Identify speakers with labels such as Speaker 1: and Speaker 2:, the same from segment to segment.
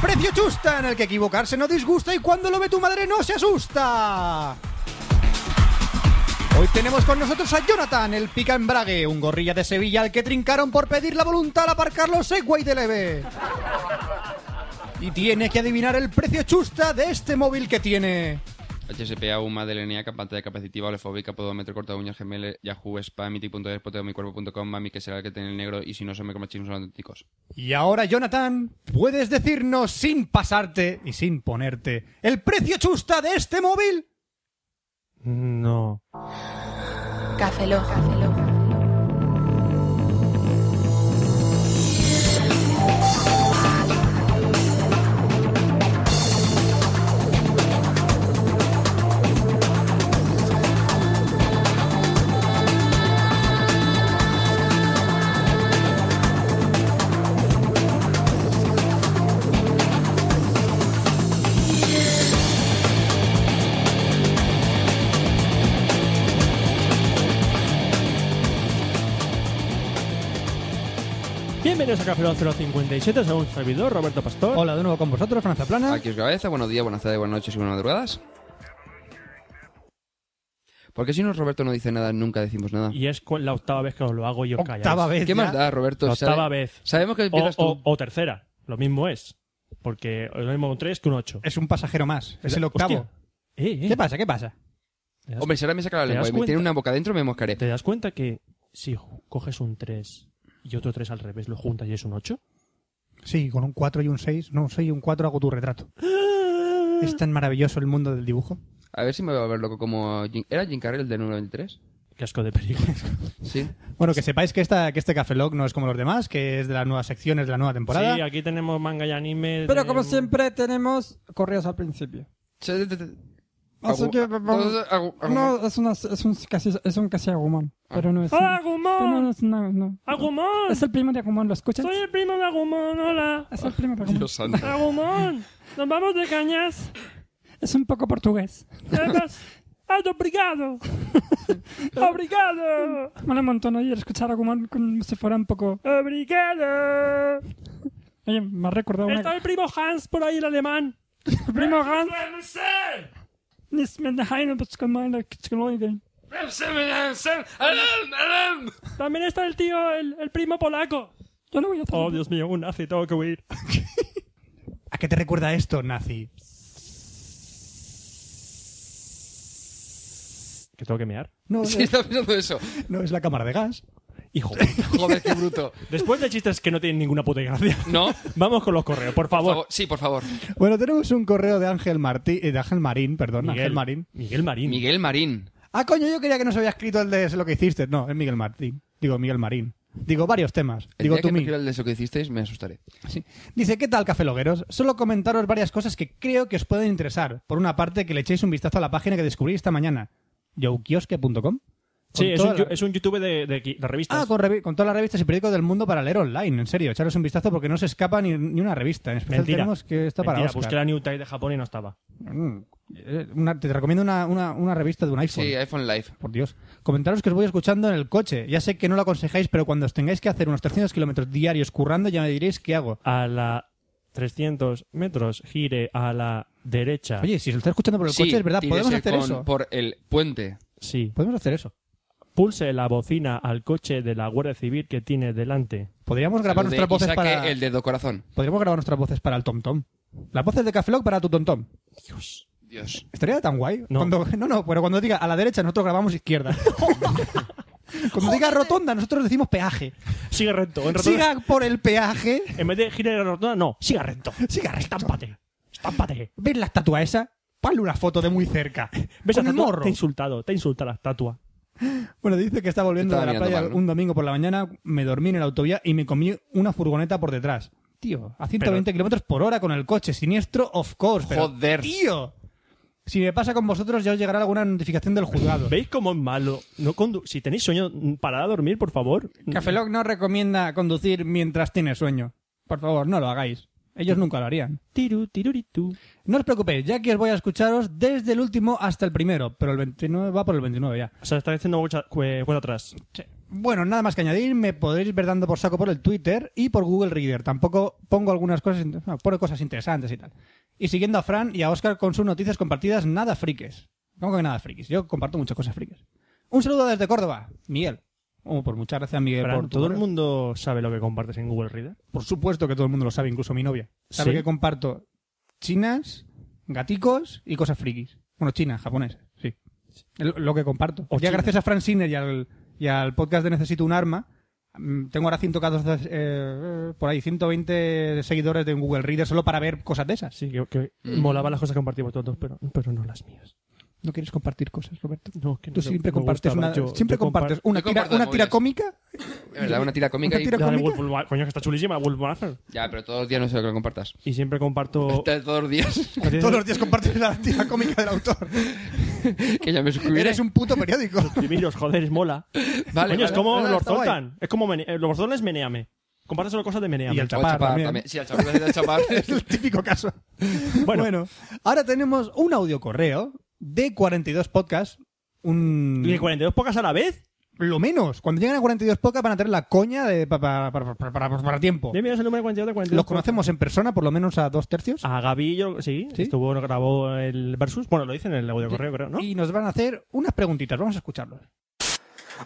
Speaker 1: precio chusta en el que equivocarse no disgusta y cuando lo ve tu madre no se asusta. Hoy tenemos con nosotros a Jonathan, el pica embrague, un gorrilla de Sevilla al que trincaron por pedir la voluntad al aparcar los Segway de leve. Y tiene que adivinar el precio chusta de este móvil que tiene.
Speaker 2: HSPA, UMA, DLNA, pantalla capacitiva, olefóbica, podómetro, corta uñas, gemel, Yahoo, spam, miti.es, poteo, mami, que será el que tiene el negro, y si no son micromachismos son auténticos.
Speaker 1: Y ahora, Jonathan, puedes decirnos sin pasarte y sin ponerte el precio chusta de este móvil.
Speaker 3: No.
Speaker 4: Café Lock.
Speaker 3: Bienvenidos a Café Lock 057, soy un servidor, Roberto Pastor.
Speaker 1: Hola de nuevo con vosotros, Franza Plana.
Speaker 2: Aquí os cabeza, buenos días, buenas tardes, buenas noches y buenas madrugadas. Porque si no, Roberto no dice nada, nunca decimos nada.
Speaker 3: Y es cu- la octava vez que os lo hago y os calláis.
Speaker 1: Octava vez.
Speaker 2: ¿Qué
Speaker 1: ya.
Speaker 2: más da, Roberto?
Speaker 3: La octava
Speaker 2: Sabe-
Speaker 3: vez.
Speaker 2: Sabemos que
Speaker 3: O,
Speaker 2: empiezas
Speaker 3: o-
Speaker 2: tú.
Speaker 3: o tercera, lo mismo es. Porque lo mismo un 3 que un 8.
Speaker 1: Es un pasajero más. Es el octavo.
Speaker 3: Eh, eh.
Speaker 1: ¿Qué pasa? ¿Qué pasa?
Speaker 3: ¿Te das-
Speaker 2: Hombre, si ahora me saca la
Speaker 3: ¿Te
Speaker 2: lengua
Speaker 3: das
Speaker 2: y me tiene
Speaker 3: cuenta?
Speaker 2: una boca dentro, me moscaré.
Speaker 3: ¿Te das cuenta que si ju- coges un 3 y otro 3 al revés, lo juntas y es un 8?
Speaker 1: Sí, con un 4 y un 6. No, un 6 y un 4 hago tu retrato. Es tan maravilloso el mundo del dibujo.
Speaker 2: A ver si me va a ver loco como... Jim- ¿Era Jim Carrey el del número 23?
Speaker 3: Qué asco de película.
Speaker 2: Sí.
Speaker 1: Bueno, que sepáis que, esta, que este Café Lock no es como los demás, que es de las nuevas secciones de la nueva temporada.
Speaker 3: Sí, aquí tenemos manga y anime.
Speaker 5: Pero
Speaker 3: tenemos-
Speaker 5: como siempre tenemos correos al principio.
Speaker 2: Se- te- te-
Speaker 5: Así
Speaker 2: Agu-
Speaker 5: que vamos...
Speaker 2: Entonces, agu- agu-
Speaker 5: No, es, una, es un casi, es un casi Agumon.
Speaker 6: Ah.
Speaker 5: Pero no es...
Speaker 3: ¡Hola,
Speaker 5: un- Pero no, no
Speaker 3: ¡Oh, Agumon!
Speaker 5: es una- no.
Speaker 3: ¡Agumon!
Speaker 5: Es el primo de Agumon, ¿lo escuchas?
Speaker 3: Soy el primo de Agumon, hola.
Speaker 5: Es el primo de Agumon.
Speaker 2: Dios santo.
Speaker 3: Agumon, nos vamos de cañas.
Speaker 5: Es un poco portugués.
Speaker 3: Además, obrigado. Obrigado.
Speaker 5: Mola un montón oír escuchar a Agumon como si fuera un poco...
Speaker 3: Obrigado.
Speaker 5: Oye, me ha recordado una...
Speaker 3: Está el primo Hans por ahí, el alemán.
Speaker 5: El primo Hans... Nis men heine bis
Speaker 3: pues,
Speaker 5: gemeine Kitschgeläude.
Speaker 3: También está el tío, el, el primo polaco.
Speaker 5: Yo no voy a hacer...
Speaker 3: Oh, Dios mío, un nazi, tengo que huir.
Speaker 1: ¿A qué te recuerda esto, Nazi?
Speaker 3: ¿Que tengo que mear?
Speaker 1: No,
Speaker 2: Sí, está pensando eso.
Speaker 1: no es la cámara de gas.
Speaker 3: Hijo.
Speaker 2: Joder, qué bruto.
Speaker 3: Después de chistes que no tienen ninguna puta gracia.
Speaker 2: No.
Speaker 3: Vamos con los correos, por
Speaker 2: Por
Speaker 3: favor.
Speaker 2: favor, Sí, por favor.
Speaker 1: Bueno, tenemos un correo de Ángel Martí, eh, de Ángel Marín, perdón, Ángel Marín.
Speaker 3: Miguel Marín.
Speaker 2: Miguel Marín.
Speaker 1: Ah, coño, yo creía que nos había escrito el de lo que hiciste. No, es Miguel Martín. Digo, Miguel Marín. Digo, varios temas.
Speaker 2: El
Speaker 1: Digo,
Speaker 2: día
Speaker 1: tú
Speaker 2: que
Speaker 1: mí.
Speaker 2: me el de eso que hicisteis, me asustaré.
Speaker 1: Sí. Dice, ¿qué tal, cafelogueros? Solo comentaros varias cosas que creo que os pueden interesar. Por una parte, que le echéis un vistazo a la página que descubrí esta mañana. youkiosque.com
Speaker 3: Sí,
Speaker 1: Con
Speaker 3: es
Speaker 1: toda
Speaker 3: un,
Speaker 1: la-
Speaker 3: yu- es un youtuber de, de, de revistas.
Speaker 1: Ah, con, revi- con todas las revistas y periódicos del mundo para leer online, en serio. Echaros un vistazo porque no se escapa ni, ni una revista. En especial
Speaker 3: Mentira.
Speaker 1: pues tenemos que está para
Speaker 3: Mentira,
Speaker 1: Oscar.
Speaker 3: busqué la New Type de Japón y no estaba.
Speaker 1: Mm, eh, una- te recomiendo una, una- una revista de un iPhone.
Speaker 2: Sí, eh. iPhone Live.
Speaker 1: Por Dios. Comentaros que os voy escuchando en el coche. Ya sé que no lo aconsejáis, pero cuando os tengáis que hacer unos 300 kilómetros diarios currando, ya me diréis qué hago.
Speaker 3: A la 300 metros, gire a la derecha.
Speaker 1: Oye, si os lo está escuchando por el
Speaker 2: Sí,
Speaker 1: coche, es verdad,
Speaker 2: tires
Speaker 1: podemos
Speaker 2: el
Speaker 1: hacer
Speaker 2: con-
Speaker 1: eso.
Speaker 2: Por el puente.
Speaker 3: Sí.
Speaker 1: Podemos hacer eso.
Speaker 3: Pulse la bocina al coche de la Guardia Civil que tiene delante.
Speaker 1: Podríamos grabar
Speaker 2: El de-
Speaker 1: nuestras
Speaker 2: y
Speaker 1: voces
Speaker 2: saque
Speaker 1: para.
Speaker 2: el dedo corazón.
Speaker 1: Podríamos grabar nuestras voces para el Tom Tom. Las voces de Café Lock para tu Tom Tom.
Speaker 3: Dios.
Speaker 2: Dios.
Speaker 1: Estaría tan guay.
Speaker 3: No.
Speaker 1: Cuando- no, no, pero cuando diga a la derecha, nosotros grabamos izquierda. cuando diga rotonda, nosotros decimos peaje.
Speaker 3: Sigue recto. En, rotonda-
Speaker 1: Siga por el peaje.
Speaker 3: en vez de girar a la rotonda, no. Siga recto.
Speaker 1: Siga recto.
Speaker 3: Estámpate. Estámpate.
Speaker 1: ¿Ves la estatua esa? Ponle una foto de muy cerca.
Speaker 3: ¿Ves
Speaker 1: Con
Speaker 3: la
Speaker 1: el
Speaker 3: estatua?
Speaker 1: morro.
Speaker 3: Te ha insultado. Te insulta la estatua.
Speaker 1: Bueno, dice que está volviendo
Speaker 2: Estaba
Speaker 1: de la
Speaker 2: mirando
Speaker 1: playa
Speaker 2: mal, ¿no?
Speaker 1: un domingo por la mañana, me dormí en la autovía y me comí una furgoneta por detrás. Tío, a 120 kilómetros por hora con el coche, siniestro, of course. pero,
Speaker 2: Joder.
Speaker 1: Tío, si me pasa con vosotros ya os llegará alguna notificación del juzgado.
Speaker 3: ¿Veis cómo es malo? No condu- si tenéis sueño, mm, parad a dormir, por favor.
Speaker 1: Cafeloc no recomienda conducir mientras tiene sueño. Por favor, no lo hagáis. Ellos nunca lo harían.
Speaker 3: Tiru, tiruritu.
Speaker 1: No os preocupéis, ya que os voy a escucharos desde el último hasta el primero, pero el 29 va por el 29 ya.
Speaker 3: O sea, está haciendo eh, cuenta atrás.
Speaker 1: Bueno, nada más que añadir, me podréis ver dando por saco por el Twitter y por Google Reader. Tampoco pongo algunas cosas, in- no, pone cosas interesantes y tal. Y siguiendo a Fran y a Oscar con sus noticias compartidas, nada friques. ¿Cómo que nada friques? Yo comparto muchas cosas friques. Un saludo desde Córdoba, Miguel. Oh, por muchas gracias, Miguel,
Speaker 3: Fran,
Speaker 1: por tu
Speaker 3: ¿Todo el
Speaker 1: correo.
Speaker 3: mundo sabe lo que compartes en Google Reader?
Speaker 1: Por supuesto que todo el mundo lo sabe, incluso mi novia. Sabe
Speaker 3: ¿Sí?
Speaker 1: que comparto chinas, gaticos y cosas frikis. Bueno, chinas, japoneses, sí. El- Lo que comparto.
Speaker 3: O
Speaker 1: ya
Speaker 3: China.
Speaker 1: gracias a Frank Sinner y al, y al podcast de Necesito un Arma, mm, tengo ahora 114, eh, eh, por ahí 120 seguidores de un Google Reader solo para ver cosas de esas.
Speaker 3: Sí, que, que
Speaker 1: Mm.
Speaker 3: molaba las cosas que compartimos todos, pero, pero no las mías.
Speaker 1: No quieres compartir cosas, Roberto.
Speaker 3: No, que
Speaker 1: Tú
Speaker 3: no-
Speaker 1: siempre
Speaker 3: me
Speaker 1: compartes
Speaker 3: gustaba.
Speaker 1: una,
Speaker 3: Yo-
Speaker 1: siempre
Speaker 3: yo compar-
Speaker 1: compartes una
Speaker 2: Yo
Speaker 1: tira,
Speaker 2: comparto
Speaker 1: una tira
Speaker 2: movidas.
Speaker 1: cómica.
Speaker 2: Es verdad, una tira cómica
Speaker 1: Una
Speaker 2: y-
Speaker 1: tira-
Speaker 3: La de
Speaker 1: cómica?
Speaker 3: Wolf- coño, que está chulísima, Wolf Mother.
Speaker 2: Ya, pero todos los días no sé lo que compartas.
Speaker 3: Y siempre
Speaker 1: Oh.
Speaker 3: comparto...
Speaker 2: Está Todos los días
Speaker 1: Todos los días compartes la tira cómica del autor.
Speaker 2: que ya me suscribiré.
Speaker 1: Eres un puto periódico.
Speaker 3: Escribiros, joder, es mola.
Speaker 2: Vale,
Speaker 3: Coño, es
Speaker 2: vale.
Speaker 3: como
Speaker 1: Ah, Está
Speaker 3: los
Speaker 1: guay.
Speaker 3: Zoltan. Es como mene- eh, los Zoltan es Meneame. Comparte solo cosas de Meneame.
Speaker 1: Y el
Speaker 2: O
Speaker 1: Chapar también.
Speaker 2: Sí, al chapar, gracias al chapar.
Speaker 1: Es el típico caso. Bueno.
Speaker 3: Bueno.
Speaker 1: ahora tenemos un audio correo de 42 podcasts. Un...
Speaker 3: ¿Y el 42 pocas a la vez?
Speaker 1: Lo menos. Cuando llegan a 42 podcasts van a tener la coña de pa- pa- pa- pa- pa- para, para tiempo.
Speaker 3: Ya miras el número 42 de 42.
Speaker 1: Los conocemos en persona, por lo menos a dos tercios.
Speaker 3: A Gaby, yo, sí,
Speaker 1: ¿Sí?
Speaker 3: estuvo, grabó el Versus. Bueno, lo dicen en el audio correo, creo, ¿no?
Speaker 1: Y nos van a hacer unas preguntitas. Vamos a escucharlos.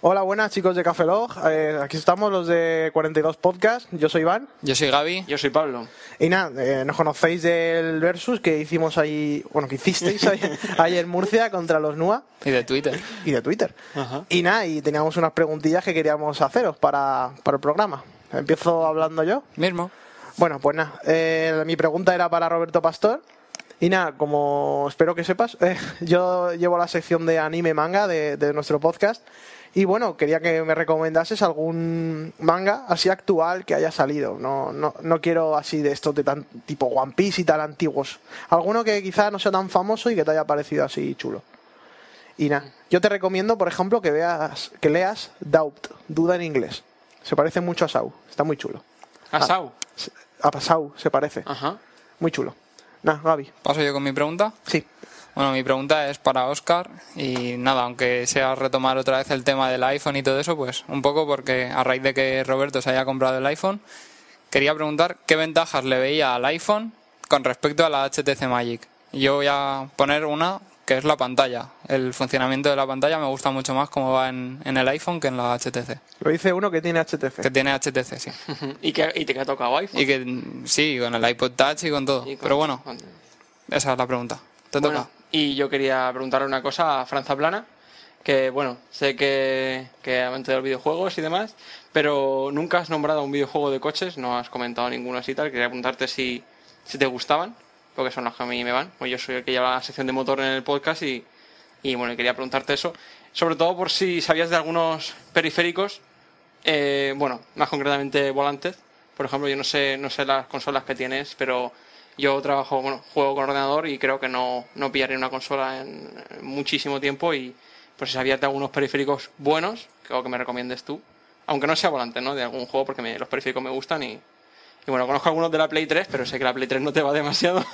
Speaker 7: Hola, buenas chicos de Café Log. Eh, aquí estamos los de 42 Podcast. Yo soy Iván.
Speaker 8: Yo soy Gaby. Yo soy Pablo.
Speaker 7: Y nada, eh, nos conocéis del Versus que hicimos ahí, bueno, que hicisteis ahí, ahí en Murcia contra los NUA
Speaker 8: Y de Twitter.
Speaker 7: y de Twitter. Y nada, y teníamos unas preguntillas que queríamos haceros para, para el programa. Empiezo hablando yo.
Speaker 8: Mismo.
Speaker 7: Bueno, pues nada, eh, mi pregunta era para Roberto Pastor. Y nada, como espero que sepas, eh, yo llevo la sección de anime manga de, de nuestro podcast. Y bueno, quería que me recomendases algún manga así actual que haya salido. No, no, no quiero así de estos de tan tipo One Piece y tal antiguos. Alguno que quizá no sea tan famoso y que te haya parecido así chulo. Y nada, yo te recomiendo, por ejemplo, que veas, que leas Doubt, duda en inglés. Se parece mucho a Sau, está muy chulo.
Speaker 8: A Sau.
Speaker 7: A Pasau, se parece.
Speaker 8: Ajá.
Speaker 7: Muy chulo. Nah, Gaby.
Speaker 8: Paso yo con mi pregunta.
Speaker 7: Sí.
Speaker 8: Bueno, mi pregunta es para Oscar y nada, aunque sea retomar otra vez el tema del iPhone y todo eso, pues un poco porque a raíz de que Roberto se haya comprado el iPhone, quería preguntar qué ventajas le veía al iPhone con respecto a la HTC Magic. Yo voy a poner una que es la pantalla. El funcionamiento de la pantalla me gusta mucho más como va en, en el iPhone que en la HTC,
Speaker 7: Lo dice uno que tiene HTC.
Speaker 8: que tiene HTC, sí.
Speaker 9: ¿Y, que, y te que ha tocado iPhone.
Speaker 8: Y que mm, sí, con el iPod Touch y con todo.
Speaker 9: Y con-
Speaker 8: Pero bueno,
Speaker 9: con-
Speaker 8: esa es la pregunta. Te
Speaker 9: Bueno,
Speaker 8: toca.
Speaker 9: y yo quería preguntarle una cosa a Franza Plana, que bueno, sé que, que amante de los videojuegos y demás, pero nunca has nombrado un videojuego de coches, no has comentado ninguno así tal, quería preguntarte si, si te gustaban, porque son los que a mí me van, pues yo soy el que lleva la sección de motor en el podcast y, y bueno, quería preguntarte eso, sobre todo por si sabías de algunos periféricos, eh, bueno, más concretamente volantes, por ejemplo, yo no sé, no sé las consolas que tienes, pero yo trabajo, bueno, juego con ordenador y creo que no, no pillaré una consola en en muchísimo tiempo y pues si sabías de algunos periféricos buenos, creo que me recomiendes tú, aunque no sea volante, ¿no? De algún juego porque me- los periféricos me gustan y, y bueno, conozco algunos de la Play 3, pero sé que la Play 3 no te va demasiado.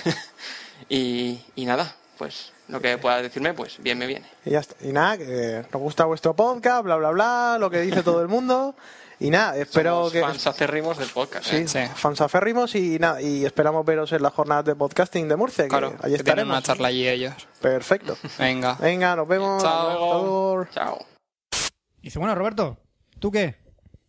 Speaker 9: y, y nada, pues lo que puedas decirme, pues bien me viene.
Speaker 7: Y ya está. Y nada, que nos gusta vuestro podcast, bla, bla, bla, lo que dice todo el mundo. Y nada, espero
Speaker 9: Somos
Speaker 7: que...
Speaker 9: fans acérrimos del podcast.
Speaker 7: Sí,
Speaker 9: ¿eh?
Speaker 8: Sí.
Speaker 7: fans aférrimos y nada, y esperamos veros en las jornadas de podcasting de Murcia. que
Speaker 8: Claro,
Speaker 7: ahí
Speaker 8: que tienen una
Speaker 7: estaremos.
Speaker 8: charla allí ellos.
Speaker 7: Perfecto.
Speaker 8: Venga.
Speaker 7: Venga, nos vemos.
Speaker 8: Chao.
Speaker 7: Hasta luego.
Speaker 9: Chao.
Speaker 1: Dice, bueno, Roberto, ¿tú qué?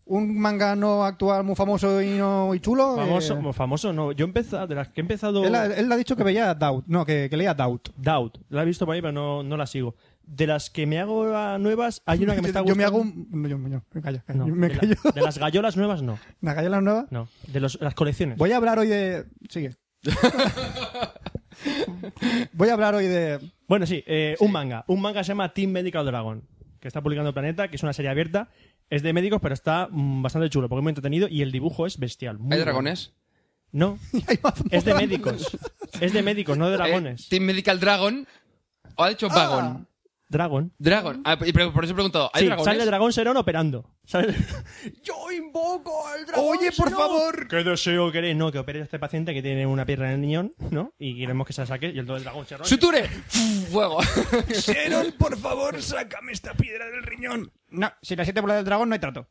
Speaker 1: ¿Un manga no actual muy famoso y, no, y chulo?
Speaker 3: Famoso,
Speaker 1: Eh,
Speaker 3: famoso no. Yo he empezado, de las que he empezado...
Speaker 1: él, ha- él ha dicho que veía Doubt. No, que, que leía Doubt.
Speaker 3: Doubt. La he visto por ahí, pero no, no la sigo. De las que me hago ah, nuevas, hay una que me está
Speaker 1: yo,
Speaker 3: gustando.
Speaker 1: me hago un... no, yo, yo, me callo.
Speaker 3: No,
Speaker 1: me
Speaker 3: de, la-
Speaker 1: callo.
Speaker 3: de las gallolas nuevas, no.
Speaker 1: ¿Me callo la nueva?
Speaker 3: No. De los- las colecciones.
Speaker 1: Voy a hablar hoy de. Sigue. Voy a hablar hoy de.
Speaker 3: Bueno, sí, eh, un manga. Un manga que se llama Team Medical Dragon, que está publicando Planeta, que es una serie abierta. Es de médicos, pero está mm, bastante chulo, porque es muy entretenido y el dibujo es bestial. muy
Speaker 2: ¿Hay
Speaker 3: bueno.
Speaker 2: dragones?
Speaker 3: No,
Speaker 1: Hay más-
Speaker 3: es de médicos. es de médicos, no de dragones.
Speaker 1: Ah.
Speaker 2: Eh, Team Medical Dragon. O ha dicho Vagon.
Speaker 3: Dragon.
Speaker 2: Dragon. Ah, y pre- por eso he preguntado. ¿Hay
Speaker 3: Sí,
Speaker 2: dragones?
Speaker 3: sale Dragon Serón operando. Sale- Yo invoco al dragón.
Speaker 1: Oye, por
Speaker 3: Serón.
Speaker 1: favor.
Speaker 3: ¿Qué deseo queréis? No, que opere este paciente que tiene una pierna en el niñón, ¿no? Y queremos que se la saque. Y el do- el dragón Serón.
Speaker 2: ¡Suture! ¡Fuego!
Speaker 1: Xenon, por favor, sácame esta piedra del riñón. No, si la siete bolas del dragón no hay trato.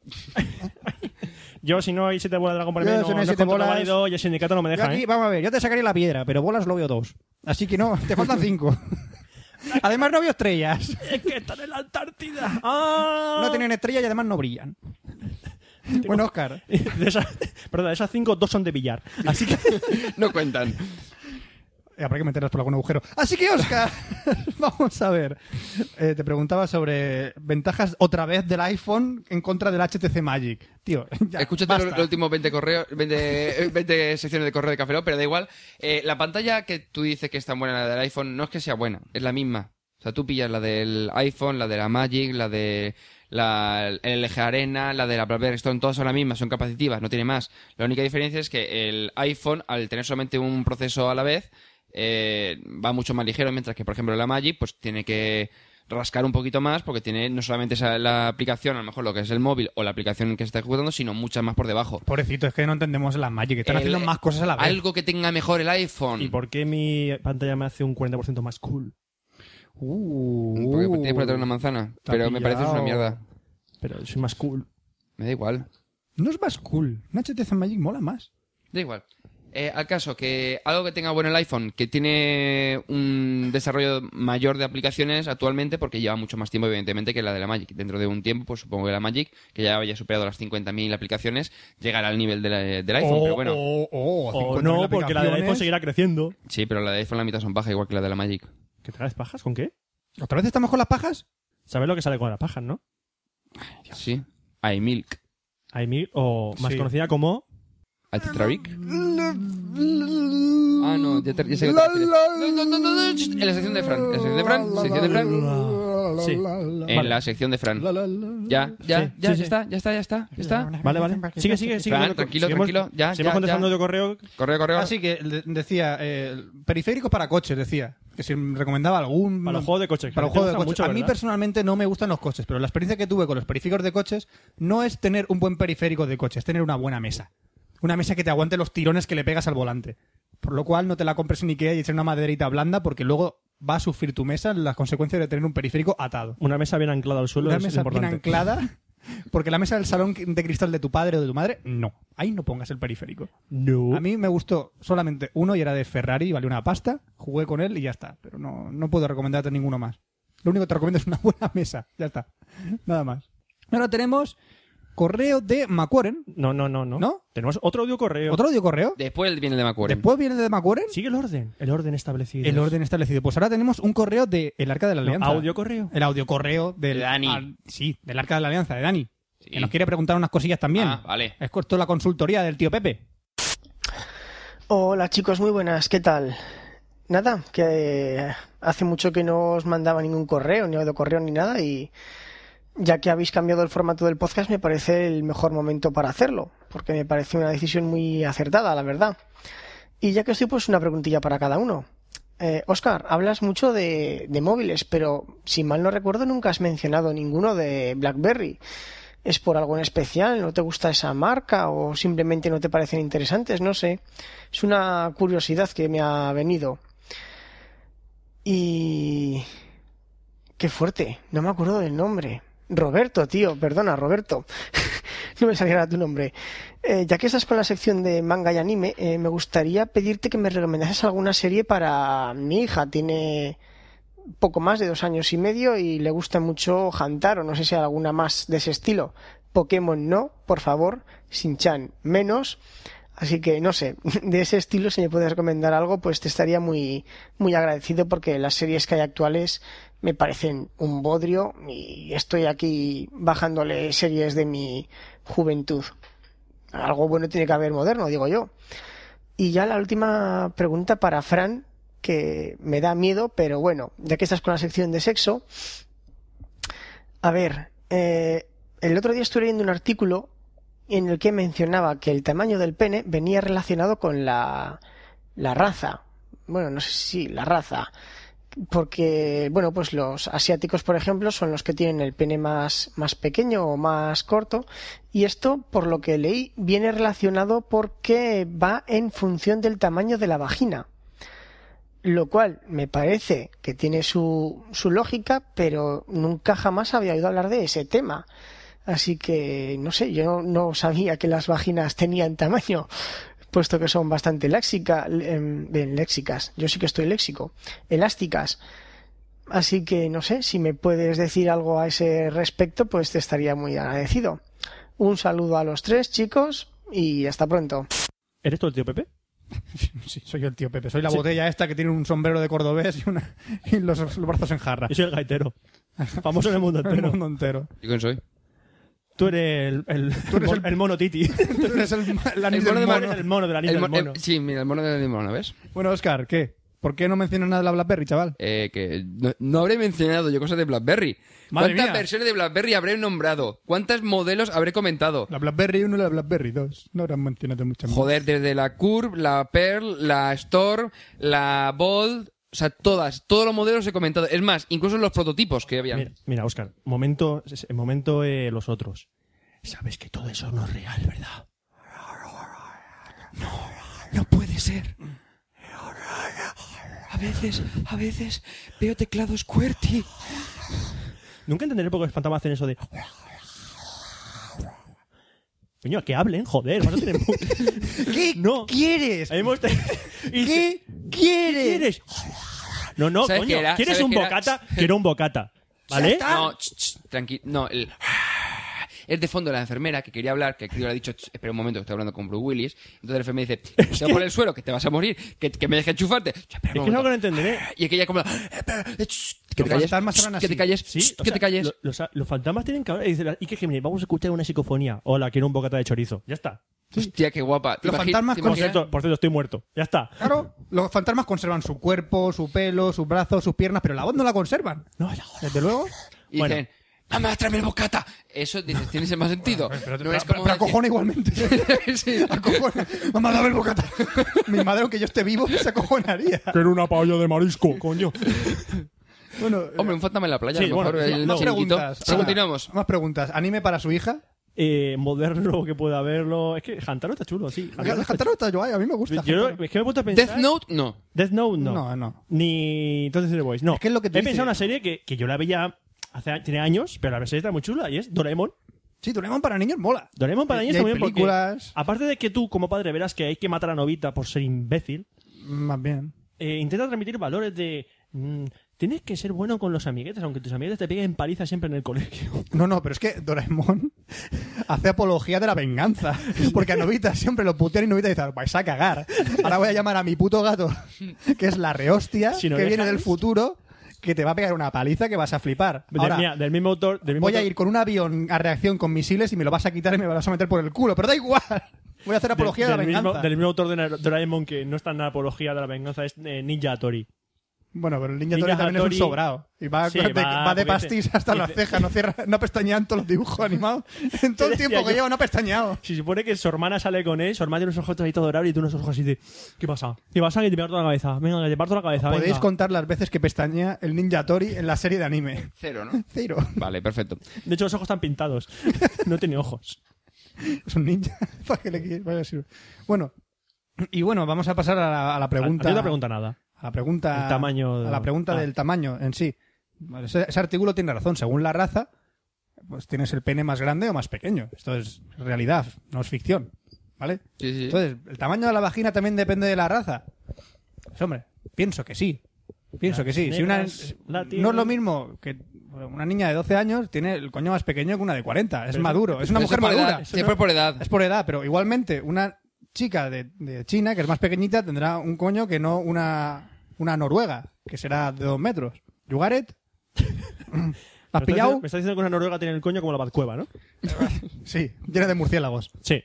Speaker 3: Yo, si no hay siete bolas de dragón para
Speaker 1: Yo,
Speaker 3: mí,
Speaker 1: si
Speaker 3: no,
Speaker 1: no hay
Speaker 3: no es
Speaker 1: siete
Speaker 3: contrato
Speaker 1: bolas-
Speaker 3: válido y el sindicato no me
Speaker 1: Yo
Speaker 3: deja,
Speaker 1: aquí,
Speaker 3: ¿eh?
Speaker 1: vamos a ver, yo te sacaría la piedra, pero bolas lo veo dos. Así que no, te faltan cinco. además no veo estrellas.
Speaker 3: Es que están en la Antártida. ¡Ah!
Speaker 1: No tienen estrellas y además no brillan. Bueno, Oscar.
Speaker 3: de esas, perdón, de esas cinco, dos son de billar. Así que
Speaker 2: No cuentan.
Speaker 1: Habrá que meterlas por algún agujero. Así que, Oscar, vamos a ver. Eh, te preguntaba sobre ventajas otra vez del iPhone en contra del HTC Magic. Tío, ya,
Speaker 2: Escúchate
Speaker 1: basta.
Speaker 2: los, los últimos 20, correos, 20, eh, 20 secciones de correo de Café Lock, pero da igual. Eh, la pantalla que tú dices que es tan buena, la del iPhone, no es que sea buena, es la misma. O sea, tú pillas la del iPhone, la de la Magic, la de la el LG Arena, la de la BlackBerry Stone, todas son las mismas, son capacitivas, no tiene más. La única diferencia es que el iPhone, al tener solamente un proceso a la vez, eh, va mucho más ligero, mientras que, por ejemplo, la Magic, pues tiene que rascar un poquito más porque tiene no solamente esa- la aplicación, a lo mejor lo que es el móvil o la aplicación que se está ejecutando, sino muchas más por debajo.
Speaker 1: Pobrecito, es que no entendemos las Magic. Están
Speaker 2: El-
Speaker 1: haciendo más cosas a la vez.
Speaker 2: Algo que tenga mejor el iPhone.
Speaker 3: ¿Y por qué mi pantalla me hace un 40% más cool?
Speaker 1: Uh,
Speaker 2: Mm, Porque tienes por detrás una manzana.
Speaker 3: Está
Speaker 2: Pero me parece una
Speaker 3: pillado.
Speaker 2: mierda.
Speaker 3: Pero soy más cool.
Speaker 2: Me da igual.
Speaker 1: No es más cool. Un HTC Magic mola más.
Speaker 2: Da igual. Eh, al caso, que algo que tenga bueno el iPhone, que tiene un desarrollo mayor de aplicaciones actualmente, porque lleva mucho más tiempo, evidentemente, que la de la Magic. Dentro de un tiempo, pues supongo que la Magic, que ya haya superado las 50.000 aplicaciones, llegará al nivel de la- del iPhone.
Speaker 1: O-
Speaker 2: pero bueno,
Speaker 1: o- o- o
Speaker 3: O
Speaker 1: 50.000
Speaker 3: no, porque la del iPhone
Speaker 1: aplicaciones.
Speaker 3: seguirá creciendo.
Speaker 2: sí, pero la de iPhone la mitad son bajas, igual que la de la Magic.
Speaker 3: ¿Qué traes pajas? ¿Con qué?
Speaker 1: ¿Otra vez estamos con las pajas?
Speaker 3: ¿Sabes lo que sale con las pajas, no?
Speaker 2: Sí. iMilk.
Speaker 3: Hay mil, o más
Speaker 1: Sí.
Speaker 3: conocida como
Speaker 2: Atetravic. Ah, no, ya, te, ya sé que te refieres. No, no, no, no, no, shh, En la sección de Fran. En la sección de Fran. Sección de Fran. Eh,
Speaker 3: Sí.
Speaker 2: En la sección de Fran. Ya, ya,
Speaker 3: Sí,
Speaker 2: ya,
Speaker 3: sí,
Speaker 2: ya
Speaker 3: sí.
Speaker 2: está, ya está, ya está, ya está.
Speaker 3: Vale, vale. Sigue, sigue, sigue.
Speaker 2: Fran, tranquilo,
Speaker 3: Seguimos-
Speaker 2: tranquilo, ya,
Speaker 3: seguimos
Speaker 2: ya,
Speaker 3: contestando
Speaker 2: ya.
Speaker 3: tu correo.
Speaker 2: Correo, correo.
Speaker 1: Así Ah, que de- decía, eh, periféricos para coches, decía. Que si me recomendaba algún...
Speaker 3: Para los juegos de coches,
Speaker 1: Mm.
Speaker 3: que
Speaker 1: Para los
Speaker 3: te
Speaker 1: juegos de
Speaker 3: gustan
Speaker 1: coches.
Speaker 3: mucho,
Speaker 1: a mí
Speaker 3: ¿verdad?
Speaker 1: personalmente no me gustan los coches, pero la experiencia que tuve con los periféricos de coches no es tener un buen periférico de coche, es tener una buena mesa. Una mesa que te aguante los tirones que le pegas al volante. Por lo cual no te la compres en Ikea y eches una maderita blanda porque luego va a sufrir tu mesa las consecuencias de tener un periférico atado.
Speaker 3: Una mesa bien anclada al suelo
Speaker 1: Una
Speaker 3: es
Speaker 1: mesa bien
Speaker 3: importante.
Speaker 1: anclada, porque la mesa del salón de cristal de tu padre o de tu madre, no. Ahí no pongas el periférico.
Speaker 3: No.
Speaker 1: A mí me gustó solamente uno y era de Ferrari, y valió una pasta, jugué con él y ya está. Pero no, no puedo recomendarte ninguno más. Lo único que te recomiendo es una buena mesa, ya está. Nada más. Ahora tenemos correo de McQuarren.
Speaker 3: No, no, no, no.
Speaker 1: ¿No?
Speaker 3: Tenemos otro audio correo.
Speaker 1: ¿Otro audio correo?
Speaker 2: Después viene el de Macquarie.
Speaker 1: Después viene el de McQuarren.
Speaker 3: Sigue el orden, el orden establecido.
Speaker 1: El orden establecido. Pues ahora tenemos un correo de El Arca de la
Speaker 3: No,
Speaker 1: Alianza.
Speaker 3: audio correo.
Speaker 1: El audio correo del...
Speaker 2: De Dani.
Speaker 1: al- sí, del Arca de la Alianza, de Dani.
Speaker 2: Sí.
Speaker 1: Que nos quiere preguntar unas cosillas también.
Speaker 2: Ah, vale.
Speaker 1: Es corto la consultoría del tío Pepe.
Speaker 6: Hola chicos, muy buenas, ¿qué tal? Nada, que hace mucho que no os mandaba ningún correo, ni audio correo, ni nada, y ya que habéis cambiado el formato del podcast, me parece el mejor momento para hacerlo, porque me parece una decisión muy acertada, la verdad. Y ya que estoy, pues una preguntilla para cada uno. Eh, Oscar, hablas mucho de, de móviles, pero si mal no recuerdo, nunca has mencionado ninguno de BlackBerry. ¿Es por algo en especial? ¿No te gusta esa marca? ¿O simplemente no te parecen interesantes? No sé. Es una curiosidad que me ha venido. Y... Qué fuerte. No me acuerdo del nombre. Roberto, tío. Perdona, Roberto. no me saliera tu nombre. Eh, ya que estás con la sección de manga y anime, eh, me gustaría pedirte que me recomendases alguna serie para mi hija. Tiene poco más de dos años y medio y le gusta mucho Hantaro, no sé si hay alguna más de ese estilo. Pokémon no, por favor, Shin-chan menos. Así que no sé, de ese estilo si me puedes recomendar algo, pues te estaría muy muy agradecido porque las series que hay actuales me parecen un bodrio y estoy aquí bajándole series de mi juventud. Algo bueno tiene que haber moderno, digo yo. Y ya la última pregunta para Fran, que me da miedo, pero bueno, ya que estás con la sección de sexo. A ver, eh, el otro día estuve leyendo un artículo en el que mencionaba que el tamaño del pene venía relacionado con la, la raza. Bueno, no sé si la raza. porque, bueno, pues los asiáticos, por ejemplo, son los que tienen el pene más, más pequeño o más corto. Y esto, por lo que leí, viene relacionado porque va en función del tamaño de la vagina. Lo cual me parece que tiene su, su lógica, pero nunca jamás había oído hablar de ese tema. Así que, no sé, yo no, no sabía que las vaginas tenían tamaño puesto que son bastante léxica, em, bien, léxicas. Yo sí que estoy léxico. Elásticas. Así que no sé, si me puedes decir algo a ese respecto, pues te estaría muy agradecido. Un saludo a los tres, chicos, y hasta pronto.
Speaker 3: ¿Eres tú el tío Pepe?
Speaker 1: Sí, soy yo el tío Pepe. Soy la
Speaker 3: Sí.
Speaker 1: botella esta que tiene un sombrero de cordobés y, una- y los, los brazos en jarra.
Speaker 3: Yo soy el gaitero. Famoso en el mundo
Speaker 1: El
Speaker 3: entero.
Speaker 1: mundo entero.
Speaker 2: ¿Y quién soy?
Speaker 3: Tú eres el, el,
Speaker 1: eres el-
Speaker 3: el mono Titi.
Speaker 1: Tú eres el, el anís
Speaker 2: El mono de
Speaker 1: del mono.
Speaker 2: Manuel.
Speaker 3: el mono del anillo
Speaker 2: El
Speaker 3: del
Speaker 2: mon-
Speaker 3: mono.
Speaker 2: eh, sí, mira, el mono del mono, ¿ves?
Speaker 1: Bueno, Oscar, ¿qué? ¿Por qué no mencionas nada de la BlackBerry, chaval?
Speaker 2: Eh, que no, no habré mencionado yo cosas de BlackBerry.
Speaker 1: Madre
Speaker 2: ¿Cuántas
Speaker 1: mía.
Speaker 2: versiones de BlackBerry habré nombrado? ¿Cuántos modelos habré comentado?
Speaker 1: La BlackBerry 1 y la BlackBerry 2. No eran mencionadas muchas más.
Speaker 2: Joder, desde la Curve, la Pearl, la Storm, la Bold, o sea, todas, todos los modelos he comentado. Es más, incluso los prototipos que habían.
Speaker 3: Mira, mira, Oscar, momento, es- momento eh, los otros. Sabes que todo eso no es real, ¿verdad?
Speaker 2: No puede ser. A veces, a veces veo teclados QWERTY.
Speaker 3: Nunca entenderé por qué los fantasmas hacen eso de... Coño, que hablen, joder, vas a tener... mu-
Speaker 1: ¿Qué
Speaker 3: No.
Speaker 1: quieres?
Speaker 3: A mí me gusta- y se-
Speaker 1: ¿Qué quieres?
Speaker 3: quieres? No, no,
Speaker 2: ¿Sabes
Speaker 3: coño.
Speaker 2: qué era?
Speaker 3: ¿Quieres
Speaker 2: ¿Sabes
Speaker 3: un
Speaker 2: qué era?
Speaker 3: bocata? Quiero un bocata. ¿Vale?
Speaker 2: No, ch, ch, tranqui- No, el... Es de fondo la enfermera que quería hablar, que el crío le ha dicho, "Ch, espera un momento, que estoy hablando con Bruce Willis. Entonces la enfermera dice, te voy a poner el suelo, que te vas a morir, que, que me dejes enchufarte. Ch, espera un
Speaker 3: Es que es algo que no
Speaker 2: momento.
Speaker 3: entenderé.
Speaker 2: Y aquella como... "Espera, eh, ch, Que
Speaker 1: Los
Speaker 2: te calles,
Speaker 1: fantasmas
Speaker 2: ch,
Speaker 1: hablan
Speaker 2: que
Speaker 1: así.
Speaker 2: te calles,
Speaker 3: Sí,
Speaker 2: ch,
Speaker 3: o
Speaker 2: que
Speaker 3: sea,
Speaker 2: te calles.
Speaker 3: lo- Los, los fantasmas tienen que hablar y dicen, y que Jiménez, vamos a escuchar una psicofonía. Hola, quiero un bocata de chorizo. Ya está.
Speaker 2: Hostia, qué guapa. ¿Te
Speaker 1: Los
Speaker 2: imagi-
Speaker 1: fantasmas
Speaker 2: te
Speaker 1: con
Speaker 3: Por
Speaker 2: imaginas?
Speaker 3: cierto, por cierto, estoy muerto. Ya está.
Speaker 1: Claro, los fantasmas conservan su cuerpo, su pelo, sus brazos, sus piernas, pero la voz no la conservan.
Speaker 3: No, ya-
Speaker 1: Desde luego.
Speaker 2: Y
Speaker 3: Bueno.
Speaker 2: dicen, mamá, tráeme el bocata. Eso dices, tiene ese más sentido. no es como
Speaker 1: pero
Speaker 2: decir-
Speaker 1: acojona igualmente.
Speaker 2: Sí.
Speaker 1: Acojona. Mamá, dame el bocata. Mi madre, aunque yo esté vivo, se acojonaría.
Speaker 3: Quiero una paella de marisco, coño.
Speaker 1: Bueno,
Speaker 2: Hombre, un fantasma en la playa,
Speaker 3: Sí,
Speaker 2: a lo mejor
Speaker 3: bueno,
Speaker 2: el
Speaker 3: no,
Speaker 1: más
Speaker 2: chiringuito.
Speaker 1: preguntas.
Speaker 2: Sí,
Speaker 1: Ah,
Speaker 2: continuamos.
Speaker 1: Más preguntas. ¿Anime para su hija?
Speaker 3: Eh, moderno que pueda verlo. Es que Hantaro está chulo, sí. Hantaro está
Speaker 1: Jantaro está guay, a mí me gusta.
Speaker 3: chulo. Yo,
Speaker 1: Jantaro.
Speaker 3: es que me he puesto a pensar.
Speaker 2: Death Note, no.
Speaker 3: Death Note no.
Speaker 1: No, no.
Speaker 3: Ni entonces The Voice, no.
Speaker 1: Es que es lo que tú
Speaker 3: He
Speaker 1: dices.
Speaker 3: pensado en una serie que, que yo la veía hace tiene años, pero la versión está muy chula y es Doraemon.
Speaker 1: Sí, Doraemon para niños mola.
Speaker 3: Doraemon para
Speaker 1: Y-
Speaker 3: niños
Speaker 1: y hay
Speaker 3: también porque-
Speaker 1: películas.
Speaker 3: aparte de que tú como padre verás que hay que matar a Novita por ser imbécil,
Speaker 1: Más bien.
Speaker 3: eh, intenta transmitir valores de mm, tienes que ser bueno con los amiguetes, aunque tus amiguetes te peguen paliza siempre en el colegio.
Speaker 1: No, no, pero es que Doraemon hace apología de la venganza. Porque a Novita siempre lo putean y Novita dice, "Pues, vais a cagar. Ahora voy a llamar a mi puto gato, que es la rehostia,
Speaker 3: Si no
Speaker 1: que
Speaker 3: dejas-
Speaker 1: viene del futuro, que te va a pegar una paliza que vas a flipar.
Speaker 3: Del-
Speaker 1: Ahora,
Speaker 3: mira, del mismo autor, del mismo
Speaker 1: voy a
Speaker 3: autor-
Speaker 1: ir con un avión a reacción con misiles y me lo vas a quitar y me lo vas a meter por el culo. Pero da igual. Voy a hacer
Speaker 3: del-
Speaker 1: apología de, la
Speaker 3: del mismo-
Speaker 1: venganza.
Speaker 3: del mismo autor de Na- Doraemon que no está en la apología de la venganza es eh, Ninja Tori.
Speaker 1: Bueno, pero el Ninja,
Speaker 3: Ninja
Speaker 1: Tori también
Speaker 3: Hattori-
Speaker 1: es un sobrado. Y va,
Speaker 3: Sí,
Speaker 1: de,
Speaker 3: va-
Speaker 1: va de
Speaker 3: porque dice-
Speaker 1: pastis hasta las
Speaker 3: dice-
Speaker 1: cejas, no, cierra, no pestañea en todos los dibujos animados. En todo el
Speaker 3: Decía
Speaker 1: tiempo que
Speaker 3: yo-
Speaker 1: lleva no ha pestañeado.
Speaker 3: Si se supone que su hermana sale con él, su hermana tiene unos ojos todavía dorados y tú unos ojos así de ¿Qué pasa? ¿Qué pasa? Que te parto la cabeza. Venga, que te parto la cabeza.
Speaker 1: Podéis
Speaker 3: Ah, venga.
Speaker 1: contar las veces que pestañea el Ninja Tori en la serie de anime.
Speaker 2: Cero, ¿no?
Speaker 1: Cero.
Speaker 2: Vale, perfecto.
Speaker 3: De hecho, los ojos están pintados. No tiene ojos.
Speaker 1: Es un ninja. ¿Para qué le quieres? Vaya sirve. Bueno, y bueno, vamos a pasar a la, a la pregunta.
Speaker 3: A- a ti no te pregunta nada.
Speaker 1: A la pregunta.
Speaker 3: El tamaño de-
Speaker 1: A la pregunta
Speaker 3: Ah.
Speaker 1: del tamaño en sí. Vale, Ese, ese artículo tiene razón. Según la raza, pues tienes el pene más grande o más pequeño. Esto es realidad, no es ficción. ¿Vale?
Speaker 2: Sí, sí.
Speaker 1: Entonces, ¿el tamaño de la vagina también depende de la raza? Pues, hombre, pienso que sí. Pienso
Speaker 3: Las
Speaker 1: que sí. Si una,
Speaker 3: negras, latinas.
Speaker 1: no es lo mismo que una niña de 12 años tiene el coño más pequeño que una de 40. Es maduro. Es una
Speaker 2: Pero
Speaker 1: mujer
Speaker 2: eso es por
Speaker 1: madura.
Speaker 2: edad, Siempre por edad.
Speaker 1: Es por edad, pero igualmente una chica de, de China, que es más pequeñita, tendrá un coño que no una, una noruega, que será de dos metros. ¿Yugaret? ¿La has
Speaker 3: Me estás diciendo-
Speaker 2: pues,
Speaker 1: pillado?
Speaker 3: Me está diciendo que una noruega tiene el coño como la Batcueva, ¿no?
Speaker 1: Sí, llena de murciélagos.
Speaker 3: Sí.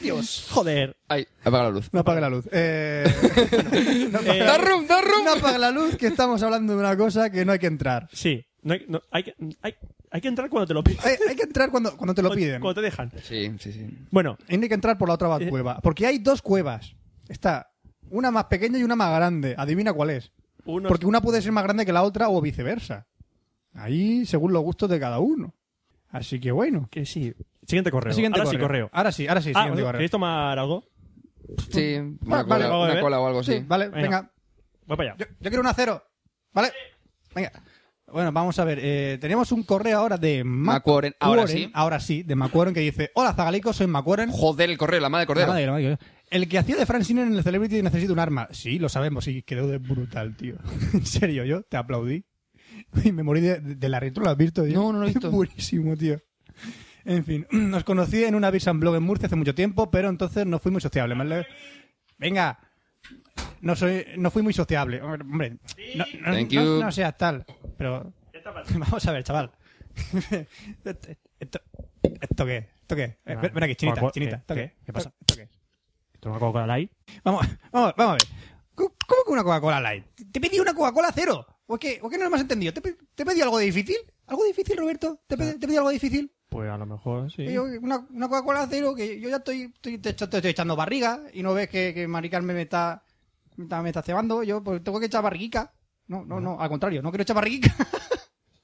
Speaker 3: Dios. Joder.
Speaker 2: Ay, apaga la luz.
Speaker 1: No apague la luz. Eh, no, apague la
Speaker 2: ¡Da
Speaker 1: luz.
Speaker 2: room, da room!
Speaker 1: No apague la luz, que estamos hablando de una cosa que no hay que entrar.
Speaker 3: Sí. No hay, no- hay que- hay- hay que entrar cuando te lo piden.
Speaker 1: Eh, Hay, hay que entrar cuando, cuando te lo piden.
Speaker 3: Cuando Eh. te dejan.
Speaker 2: Sí, sí, sí.
Speaker 3: Bueno,
Speaker 1: Y no hay que entrar por la otra cueva. Porque hay dos cuevas. Está Una más pequeña y una más grande. Adivina cuál es.
Speaker 3: Uno
Speaker 1: Porque una puede ser más grande que la otra o viceversa. Ahí según los gustos de cada uno. Así que bueno.
Speaker 3: que sí. Siguiente correo.
Speaker 1: Siguiente
Speaker 3: Ahora sí, correo.
Speaker 1: correo. Ahora sí, ahora sí,
Speaker 3: Ah,
Speaker 1: siguiente correo.
Speaker 3: ¿queréis tomar algo?
Speaker 2: Sí, una,
Speaker 1: Ah, vale,
Speaker 2: cola,
Speaker 3: vamos a
Speaker 2: una
Speaker 3: ver.
Speaker 2: cola o algo así.
Speaker 1: Sí, vale,
Speaker 3: Venga.
Speaker 1: venga.
Speaker 3: Voy para allá.
Speaker 1: Yo, yo quiero un acero. ¿Vale? Venga. Bueno, vamos a ver. eh, tenemos un correo ahora de
Speaker 2: Macuoren.
Speaker 1: Macuoren.
Speaker 2: Ahora sí.
Speaker 1: Ahora sí, de Macuoren que dice: Hola, Zagalico, soy Macuoren.
Speaker 2: Joder, el correo, la madre de cordero.
Speaker 1: La madre, la madre. El que hacía de Frank Sinner en el Celebrity necesita un arma. Sí, lo sabemos, y quedó de brutal, tío. en serio, yo te aplaudí. Y me morí de, de la risa. ¿Tú lo has visto? tío?
Speaker 2: No, no lo he visto.
Speaker 1: Es buenísimo, tío. En fin, nos conocí en una Beers and Blog en Murcia hace mucho tiempo, pero entonces no fui muy sociable. Más le- Venga, no, soy, no fui muy sociable. Hombre, hombre, no, no-
Speaker 2: Thank
Speaker 1: no-
Speaker 2: you.
Speaker 1: no seas tal. Pero vamos a ver, chaval. esto, esto- ¿esto qué? ¿Esto qué? Eh,
Speaker 3: Nada.
Speaker 1: ven- Ven aquí, chinita,
Speaker 3: Coca-
Speaker 1: chinita.
Speaker 3: ¿qué?
Speaker 1: ¿Esto qué?
Speaker 3: pues, eh, ¿Qué? ¿Qué pasa?
Speaker 1: ¿Esto qué es?
Speaker 3: Toma una Coca-Cola Light.
Speaker 1: Vamos, vamos, vamos a ver. ¿Cómo cómo que una Coca-Cola Light? ¿Te pedí una Coca-Cola cero? ¿O es que, o es que no me has entendido? ¿Te, pe- te pedí algo difícil? ¿Algo difícil, Roberto? ¿Te, pe- te pedí algo difícil?
Speaker 3: Pues a lo mejor sí.
Speaker 1: Que yo- Una, una Coca-Cola cero que yo ya estoy, estoy, te, echo- te estoy echando barriga y no ves que, que Maricarme me está, me está, me está cebando. Yo pues, tengo que echar barriguica. No, no, no, al contrario, no quiero echar barriguica.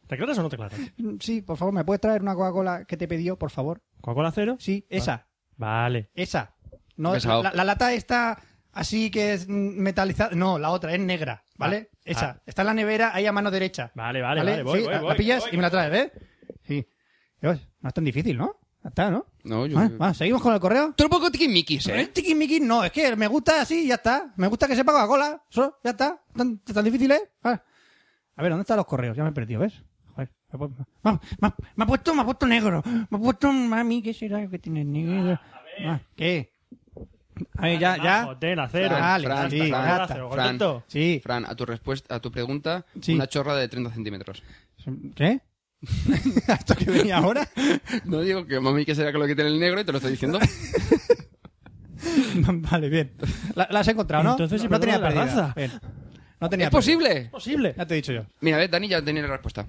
Speaker 3: ¿Te aclaras o no te aclaras?
Speaker 1: sí, por favor, ¿me puedes traer una Coca-Cola que te pidió, por favor?
Speaker 3: ¿Coca-Cola cero?
Speaker 1: Sí, esa.
Speaker 3: Vale.
Speaker 1: Esa. No,
Speaker 2: Pesado.
Speaker 1: la, la lata está así que es mm, metalizada. No, la otra, es negra, ¿vale?
Speaker 3: Ah,
Speaker 1: Esa.
Speaker 3: ah.
Speaker 1: Está en la nevera ahí a mano derecha.
Speaker 3: Vale, vale, vale, voy,
Speaker 1: Sí,
Speaker 3: voy,
Speaker 1: la,
Speaker 3: voy,
Speaker 1: la pillas
Speaker 3: voy.
Speaker 1: y me la traes, ¿ves? Sí. Dios, no es tan difícil, ¿no? Ya está, ¿no?
Speaker 2: No, yo.
Speaker 1: Bueno, va, seguimos con el correo.
Speaker 2: Tú un poco tiquismiquis,
Speaker 1: Pero
Speaker 2: ¿eh?
Speaker 1: el tiquismiquis no, es que me gusta así y ya está. Me gusta que sepa Coca-Cola. Eso, ya está. Tan, tan difícil, ¿eh? Ah. A ver, ¿dónde están los correos? Ya me he perdido, ¿ves? Joder, me, pon- me- me- me ha puesto, me ha puesto negro. Me ha puesto, mami, ¿qué será que tienes negro? Ah, ¿Qué? A ver,
Speaker 3: Ah,
Speaker 1: ya, ya.
Speaker 3: Hotel a cero.
Speaker 1: Fran, Vale,
Speaker 2: Fran,
Speaker 1: sí,
Speaker 2: Fran,
Speaker 1: ya está.
Speaker 2: Fran,
Speaker 3: ¿Contento?
Speaker 1: Sí.
Speaker 2: Fran, a tu respuesta, a tu pregunta,
Speaker 1: Sí.
Speaker 2: una chorra de 30 centímetros.
Speaker 1: ¿Qué? ¿Esto que venía ahora?
Speaker 2: No digo que mami que será que lo quiten el negro y te lo estoy diciendo.
Speaker 1: vale, bien. La, la has encontrado, ¿no?
Speaker 3: Entonces,
Speaker 1: no,
Speaker 3: sí,
Speaker 1: no tenía
Speaker 3: perdona la
Speaker 1: pérdida.
Speaker 3: raza.
Speaker 1: Bien. No tenía
Speaker 2: ¡Es
Speaker 1: pérdida.
Speaker 2: posible!
Speaker 3: Posible.
Speaker 1: Ya te he dicho yo.
Speaker 2: Mira, ves, Dani ya tenía la respuesta.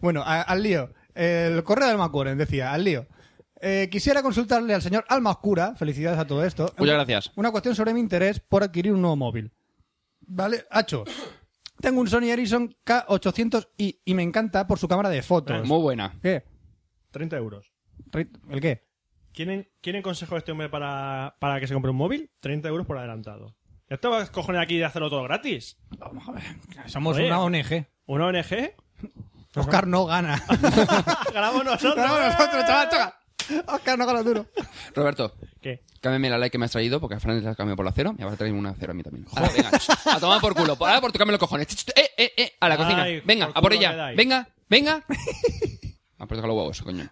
Speaker 1: Bueno, a- al lío. El correo del Macuren decía, al lío. Eh, quisiera consultarle al señor Alma Oscura, felicidades a todo esto.
Speaker 2: Muchas gracias.
Speaker 1: Una cuestión sobre mi interés por adquirir un nuevo móvil. Vale, Hacho. Tengo un Sony Ericsson K800i y me encanta por su cámara de fotos.
Speaker 2: Muy buena.
Speaker 1: ¿Qué?
Speaker 3: 30 euros.
Speaker 1: Rit- ¿El qué?
Speaker 3: ¿Quieren, ¿Quieren consejo de este hombre para, para que se compre un móvil? 30 euros por adelantado. Ya te vas a cojones aquí de hacerlo todo gratis.
Speaker 1: Vamos a ver. Somos
Speaker 3: Oye.
Speaker 1: una ONG.
Speaker 3: ¿Una ONG?
Speaker 1: Oscar no gana.
Speaker 3: ¡Grabamos nosotros!
Speaker 1: Vamos nosotros, chaval, chaval. Oscar no gana duro.
Speaker 2: Roberto,
Speaker 3: ¿Qué?
Speaker 2: cámbiame la like que me has traído porque a Fran le has cambiado por la cero y ahora traerme una cero a mí también. Ahora, venga, ch, a tomar por culo. Ahora por tocarme los cojones. Ch, ch, Eh, eh, eh, a la cocina.
Speaker 3: Ay,
Speaker 2: venga,
Speaker 3: por
Speaker 2: a por
Speaker 3: culo le
Speaker 2: ella.
Speaker 3: dais.
Speaker 2: Venga, venga. Me por tocar los huevos, coño.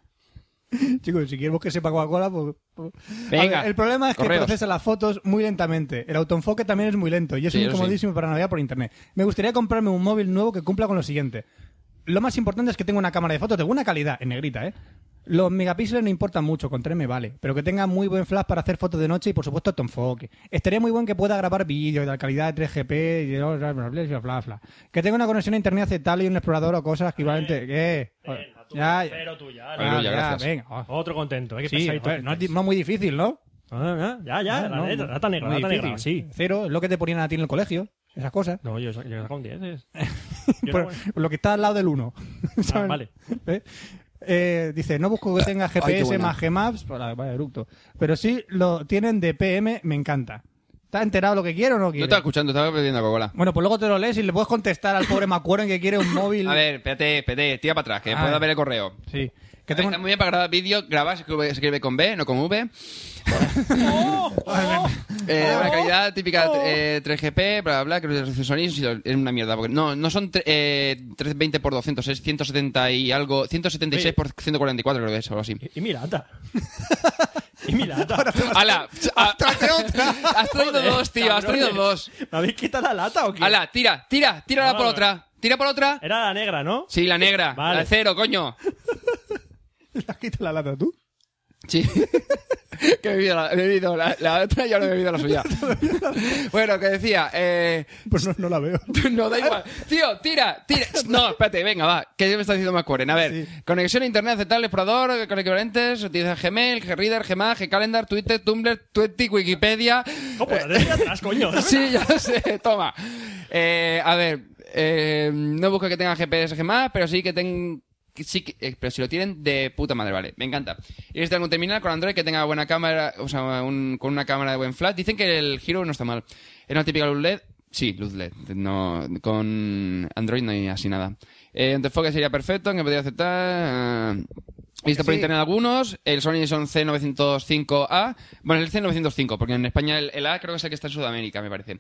Speaker 1: Chicos, si queremos que sepa Coca-Cola, pues... pues-
Speaker 2: Venga,
Speaker 1: A ver, el problema es que
Speaker 2: correos.
Speaker 1: procesa las fotos muy lentamente. El autoenfoque también es muy lento y es
Speaker 2: Sí, eso
Speaker 1: incomodísimo para navegar por internet. Me gustaría comprarme un móvil nuevo que cumpla con lo siguiente. Lo más importante es que tenga una cámara de fotos de buena calidad, en negrita, ¿eh? Los megapíxeles no importan mucho, con 3 me vale, pero que tenga muy buen flash para hacer fotos de noche y por supuesto autoenfoque. Estaría muy buen que pueda grabar vídeos de la calidad de 3GP y de bla, bla, bla, bla, bla. Que tenga una conexión a internet aceptable y un explorador o cosas equivalentes. ¿Qué?
Speaker 3: tú,
Speaker 1: Ya, ya,
Speaker 3: Pero tú ya.
Speaker 2: Aleluya, gracias.
Speaker 1: venga. oh.
Speaker 3: Otro contento. Hay que
Speaker 1: Sí,
Speaker 3: pensar
Speaker 1: joder,
Speaker 3: ahí
Speaker 1: no, es
Speaker 3: todo.
Speaker 1: di- no es muy difícil, ¿no?
Speaker 3: Ah, ah, Ya, ya.
Speaker 1: Ah,
Speaker 3: La
Speaker 1: no,
Speaker 3: neta, nata negra,
Speaker 1: muy
Speaker 3: nata
Speaker 1: difícil.
Speaker 3: negra. Sí.
Speaker 1: Cero es lo que te ponían a ti en el colegio, esas cosas.
Speaker 3: No, yo, yo saco un 10. es- Yo
Speaker 1: Pero
Speaker 3: no- Ah,
Speaker 1: lo que está al lado del uno. ¿sabes?
Speaker 3: vale.
Speaker 1: ¿Eh? Eh, dice, no busco que tenga
Speaker 2: qué
Speaker 1: GPS
Speaker 2: buena.
Speaker 1: más Gmaps, para- vaya eructo. pero sí lo tienen de PM, me encanta. ¿Estás enterado lo que quiero o no
Speaker 2: No
Speaker 1: quiero?
Speaker 2: estaba escuchando, estaba bebiendo Coca-Cola.
Speaker 1: bueno, pues luego te lo lees y le puedes contestar al pobre Macueren que quiere un móvil.
Speaker 2: A ver, espérate, espérate, tira para atrás, que
Speaker 1: Ah.
Speaker 2: pueda ver el correo.
Speaker 1: Sí. Que
Speaker 2: Que
Speaker 1: tengo
Speaker 2: Está muy bien para grabar vídeo, grabar, se escribe, se escribe con B, no con V. Eh, una calidad típica eh, 3GP, bla, bla, bla, que los sonidos sí, es una mierda. Porque no, no son tre- eh, 320 por 200, es 170 y algo, 176 por 144 creo que es, algo así.
Speaker 3: Y mi lata. y mi lata.
Speaker 2: ¡Hala! ¡Ah! Has traído dos, tío, has traído dos.
Speaker 3: ¿Me habéis quitado la lata o qué?
Speaker 2: ¡Hala! Tira, tira, tírala por
Speaker 3: Vamos.
Speaker 2: otra. Tira por otra.
Speaker 3: Era la negra, ¿no?
Speaker 2: Sí, la negra,
Speaker 3: Vale.
Speaker 2: la de cero, coño.
Speaker 1: ¿Te has quitado la lata tú?
Speaker 2: Sí. que he bebido, la, he bebido la, la otra y ahora he bebido la suya. bueno, que decía, eh,
Speaker 10: Pues no, no la veo.
Speaker 2: no, da igual. Tío, tira, tira. No, espérate, venga, va. Que ya me está diciendo más cueren. A ver, conexión a internet aceptable, explorador, con equivalentes, utiliza Gmail, Greader, Gmag, Gcalendar, Twitter, Tumblr, Twenty, Wikipedia.
Speaker 3: No, pues la de atrás, coño.
Speaker 2: Sí, ya lo sé, toma. Eh, a ver, eh, no busco que tenga GPS Gmag, pero sí que tenga... Sí, que- eh, pero si lo tienen de puta madre, vale, me encanta. Y necesitan un terminal con Android que tenga buena cámara, o sea, un- con una cámara de buen flash. Dicen que el Hero no está mal. ¿Es una típica luz LED? Sí, luz LED. No, con Android no hay así nada. Eh, enfoque sería perfecto, que podría aceptar. ah, Visto por internet algunos, el Sony son C905A, bueno, el C905, porque en España el, el A creo que es el que está en Sudamérica, me parece.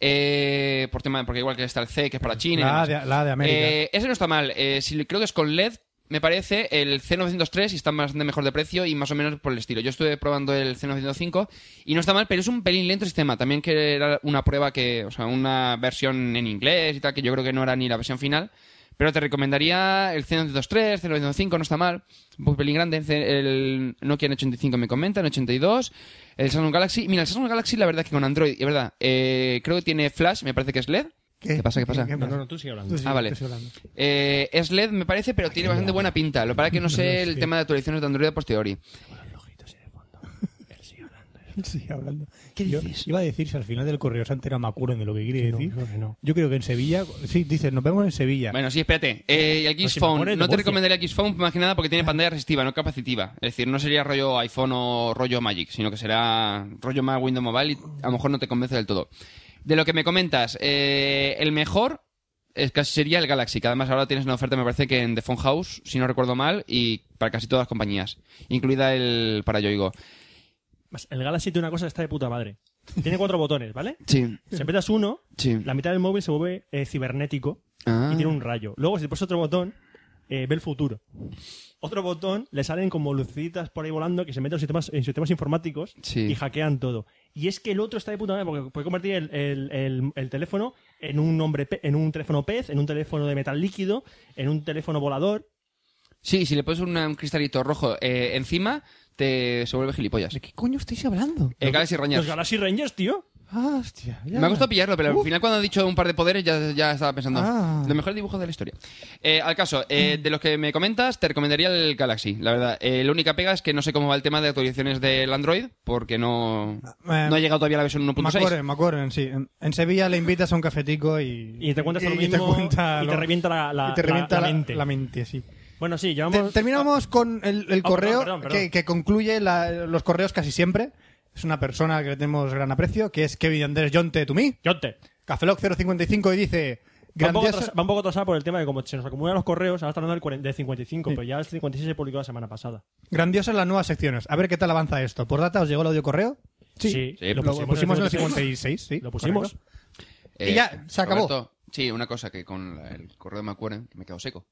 Speaker 2: Eh, por tema, porque igual que está el C, que es para China. y
Speaker 10: La
Speaker 2: demás.
Speaker 10: de, la de América.
Speaker 2: Eh, ese no está mal. Eh, si, creo que es con LED, me parece, el C903 y está bastante mejor de precio y más o menos por el estilo. Yo estuve probando el C905 y no está mal, pero es un pelín lento el sistema. También que era una prueba que, o sea, una versión en inglés y tal, que yo creo que no era ni la versión final. Pero te recomendaría el C903, C905, no está mal. Un poco pelín grande. El Nokia en 85 me comentan, 82. El Samsung Galaxy. Mira, el Samsung Galaxy la verdad es que con Android, es verdad, eh, creo que tiene flash, me parece que es LED. ¿Qué, pasa? ¿Qué pasa?
Speaker 3: No, no, no, tú sigue hablando.
Speaker 10: Tú sí,
Speaker 2: Ah, vale.
Speaker 10: te estoy hablando.
Speaker 2: Eh, es LED, me parece, pero tiene bastante buena pinta. Lo para que no sé el tema de actualizaciones de Android a posteriori.
Speaker 1: Sí, hablando. Yo iba a decir si al final del correo se entera Macuro de lo que quiere
Speaker 3: No,
Speaker 1: decir.
Speaker 3: creo que no.
Speaker 1: Yo creo que en Sevilla, sí, dice, nos vemos en Sevilla.
Speaker 2: Bueno, sí, espérate. Eh, y el
Speaker 3: Pues si me
Speaker 2: Xphone.
Speaker 3: pones de
Speaker 2: no te
Speaker 3: voz,
Speaker 2: recomendaría el Xphone más que nada porque tiene pantalla resistiva, no capacitiva. Es decir, no sería rollo iPhone o rollo Magic, sino que será rollo más Windows Mobile y a lo mejor no te convence del todo. De lo que me comentas, eh, el mejor es casi sería el Galaxy, que además ahora tienes una oferta, me parece que en The Phone House, si no recuerdo mal, y para casi todas las compañías, incluida el para Yoigo.
Speaker 3: Más, El Galaxy tiene una cosa que está de puta madre. Tiene cuatro botones, ¿vale?
Speaker 2: Sí,
Speaker 3: Si apretas uno,
Speaker 2: sí.
Speaker 3: la mitad del móvil se vuelve eh, cibernético
Speaker 2: Ah.
Speaker 3: y tiene un rayo. Luego, si le pones otro botón, eh, ve el futuro. Otro botón, le salen como luciditas por ahí volando que se meten en sistemas, en sistemas informáticos
Speaker 2: Sí.
Speaker 3: y hackean todo. Y es que el otro está de puta madre porque puede convertir el, el- el- el teléfono en un, hombre pe- en un teléfono pez, en un teléfono de metal líquido, en un teléfono volador.
Speaker 2: Sí, si le pones una- un cristalito rojo eh, encima, te se vuelve gilipollas.
Speaker 1: ¿De qué coño estáis hablando?
Speaker 2: El Eh, Galaxy
Speaker 3: Los
Speaker 2: Rangers.
Speaker 3: Galaxy Rangers, tío.
Speaker 1: Ah, hostia. ya.
Speaker 2: Me ha costado pillarlo, pero al final cuando ha dicho un par de poderes ya, ya estaba pensando.
Speaker 1: Ah. Mm.
Speaker 2: Lo mejor dibujo de la historia. Eh, al caso, eh, de los que me comentas, te recomendaría el Galaxy, la verdad. Eh, la única pega es que no sé cómo va el tema de actualizaciones del Android, porque no,
Speaker 1: eh,
Speaker 2: no ha llegado todavía la versión 1.6.
Speaker 1: Macoren, Macoren, sí. En, en Sevilla le invitas a un cafetico y...
Speaker 3: Y te cuentas lo
Speaker 1: y te
Speaker 3: mismo,
Speaker 1: cuenta
Speaker 3: y te
Speaker 1: lo-
Speaker 3: revienta la- la-
Speaker 1: y te
Speaker 3: la-
Speaker 1: revienta
Speaker 3: la
Speaker 1: la,
Speaker 3: mente.
Speaker 1: la mente, sí.
Speaker 3: Bueno, sí,
Speaker 1: Te-
Speaker 3: llevamos...
Speaker 1: terminamos con el, el
Speaker 3: Ah,
Speaker 1: correo
Speaker 3: perdón, perdón, perdón.
Speaker 1: Que, que concluye la- los correos casi siempre. Es una persona que le tenemos gran aprecio, que es Kevin Andrés Jonte to me,
Speaker 3: Yonte.
Speaker 1: Cafeloc 055 y dice...
Speaker 3: Va un, poco
Speaker 1: "Grandiosa-
Speaker 3: atrasa- va un poco atrasada por el tema de como se nos acumulan los correos, ahora está hablando del 40 del 55, pero ya el 56 se publicó la semana pasada.
Speaker 1: Grandiosas las nuevas secciones. A ver qué tal avanza esto. ¿Por data os llegó el audio correo?
Speaker 2: Sí,
Speaker 1: Lo pusimos, en el 56, sí.
Speaker 3: Lo pusimos.
Speaker 1: correcto. y ya, se acabó.
Speaker 2: Eh, Roberto, sí, una cosa que con la- el correo de Macuaren, que me quedo seco.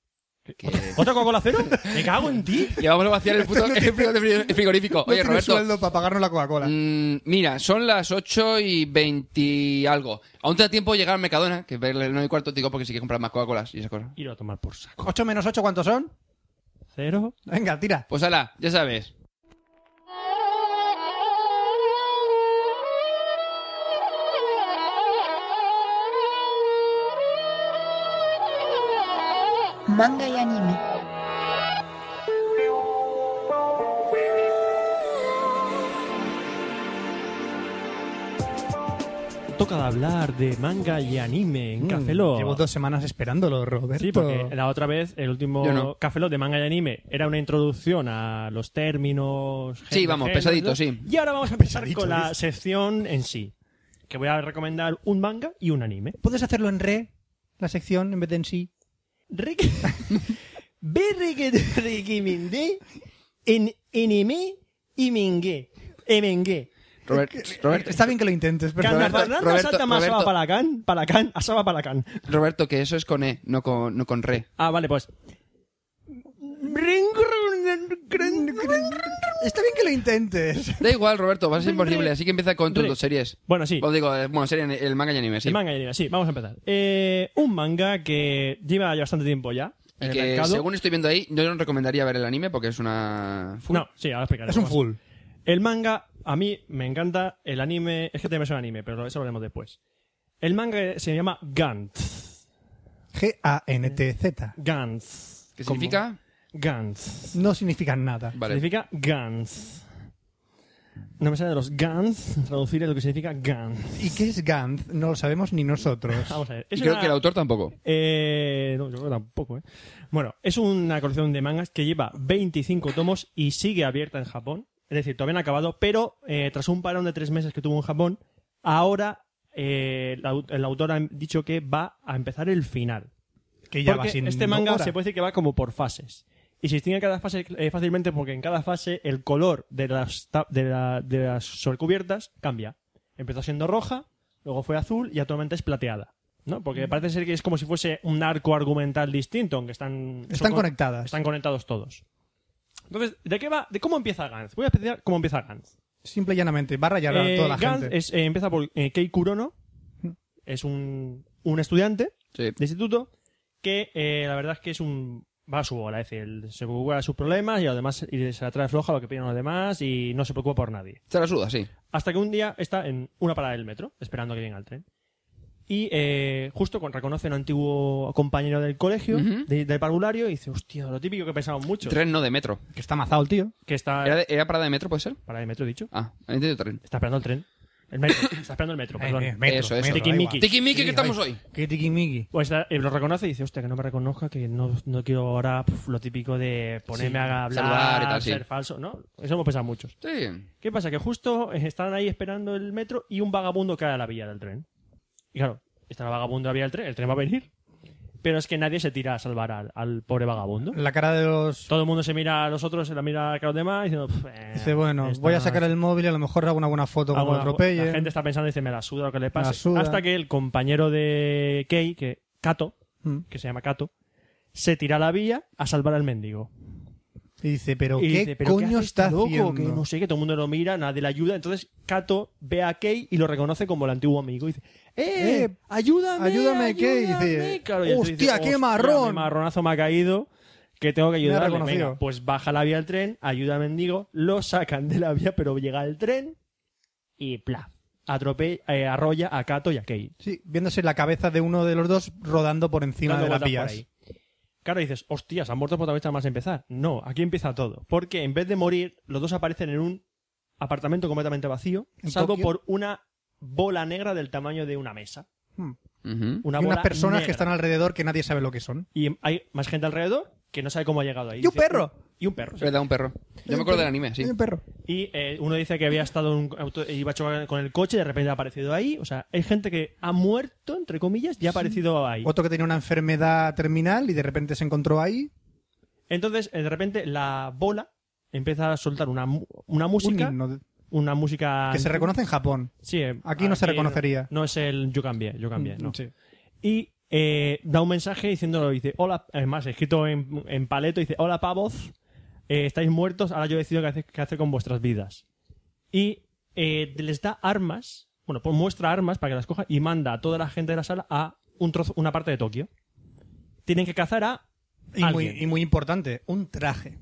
Speaker 2: Que...
Speaker 3: ¿Otra Coca-Cola cero? ¡Me cago en ti!
Speaker 2: Y vamos a vaciar el puto el frigo- el frigorífico.
Speaker 1: No
Speaker 2: Oye,
Speaker 1: tiene
Speaker 2: Roberto,
Speaker 1: sueldo para pagarnos la Coca-Cola.
Speaker 2: Mm, mira, son las 8 y 20 y algo. Aún te da tiempo de llegar al Mercadona, que verle el 9 y cuarto, te digo, porque si quieres comprar más Coca-Colas y esas cosas.
Speaker 3: Ir a tomar por saco.
Speaker 1: 8 menos 8, ¿cuántos son?
Speaker 3: Cero.
Speaker 1: Venga, tira.
Speaker 2: Pues ala, ya sabes.
Speaker 4: Manga y anime.
Speaker 3: Toca de hablar de manga y anime en Café Lock.
Speaker 1: Mm. Llevo dos semanas esperándolo, Roberto.
Speaker 3: Sí, porque la otra vez, el último
Speaker 2: Yo no.
Speaker 3: Café Lock de manga y anime era una introducción a los términos...
Speaker 2: Sí,
Speaker 3: género,
Speaker 2: vamos,
Speaker 3: género,
Speaker 2: pesadito,
Speaker 3: todo.
Speaker 2: sí.
Speaker 3: Y ahora vamos a empezar
Speaker 1: Pesadito,
Speaker 3: con la
Speaker 1: dice.
Speaker 3: sección en sí. Que voy a recomendar un manga y un anime.
Speaker 1: ¿Puedes hacerlo en re, la sección, en vez de en sí?
Speaker 3: Rick... Ve que te recomendé en anime y mengue. Y mengue.
Speaker 2: Robert, Robert,
Speaker 1: Está bien que lo intentes, pero...
Speaker 3: Canda
Speaker 2: Roberto,
Speaker 3: Fernanda
Speaker 2: Roberto,
Speaker 3: salta más
Speaker 2: Roberto.
Speaker 3: asaba palacán, palacán, asaba palacán.
Speaker 2: Roberto, que eso es con E, no con, no con Re.
Speaker 3: Ah, vale, pues.
Speaker 1: Está bien que lo intentes.
Speaker 2: Da igual, Roberto, va a ser imposible, así que empieza con tus
Speaker 3: Re.
Speaker 2: dos series.
Speaker 3: Bueno, sí.
Speaker 2: Os digo, eh, bueno, serie, en- el manga y anime, sí.
Speaker 3: El manga y anime, sí, vamos a empezar. Eh, un manga que lleva ya bastante tiempo ya en
Speaker 2: Y
Speaker 3: el
Speaker 2: que
Speaker 3: mercado.
Speaker 2: según estoy viendo ahí, yo no recomendaría ver el anime porque es una...
Speaker 3: No, sí, ahora explicaré.
Speaker 1: Es un
Speaker 3: Vamos.
Speaker 1: full.
Speaker 3: El manga, a mí me encanta. El anime, es que también es un anime, pero eso lo veremos después. El manga se llama Gantz.
Speaker 1: G-A-N-T-Z.
Speaker 3: Gantz.
Speaker 2: ¿Qué
Speaker 3: Como-
Speaker 2: significa?
Speaker 3: Gantz.
Speaker 1: No significan nada.
Speaker 2: Vale.
Speaker 3: Significa Gantz. No me sale de los Gantz traducir lo que significa Gantz.
Speaker 1: ¿Y qué es Gantz? No lo sabemos ni nosotros.
Speaker 3: Vamos a ver.
Speaker 2: Y
Speaker 3: Es
Speaker 2: creo
Speaker 3: una-
Speaker 2: que el autor tampoco.
Speaker 3: Eh, no, yo creo que tampoco, ¿eh? Bueno, es una colección de mangas que lleva 25 tomos y sigue abierta en Japón. Es decir, todavía no ha acabado, pero eh, tras un parón de tres meses que tuvo en Japón, ahora eh, la, au- el autor ha dicho que va a empezar el final.
Speaker 1: Que ya
Speaker 3: Porque
Speaker 1: va sin
Speaker 3: este manga
Speaker 1: hora.
Speaker 3: se puede decir que va como por fases. Y se distingue cada fase eh, fácilmente porque en cada fase el color de las, ta- de, la- de las sobrecubiertas cambia. Empezó siendo roja, luego fue azul y actualmente es plateada. ¿no?
Speaker 1: Mm.
Speaker 3: Porque parece ser que es como si fuese un arco argumental distinto, aunque están...
Speaker 1: Están
Speaker 3: son-
Speaker 1: conectadas.
Speaker 3: Están conectados todos. Entonces, ¿de qué va? ¿De cómo empieza Gantz? Voy a explicar cómo empieza Gantz.
Speaker 1: Simple y llanamente, va a rayar a
Speaker 3: Eh,
Speaker 1: toda la
Speaker 3: Gantz
Speaker 1: gente. Mm.
Speaker 3: es, eh, empieza por eh, Kei Kurono. Es un, un estudiante
Speaker 2: Sí.
Speaker 3: de instituto que eh, la verdad es que es un va a su bola, es decir, él se preocupa de sus problemas y además y se la trae floja lo que piden los demás y no se preocupa por nadie.
Speaker 2: Se la suda, sí.
Speaker 3: Hasta que un día está en una parada del metro, esperando que venga el tren. Y eh, justo con, reconoce a un antiguo compañero del colegio,
Speaker 2: Ujú.
Speaker 3: de- del parvulario, y dice, hostia, lo típico que pensamos mucho,
Speaker 2: Tren no de metro.
Speaker 1: Que está amazado el tío.
Speaker 3: que está...
Speaker 2: ¿Era, de- era parada de metro, puede ser?
Speaker 3: Parada del metro, he dicho.
Speaker 2: Ah, he entendido tren.
Speaker 3: Está esperando el tren. El metro. está esperando el metro, perdón.
Speaker 1: Eh, metro,
Speaker 2: Eso,
Speaker 1: metro,
Speaker 2: eso.
Speaker 1: da
Speaker 3: Tiquismiqui.
Speaker 1: igual.
Speaker 2: Tiki Miki, que estamos hoy.
Speaker 1: ¿Qué tiquimiqui?
Speaker 3: Pues eh, lo reconoce y dice, hostia, que no me reconozca, que no, no quiero ahora pf, lo típico de ponerme a hablar,
Speaker 2: saludar y tal, sí.
Speaker 3: ser falso, ¿no? Eso hemos pensado muchos.
Speaker 2: Sí.
Speaker 3: ¿Qué pasa? Que justo eh, están ahí esperando el metro y un vagabundo cae a la vía del tren. Y claro, está el vagabundo a la vía del tren, el tren va a venir. Pero es que nadie se tira a salvar al, al pobre vagabundo.
Speaker 1: La cara de los...
Speaker 3: Todo el mundo se mira a los otros, se la mira a los demás, diciendo... "Pf, eh,
Speaker 1: Dice, bueno,
Speaker 3: esta-
Speaker 1: voy a sacar el móvil y a lo mejor hago una buena foto
Speaker 3: Ah,
Speaker 1: cuando lo
Speaker 3: bueno,
Speaker 1: atropelle.
Speaker 3: La gente está pensando y dice, me la suda lo que le
Speaker 1: la
Speaker 3: pase.
Speaker 1: suda.
Speaker 3: Hasta que el compañero de Kei, que Kato,
Speaker 1: Mm.
Speaker 3: que se llama Kato, se tira a la vía a salvar al mendigo.
Speaker 1: Y dice, pero
Speaker 3: Y
Speaker 1: ¿qué
Speaker 3: dice, ¿pero
Speaker 1: coño
Speaker 3: hace este
Speaker 1: está
Speaker 3: loco?
Speaker 1: haciendo?
Speaker 3: Que no sé, que todo el mundo lo mira, nadie le ayuda. Entonces Kato ve a Kei y lo reconoce como el antiguo amigo. Y dice, ¡eh!
Speaker 1: Eh,
Speaker 3: ¡Ayúdame!
Speaker 1: ayúdame, Kei. Y dice,
Speaker 3: ayúdame". Claro, y entonces
Speaker 1: "Hostia, qué marrón".
Speaker 3: mi marronazo me ha caído! Que tengo
Speaker 1: ha
Speaker 3: que ayudarle.
Speaker 1: reconocido.
Speaker 3: Venga, pues baja la vía al tren, ayuda a mendigo, lo sacan de la vía, pero llega el tren y ¡plaf! Atropella, eh, arrolla a Kato y a Kei.
Speaker 1: Sí, viéndose la cabeza de uno de los dos rodando por encima
Speaker 3: dando
Speaker 1: de las
Speaker 3: vueltas por
Speaker 1: vías.
Speaker 3: ahí. Claro, dices, hostias, han muerto protagonistas más empezar. No, aquí empieza todo. Porque en vez de morir, los dos aparecen en un apartamento completamente vacío,
Speaker 1: ¿En
Speaker 3: salvo
Speaker 1: Tokio?
Speaker 3: por una bola negra del tamaño de una mesa.
Speaker 2: Ujú.
Speaker 3: Una
Speaker 1: y
Speaker 3: bola
Speaker 1: unas personas
Speaker 3: negra.
Speaker 1: que están alrededor que nadie sabe lo que son.
Speaker 3: Y hay más gente alrededor que no sabe cómo ha llegado ahí.
Speaker 1: Y un
Speaker 3: Dice,
Speaker 1: perro.
Speaker 3: Y un perro. sí.
Speaker 2: ¿Verdad? Un perro. Yo me acuerdo del anime, sí.
Speaker 1: Hay un perro.
Speaker 3: Y eh, uno dice que había estado en un auto, iba a chocar con el coche y de repente ha aparecido ahí. O sea, hay gente que ha muerto, entre comillas, y ha aparecido ahí.
Speaker 1: Otro que tenía una enfermedad terminal y de repente se encontró ahí.
Speaker 3: Entonces, eh, de repente, la bola empieza a soltar una, mu- una
Speaker 1: Un
Speaker 3: música.
Speaker 1: himno de-
Speaker 3: una música
Speaker 1: que se reconoce en Japón.
Speaker 3: Sí, eh,
Speaker 1: Aquí no se reconocería. Mm,
Speaker 3: No es el yo cambié, yo cambié, no.
Speaker 1: Sí.
Speaker 3: Y eh, da un mensaje diciéndolo, dice, hola, además escrito en, en paleto, dice, hola pavos, eh, estáis muertos, ahora yo decido qué hacer, qué hacer con vuestras vidas. Y eh, les da armas, bueno, pues muestra armas para que las coja y manda a toda la gente de la sala a un trozo, una parte de Tokio. Tienen que cazar a
Speaker 1: Y muy,
Speaker 3: Alguien.
Speaker 1: y muy importante, un traje.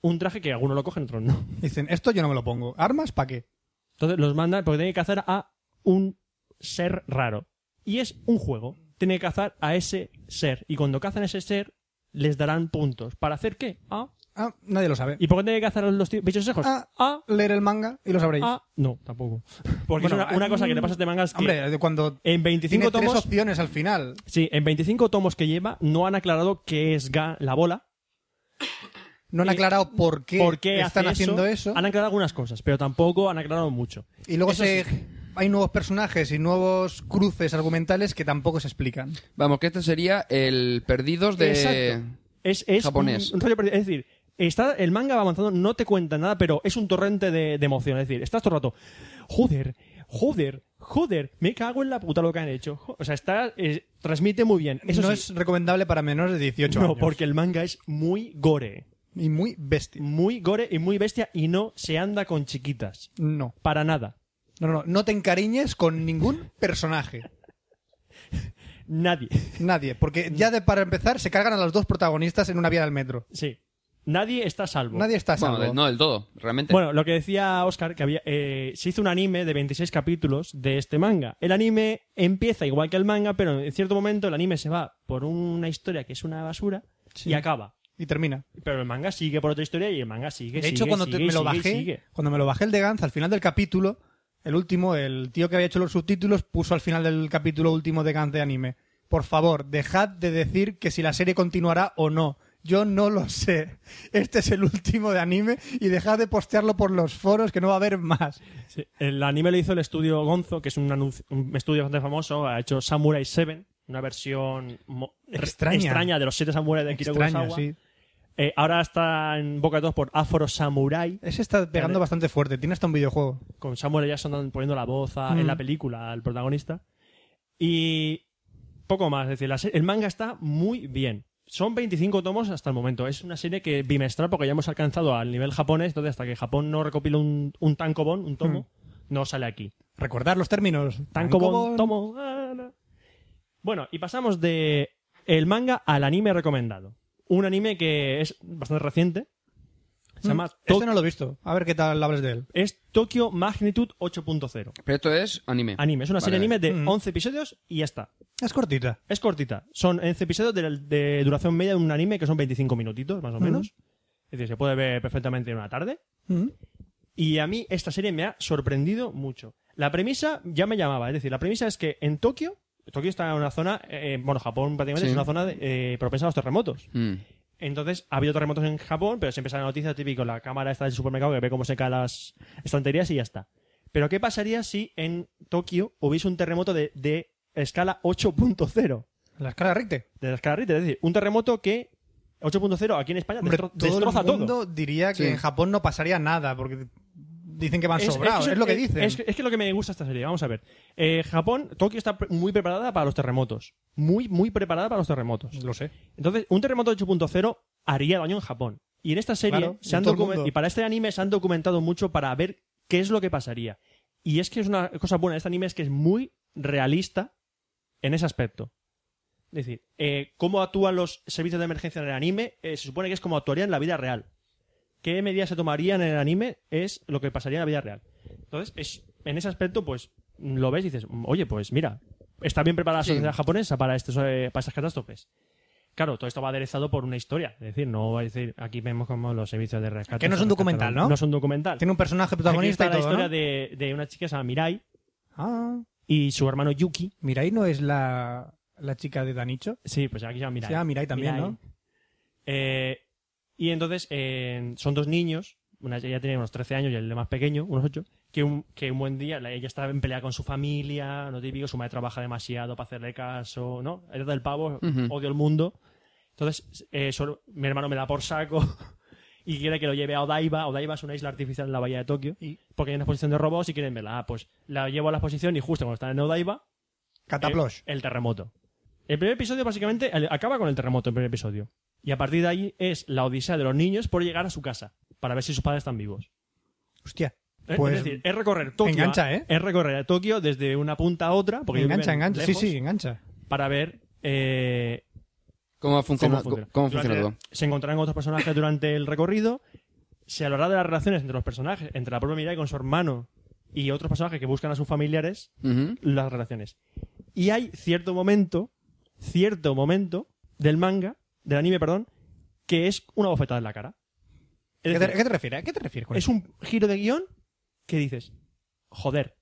Speaker 3: un traje que algunos lo cogen, otros no.
Speaker 1: Dicen, esto yo no me lo pongo. ¿Armas para qué?
Speaker 3: Entonces los mandan porque tienen que cazar a un ser raro. Y es un juego. Tienen que cazar a ese ser. Y cuando cazan a ese ser, les darán puntos. ¿Para hacer qué? Ah.
Speaker 1: Ah, nadie lo sabe.
Speaker 3: ¿Y por qué tienen que cazar a los tíos- bichos esos?
Speaker 1: Ah.
Speaker 3: Ah.
Speaker 1: Leer el manga y lo sabréis.
Speaker 3: Ah. No, tampoco. Porque
Speaker 1: Bueno,
Speaker 3: es una, una
Speaker 1: ah,
Speaker 3: cosa que le pasa a este manga es que
Speaker 1: Hombre, de cuando
Speaker 3: en 25
Speaker 1: tiene tres
Speaker 3: tomos...
Speaker 1: opciones al final.
Speaker 3: Sí, en 25 tomos que lleva no han aclarado qué es ga- la bola.
Speaker 1: No han
Speaker 3: Y-
Speaker 1: aclarado por qué,
Speaker 3: ¿Por qué
Speaker 1: están
Speaker 3: hace
Speaker 1: haciendo eso.
Speaker 3: Han aclarado algunas cosas, pero tampoco han aclarado mucho.
Speaker 1: Y luego
Speaker 3: Eso
Speaker 1: se-
Speaker 3: sí.
Speaker 1: hay nuevos personajes y nuevos cruces argumentales que tampoco se explican.
Speaker 2: Vamos, que este sería el Perdidos de...
Speaker 3: Exacto. Es, es
Speaker 2: Japonés.
Speaker 3: un- un rollo perdido. es decir, está, el manga va avanzando, no te cuenta nada, pero es un torrente de, de emoción. Es decir, estás todo el rato, joder, joder, joder, me cago en la puta lo que han hecho. Jo- O sea, está, eh, transmite muy bien. Eso
Speaker 1: no
Speaker 3: sí,
Speaker 1: es recomendable para menores de 18
Speaker 3: no,
Speaker 1: años.
Speaker 3: porque el manga es muy gore.
Speaker 1: Y muy bestia.
Speaker 3: Muy gore y muy bestia y no se anda con chiquitas.
Speaker 1: No.
Speaker 3: Para nada.
Speaker 1: No, no, no. No te encariñes con ningún personaje.
Speaker 3: Nadie.
Speaker 1: Nadie. Porque ya de para empezar se cargan a los dos protagonistas en una vía del metro.
Speaker 3: Sí. Nadie está a salvo.
Speaker 1: Nadie está a
Speaker 2: Ah, Bueno,
Speaker 1: salvo.
Speaker 2: de- no del todo, realmente.
Speaker 3: Bueno, lo que decía Oscar, que había, eh, se hizo un anime de 26 capítulos de este manga. El anime empieza igual que el manga, pero en cierto momento el anime se va por una historia que es una basura y acaba.
Speaker 1: Y termina.
Speaker 3: Pero el manga sigue por otra historia y el manga sigue.
Speaker 1: de hecho,
Speaker 3: sigue,
Speaker 1: cuando te-
Speaker 3: sigue,
Speaker 1: me lo
Speaker 3: sigue,
Speaker 1: bajé,
Speaker 3: sigue.
Speaker 1: cuando me lo bajé el de Gantz, al final del capítulo, el último, el tío que había hecho los subtítulos puso al final del capítulo último de Gantz de anime. Por favor, dejad de decir que si la serie continuará o no. Yo no lo sé. Este es el último de anime y dejad de postearlo por los foros que no va a haber más.
Speaker 3: Sí, El anime lo hizo el estudio Gonzo, que es un, anuncio- un estudio bastante famoso. Ha hecho Samurai 7, una versión mo-
Speaker 1: Extraña.
Speaker 3: extraña de los siete samuráis de Akira
Speaker 1: Extraño,
Speaker 3: Kurosawa.
Speaker 1: sí.
Speaker 3: Eh, ahora está en boca de todos por Afro Samurai.
Speaker 1: Ese está pegando
Speaker 3: Vale.
Speaker 1: bastante fuerte. Tiene hasta un videojuego.
Speaker 3: con Samuel L. Jackson poniendo la voz a- en
Speaker 1: Mm.
Speaker 3: la película al protagonista. Y poco más. Es decir, la se- el manga está muy bien. Son 25 tomos hasta el momento. Es una serie que bimestral porque ya hemos alcanzado al nivel japonés. Entonces, hasta que Japón no recopila un, un tankobon, un tomo,
Speaker 1: Mm.
Speaker 3: no sale aquí.
Speaker 1: Recordad los términos.
Speaker 3: Tankobon, tomo. ah, no. Bueno, y pasamos de el manga al anime recomendado. Un anime que es bastante reciente. Se llama
Speaker 1: Este
Speaker 3: To-
Speaker 1: no lo he visto. A ver qué tal hablas de él.
Speaker 3: es Tokyo Magnitude 8.0.
Speaker 2: Pero esto es anime.
Speaker 3: Anime, es una serie
Speaker 2: Vale.
Speaker 3: anime de
Speaker 1: Mm.
Speaker 3: 11 episodios y ya está.
Speaker 1: Es cortita.
Speaker 3: Es cortita. Son 11 episodios de, de duración media de un anime que son 25 minutitos,
Speaker 2: Mm.
Speaker 3: más o menos. Es decir, se puede ver perfectamente en una tarde.
Speaker 1: Mm.
Speaker 3: Y a mí esta serie me ha sorprendido mucho. La premisa ya me llamaba. Es decir, la premisa es que en Tokio, Tokio está en una zona, eh, bueno, Japón prácticamente
Speaker 2: Sí.
Speaker 3: es una zona de, eh, propensa a los terremotos.
Speaker 2: Mm.
Speaker 3: Entonces, ha habido terremotos en Japón, pero siempre sale la noticia típico, la cámara está del supermercado que ve cómo se caen las estanterías y ya está. Pero, ¿qué pasaría si en Tokio hubiese un terremoto de, de escala 8.0?
Speaker 1: La escala Ricte.
Speaker 3: De la escala Richter, es decir, un terremoto que 8.0 aquí en España
Speaker 1: Hombre,
Speaker 3: destro-
Speaker 1: todo
Speaker 3: destroza
Speaker 1: el mundo diría que
Speaker 2: Sí.
Speaker 1: en Japón no pasaría nada porque dicen que van
Speaker 3: Es-
Speaker 1: sobrados. Es,
Speaker 3: eso-
Speaker 1: lo que dicen.
Speaker 3: Es, es que lo que me gusta esta serie. Vamos a ver. Eh, Japón, Tokio está pre- muy preparada para los terremotos. Muy, muy preparada para los terremotos.
Speaker 1: Lo sé.
Speaker 3: Entonces, un terremoto 8.0 haría daño en Japón. Y en esta serie
Speaker 1: Claro,
Speaker 3: se
Speaker 1: en
Speaker 3: han
Speaker 1: todo el
Speaker 3: documen-
Speaker 1: mundo.
Speaker 3: y para este anime se han documentado mucho para ver qué es lo que pasaría. Y es que es una cosa buena de este anime es que es muy realista en ese aspecto. Es decir, eh, cómo actúan los servicios de emergencia en el anime, eh, se supone que es como actuarían en la vida real. ¿Qué medidas se tomarían en el anime es lo que pasaría en la vida real? Entonces, es- en ese aspecto, pues lo ves y dices, oye, pues mira, está bien preparada la
Speaker 2: Sí.
Speaker 3: sociedad japonesa para, estos, eh, para estas catástrofes. Claro, todo esto va aderezado por una historia. Es decir, no va a decir, aquí vemos como los servicios de rescate.
Speaker 1: Que no es un
Speaker 3: se rescatan.
Speaker 1: documental, ¿no?
Speaker 3: No es un documental.
Speaker 1: Tiene un personaje
Speaker 3: Aquí
Speaker 1: protagonista
Speaker 3: está
Speaker 1: y
Speaker 3: la
Speaker 1: todo,
Speaker 3: historia
Speaker 1: ¿no?
Speaker 3: de, de una chica que se llama Mirai
Speaker 1: Ah,
Speaker 3: y su hermano Yuki.
Speaker 1: Mirai no es la, la chica de Danicho.
Speaker 3: Sí, pues aquí se llama Mirai.
Speaker 1: Se llama Mirai también,
Speaker 3: Mirai.
Speaker 1: ¿no?
Speaker 3: Eh, y entonces eh, son dos niños, una ella tiene unos 13 años y el más pequeño, unos 8, que un, que un buen día la- ella está en pelea con su familia, lo típico, su madre trabaja demasiado para hacerle caso, ¿no? Ella del pavo,
Speaker 2: Ujú.
Speaker 3: odio el mundo. Entonces, eh, solo- mi hermano me da por saco y quiere que lo lleve a Odaiba. Odaiba es una isla artificial en la bahía de Tokio, porque hay una exposición de robots y quieren verla. Ah, pues la llevo a la exposición y justo cuando están en Odaiba,
Speaker 1: Cataplosh.
Speaker 3: el terremoto. El primer episodio básicamente el- acaba con el terremoto, el primer episodio. Y a partir de ahí es la odisea de los niños por llegar a su casa, para ver si sus padres están vivos.
Speaker 1: Hostia.
Speaker 3: Eh,
Speaker 1: Pues
Speaker 3: es decir, es recorrer Tokio.
Speaker 1: engancha, ¿eh?
Speaker 3: Es recorrer a Tokio desde una punta a otra, porque ellos
Speaker 1: engancha,
Speaker 3: viven
Speaker 1: engancha.
Speaker 3: lejos,
Speaker 1: Sí, sí, engancha.
Speaker 3: Para ver eh,
Speaker 2: ¿Cómo funciona,
Speaker 3: cómo funciona,
Speaker 2: cómo funciona todo?
Speaker 3: Durante- Se encontrarán con otros personajes durante el recorrido. Se hablará de las relaciones entre los personajes, entre la propia Mirai con su hermano y otros personajes que buscan a sus familiares
Speaker 2: Ujú.
Speaker 3: las relaciones. Y hay cierto momento, cierto momento del manga, del anime, perdón, que es una bofetada en la cara. Es,
Speaker 1: ¿Qué te,
Speaker 3: decir,
Speaker 1: qué te refieres? ¿A qué te refieres con
Speaker 3: es
Speaker 1: eso?
Speaker 3: un giro de guión que dices, joder.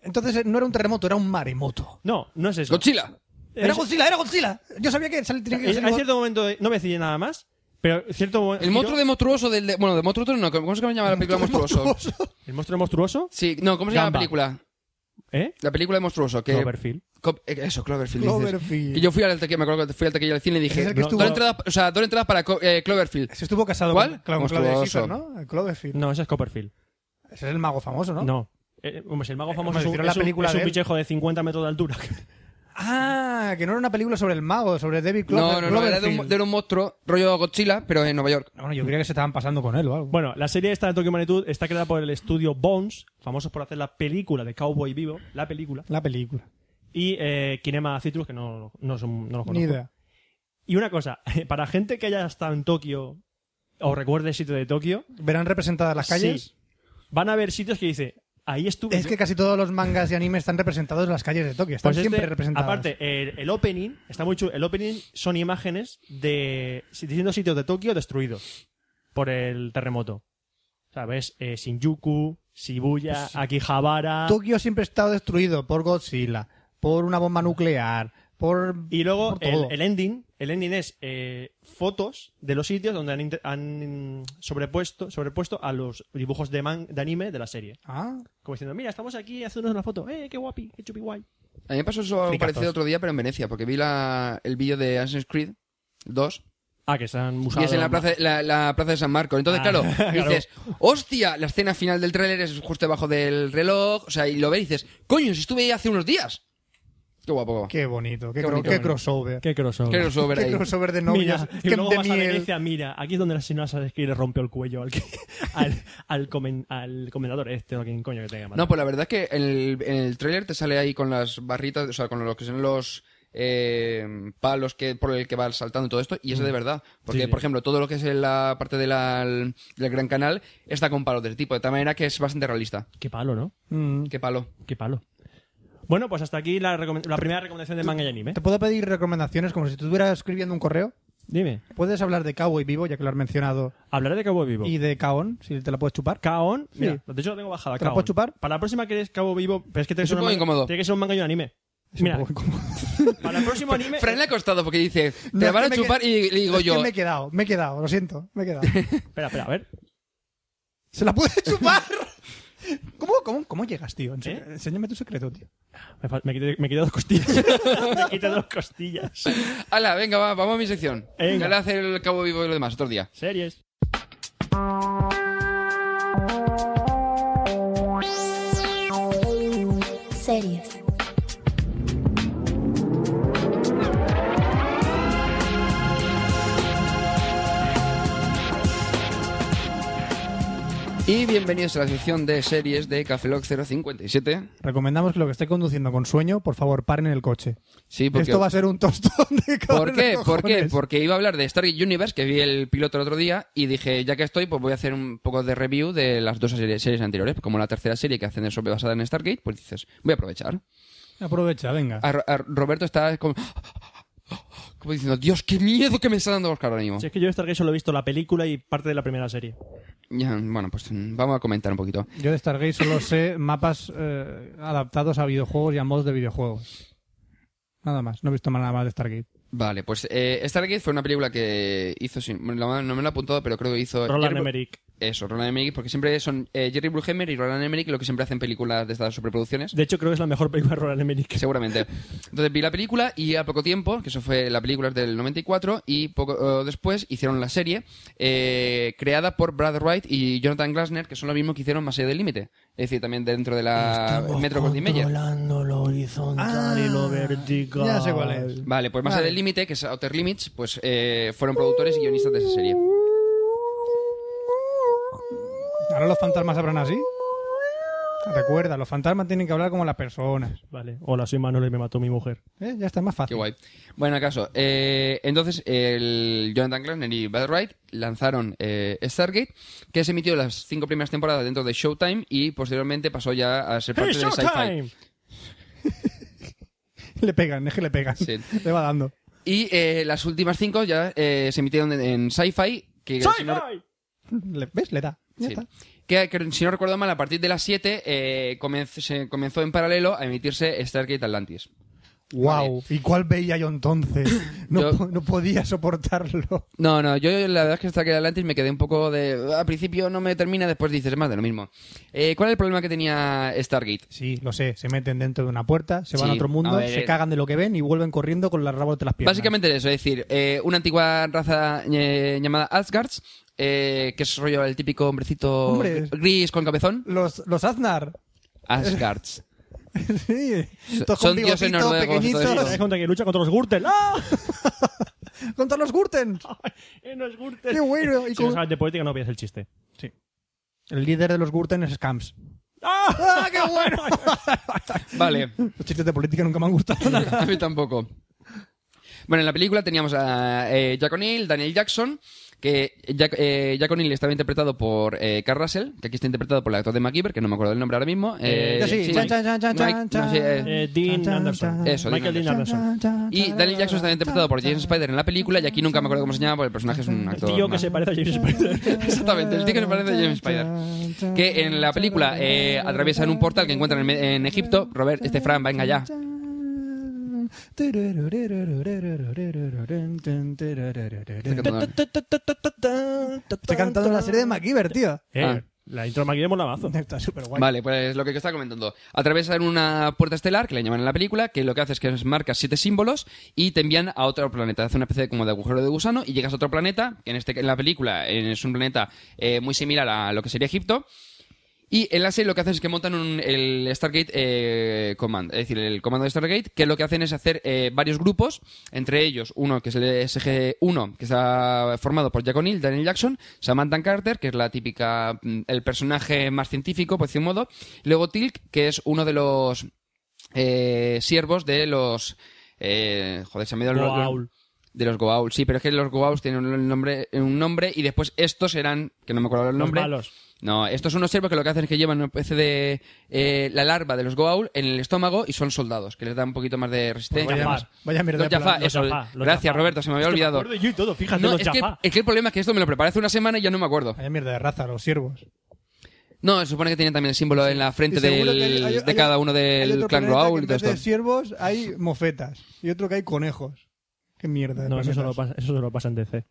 Speaker 1: Entonces eh, no era un terremoto, era un maremoto.
Speaker 3: No, no es eso.
Speaker 2: Godzilla.
Speaker 3: Es-
Speaker 1: ¡Era Godzilla, era Godzilla! Yo sabía que sal- tenía que
Speaker 3: es-
Speaker 1: salir-
Speaker 3: hay cierto momento, de- no voy a decir nada más, pero cierto mo-
Speaker 2: El
Speaker 3: giro-
Speaker 2: monstruo de monstruoso del... de- bueno, de monstruoso no. ¿Cómo se llama la película monstruoso?
Speaker 3: el monstruo monstruoso,
Speaker 2: Sí, no, ¿cómo se llama
Speaker 3: Gamba.
Speaker 2: la película?
Speaker 3: ¿eh?
Speaker 2: La película de monstruoso. Que,
Speaker 3: Cloverfield.
Speaker 2: Co- eh, Eso, Cloverfield. dices.
Speaker 1: Cloverfield.
Speaker 2: Que yo fui al taquilla, me acuerdo que fui al taquilla del cine y
Speaker 1: Ese es
Speaker 2: dije...
Speaker 1: el que
Speaker 2: "Dos
Speaker 1: estuvo-
Speaker 2: entradas- o sea, dos entradas para Co- eh, Cloverfield.
Speaker 1: Se estuvo casado
Speaker 2: ¿Cuál?
Speaker 1: con, con Claudia
Speaker 2: Monstruoso.
Speaker 1: Schiffer, ¿no? Cloverfield.
Speaker 3: No, ese es Copperfield.
Speaker 1: Ese es el mago famoso, ¿no?
Speaker 3: No. Eh, hombre, si el mago
Speaker 1: Eh, como
Speaker 3: famoso es un,
Speaker 1: hicieron la
Speaker 3: es un-
Speaker 1: película
Speaker 3: es
Speaker 1: de
Speaker 3: un
Speaker 1: él.
Speaker 3: pichejo de 50 metros de altura.
Speaker 1: Ah, que no era una película sobre el mago, sobre David
Speaker 2: No,
Speaker 1: Clover,
Speaker 2: no, no. Era de un,
Speaker 1: Cloverfield.
Speaker 2: de un monstruo rollo Godzilla, pero en Nueva York.
Speaker 1: Bueno, yo creía que se estaban pasando con él o algo.
Speaker 3: Bueno, la serie esta de Tokyo Manitud está creada por el estudio Bones, famosos por hacer la película de Cowboy Vivo, la película,
Speaker 1: La película.
Speaker 3: y eh, Kinema Citrus, que no, no, son- no los
Speaker 1: Ni
Speaker 3: conozco.
Speaker 1: idea.
Speaker 3: Y una cosa, para gente que haya estado en Tokio os recuerde el sitio de Tokio.
Speaker 1: ¿Verán representadas las calles?
Speaker 3: Sí. Van a ver sitios que dice, ahí estuve.
Speaker 1: Es
Speaker 3: yo.
Speaker 1: que casi todos los mangas y animes están representados en las calles de Tokio. Están
Speaker 3: Pues este,
Speaker 1: siempre representados.
Speaker 3: Aparte, el, el opening está muy chulo. El opening son imágenes de si- diciendo sitios de Tokio destruidos por el terremoto. ¿Sabes? Eh, Shinjuku,
Speaker 1: Pues,
Speaker 3: Shibuya, Akihabara.
Speaker 1: Tokio siempre ha estado destruido por Godzilla, por una bomba nuclear, por.
Speaker 3: Y luego
Speaker 1: por
Speaker 3: el,
Speaker 1: todo.
Speaker 3: el ending, el ending es eh, fotos de los sitios donde han, inter- han, mm, sobrepuesto, sobrepuesto a los dibujos de, man- de anime de la serie.
Speaker 1: Ah,
Speaker 3: Como diciendo, mira, estamos aquí haciéndonos una foto. ¡Eh, qué guapi! ¡Qué chupi guay!
Speaker 2: A mí me pasó eso algo
Speaker 3: Fricazos.
Speaker 2: parecido otro día, pero en Venecia, porque vi la, el vídeo de Assassin's Creed 2
Speaker 3: Ah, que están
Speaker 2: y es en la plaza, la, la plaza de San Marcos. Entonces,
Speaker 3: Ah,
Speaker 2: claro,
Speaker 3: claro.
Speaker 2: dices, hostia, la escena final del tráiler es justo debajo del reloj, o sea, y lo ves y dices, coño, si estuve ahí hace unos días. Qué guapo, guapo.
Speaker 1: qué bonito, qué,
Speaker 2: Qué
Speaker 1: cro-
Speaker 2: bonito,
Speaker 1: qué
Speaker 2: bonito.
Speaker 1: crossover.
Speaker 3: ¡Qué crossover!
Speaker 2: Qué crossover
Speaker 1: Qué
Speaker 2: ahí.
Speaker 1: crossover de novios.
Speaker 3: Mira, y
Speaker 1: que
Speaker 3: luego
Speaker 1: de
Speaker 3: vas a
Speaker 1: miel.
Speaker 3: Venecia, mira, aquí es donde la señora Sadesky le rompió el cuello al, que- al, al, comen- al comendador este o a quien coño que tenga
Speaker 2: No, pues la verdad es que en el, en el tráiler te sale ahí con las barritas, o sea, con lo que son los eh, palos que por el que va saltando y todo esto, y es
Speaker 1: Mm.
Speaker 2: de verdad. Porque,
Speaker 3: Sí, sí.
Speaker 2: por ejemplo, todo lo que es en la parte de la- del Gran Canal está con palos del tipo, de tal manera que es bastante realista.
Speaker 3: Qué palo, ¿no?
Speaker 1: Mm.
Speaker 2: Qué palo.
Speaker 3: Qué palo. Bueno, pues hasta aquí la, recome- la primera recomendación de manga y anime.
Speaker 1: ¿Te puedo pedir recomendaciones como si estuvieras escribiendo un correo?
Speaker 3: Dime.
Speaker 1: ¿Puedes hablar de Cowboy Vivo, ya que lo has mencionado?
Speaker 3: Hablaré de Cabo Vivo.
Speaker 1: Y de Kaon, si te la puedes chupar.
Speaker 3: Kaon,
Speaker 1: Sí.
Speaker 3: mira, de hecho lo tengo bajada.
Speaker 1: ¿Te la
Speaker 3: Kaon.
Speaker 1: puedo chupar?
Speaker 3: Para la próxima que es Cabo Vivo, pero es que tiene
Speaker 2: Es
Speaker 3: que
Speaker 2: un
Speaker 3: ser una
Speaker 2: poco
Speaker 3: manga-
Speaker 2: incómodo.
Speaker 3: Tiene que ser un manga y un anime. Mira, para el próximo anime.
Speaker 2: Fran le ha costado porque dice, te
Speaker 1: No,
Speaker 2: la
Speaker 1: es
Speaker 2: van
Speaker 1: que
Speaker 2: a
Speaker 1: me
Speaker 2: chupar
Speaker 1: qued-
Speaker 2: y le digo
Speaker 1: es que
Speaker 2: yo,
Speaker 1: me he quedado, me he quedado, lo siento, me he quedado.
Speaker 3: Espera, espera, a ver.
Speaker 1: ¿Se la puede chupar? ¿Cómo, cómo, cómo llegas, tío? Ense-
Speaker 3: ¿Eh?
Speaker 1: Enséñame tu secreto, tío.
Speaker 3: Me, fal- me quité, me quité dos costillas. me quité dos costillas.
Speaker 2: ala, venga, va, vamos a mi sección.
Speaker 3: Venga.
Speaker 2: Ya le hace el Cabo Vivo y lo demás, otro día.
Speaker 3: Series.
Speaker 4: series,
Speaker 2: Y bienvenidos a la sección de series de Café Lock 057.
Speaker 1: Recomendamos que lo que esté conduciendo con sueño, por favor, paren el coche.
Speaker 2: Sí, porque...
Speaker 1: Esto va a ser un tostón de
Speaker 2: ¿Por
Speaker 1: cabrón de
Speaker 2: qué? ¿Por qué?
Speaker 1: cojones.
Speaker 2: Porque iba a hablar de Stargate Universe, que vi el piloto el otro día, y dije, ya que estoy, pues voy a hacer un poco de review de las dos series, series anteriores. Como la tercera serie que hacen de sobre basada en Stargate, pues dices, voy a aprovechar.
Speaker 1: Aprovecha, venga.
Speaker 2: A- a- Roberto está como, como diciendo, Dios, qué miedo que me está dando Oscar ahora mismo.
Speaker 3: Si es que yo Stargate solo he visto la película y parte de la primera serie.
Speaker 2: Ya, bueno, pues mm, vamos a comentar un poquito.
Speaker 1: Yo de Stargate solo sé mapas eh, adaptados a videojuegos y a mods de videojuegos. Nada más, no he visto nada más de Stargate.
Speaker 2: Vale, pues eh, Stargate fue una película que hizo, sin- bueno, la- no me lo he apuntado, pero creo que hizo...
Speaker 3: Roland
Speaker 2: Jerry-
Speaker 3: Emmerich.
Speaker 2: Eso, Roland Emmerich, porque siempre son eh, Jerry Bruckheimer y Roland Emmerich lo que siempre hacen películas de estas superproducciones.
Speaker 3: De hecho, creo que es la mejor película de Roland Emmerich.
Speaker 2: Seguramente. Entonces vi la película y a poco tiempo, que eso fue la película es del 94, y poco eh, después hicieron la serie eh, creada por Brad Wright y Jonathan Glasner, que son los mismos que hicieron Más allá del límite. Es decir, también dentro de la Metro Goldwyn Mayer.
Speaker 3: Controlando lo horizontal y Ah. lo vertical.
Speaker 1: ya sé cuál es.
Speaker 2: Vale, pues Más allá
Speaker 1: Vale.
Speaker 2: del límite, que es Outer Limits, pues eh, fueron productores y guionistas de esa serie.
Speaker 1: ¿Ahora los fantasmas hablan así? Recuerda, los fantasmas tienen que hablar como las personas.
Speaker 3: Vale. Hola, soy Manolo y me mató mi mujer.
Speaker 1: ¿Eh? Ya está más
Speaker 2: Qué
Speaker 1: fácil.
Speaker 2: guay. Bueno, acaso, eh, entonces el Jonathan Glasner y Bad Wright lanzaron eh, Stargate, que se emitió las cinco primeras temporadas dentro de Showtime y posteriormente pasó ya a ser parte
Speaker 3: ¡Hey,
Speaker 2: de Sci-Fi.
Speaker 3: Showtime!
Speaker 1: Le pegan, es que le pegan.
Speaker 2: Sí.
Speaker 1: Le va dando.
Speaker 2: Y eh, las últimas cinco ya eh, se emitieron en, en Sci-Fi, que, si no,
Speaker 3: ¡Sci-Fi!
Speaker 1: Le- ¿Ves? Le da. Ya
Speaker 2: sí.
Speaker 1: está.
Speaker 2: Que- que si no recuerdo mal, a partir de las 7 eh, comenz- se comenzó en paralelo a emitirse Stargate Atlantis.
Speaker 1: Wow. ¿Y cuál veía yo entonces? No,
Speaker 2: Yo-
Speaker 1: po- no podía soportarlo.
Speaker 2: No, no, yo la verdad es que Stargate Atlantis me quedé un poco de... Al principio no me termina, después dices más de lo mismo. Eh, ¿Cuál es el problema que tenía Stargate?
Speaker 1: Sí, lo sé. Se meten dentro de una puerta, se van
Speaker 2: Sí,
Speaker 1: a otro mundo,
Speaker 2: a ver,
Speaker 1: se
Speaker 2: eh.
Speaker 1: cagan de lo que ven y vuelven corriendo con las rabos de las piernas.
Speaker 2: Básicamente eso, es decir, eh, una antigua raza eh, llamada Asgards, eh, que es rollo el típico hombrecito
Speaker 1: Hombre.
Speaker 2: gr- gris con cabezón.
Speaker 1: Los, los Aznar.
Speaker 2: Asgards.
Speaker 1: Sí. Estos
Speaker 2: son
Speaker 1: con
Speaker 2: dioses
Speaker 1: bigotitos
Speaker 2: noruegos, todo
Speaker 3: ¿Te
Speaker 2: eso.
Speaker 1: pequeñitos.
Speaker 3: das cuenta que lucha contra los Gürtel? ¡Ah!
Speaker 1: Contra los Gurten.
Speaker 3: ¡Eh, no es Gürtel!
Speaker 1: Qué bueno. Y
Speaker 3: Si
Speaker 1: con-
Speaker 3: no sabes de política, no veas el chiste.
Speaker 1: El líder de los Gurten es Scams.
Speaker 3: ¡Ah!
Speaker 1: ¡Ah, qué bueno!
Speaker 2: Vale.
Speaker 1: los chistes de política nunca me han gustado nada.
Speaker 2: A mí tampoco. Bueno, en la película teníamos a eh, Jack O'Neill, Daniel Jackson, que Jack, eh, Jack O'Neill estaba interpretado por eh, Carl Russell, que aquí está interpretado por el actor de MacGyver, que no me acuerdo del nombre ahora mismo. Eh,
Speaker 1: Yo sí,
Speaker 2: sí,
Speaker 1: chan,
Speaker 2: Mike-
Speaker 1: chan, chan, chan,
Speaker 2: Mike- no,
Speaker 1: chan,
Speaker 2: sí, eh,
Speaker 3: Eh, Dean Anderson.
Speaker 2: Eso, Dean
Speaker 3: Michael Dean Anderson.
Speaker 2: y Daniel Jackson está interpretado por James Spider en la película, y aquí nunca me acuerdo cómo se llama, porque el personaje es un actor.
Speaker 3: Tío que
Speaker 2: más.
Speaker 3: se parece a James Spider.
Speaker 2: Exactamente, el tío que se parece a James Spider. Que en la película eh, atraviesan un portal que encuentran en, me- en Egipto. Robert, este Fran, venga ya.
Speaker 1: Estoy cantando una serie de MacGyver, tío.
Speaker 3: Eh,
Speaker 2: Ah.
Speaker 3: La intro maquillemos la mazo.
Speaker 1: Está súper guay.
Speaker 2: Vale, pues lo que estaba comentando. Atravesan una puerta estelar, que le llaman en la película, que lo que hace es que marcas siete símbolos y te envían a otro planeta. Hace una especie de, como de agujero de gusano y llegas a otro planeta, que en, este, en la película eh, es un planeta eh, muy similar a lo que sería Egipto. Y en la serie lo que hacen es que montan un- el Stargate eh, Command, es decir, el comando de Stargate, que lo que hacen es hacer eh, varios grupos, entre ellos uno que es el SG-1, que está formado por Jack O'Neill, Daniel Jackson, Samantha Carter, que es la típica, mm, el personaje más científico, por decir un modo, luego Tilk, que es uno de los eh, siervos de los... Eh, joder, se me ha ido el-
Speaker 3: Goa'uld.
Speaker 2: De los Goa'uld, sí, pero es que los Goa'uld tienen un nombre, un nombre y después estos eran, que no me acuerdo el
Speaker 3: Los
Speaker 2: nombre,
Speaker 3: malos.
Speaker 2: no, estos son unos siervos que lo que hacen es que llevan una especie de eh, la larva de los Goa'uld en el estómago y son soldados, que les da un poquito más
Speaker 1: Pues
Speaker 2: de resistencia.
Speaker 3: Los Jafar.
Speaker 1: Vaya mierda.
Speaker 2: Los
Speaker 1: de
Speaker 2: Jafar,
Speaker 1: plan.
Speaker 3: Los
Speaker 2: eso.
Speaker 3: Jafar, los
Speaker 2: Gracias,
Speaker 3: Jafar.
Speaker 2: Roberto, se me había
Speaker 3: Es que
Speaker 2: olvidado.
Speaker 3: acuerdo yo y todo, fíjate,
Speaker 2: No,
Speaker 3: los
Speaker 2: es, que, eh,
Speaker 3: Jafar.
Speaker 2: es que el problema es que esto me lo preparé hace una semana y yo no me acuerdo.
Speaker 1: Vaya mierda de raza, los siervos.
Speaker 2: No, se supone que tienen también el símbolo en la frente
Speaker 1: Y seguro
Speaker 2: del-
Speaker 1: que hay- hay-
Speaker 2: de
Speaker 1: hay-
Speaker 2: cada uno
Speaker 1: hay
Speaker 2: del
Speaker 1: otro
Speaker 2: clan
Speaker 1: planeta que
Speaker 2: Goa'uld y
Speaker 1: en
Speaker 2: todo
Speaker 1: vez de
Speaker 2: esto.
Speaker 1: siervos hay mofetas. Y otro que hay conejos. Qué mierda. de
Speaker 3: No, eso
Speaker 1: planetas.
Speaker 3: solo, pasa, eso solo pasa en DC.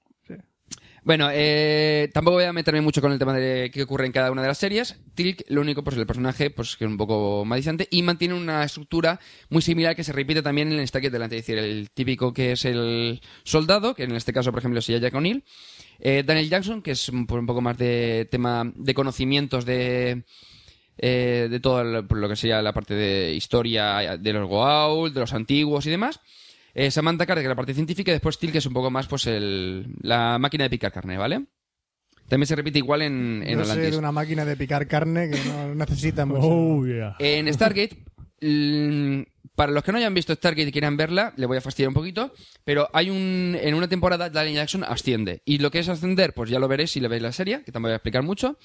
Speaker 2: Bueno, eh, tampoco voy a meterme mucho con el tema de qué ocurre en cada una de las series. Tilk, lo único, pues el personaje, pues que es un poco maldiciante y mantiene una estructura muy similar que se repite también en el Stargate delante. Es decir, el típico que es el soldado, que en este caso, por ejemplo, sería Jack O'Neill. Eh, Daniel Jackson, que es un, po- un poco más de tema de conocimientos de, eh, de todo lo, lo que sería la parte de historia de los Goa'uld, de los antiguos y demás. Eh, Samantha Carter, que es la parte científica, y después Till, que es un poco más pues el, la máquina de picar carne, ¿vale? También se repite igual en, en
Speaker 1: Yo sé
Speaker 2: Atlantis.
Speaker 1: de una máquina de picar carne que no necesita mucho.
Speaker 3: Oh, yeah.
Speaker 2: En Stargate, mm, para los que no hayan visto Stargate y quieran verla, le voy a fastidiar un poquito, pero hay un en una temporada Daniel Jackson asciende. Y lo que es ascender, pues ya lo veréis si le veis la serie, que tampoco voy a explicar mucho.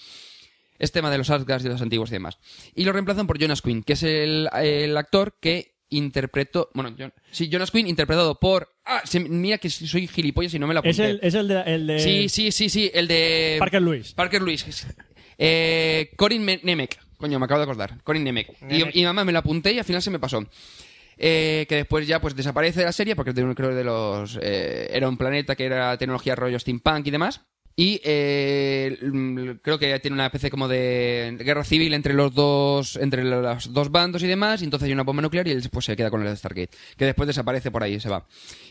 Speaker 2: Es tema de los Asgards de los antiguos y demás. Y lo reemplazan por Jonas Quinn, que es el, el actor que interpretó... Bueno, Jon- sí, Jonas Quinn interpretado por... Ah, se- mira que soy gilipollas y no me la apunté.
Speaker 3: Es el, es el de. El de
Speaker 2: Sí, eh, sí, sí, sí, el de...
Speaker 3: Parker Lewis.
Speaker 2: Parker Lewis. es- Eh, Corin Me- Nemec. Coño, me acabo de acordar. Corin Nemec. Y, y mamá me lo apunté y al final se me pasó. Eh, que después ya pues desaparece de la serie porque tenía un- creo de los eh, era un planeta que era tecnología rollo steampunk y demás y eh, mm, creo que tiene una especie como de guerra civil entre los dos entre los dos bandos y demás y entonces hay una bomba nuclear y él pues, se queda con el de Stargate que después desaparece por ahí se va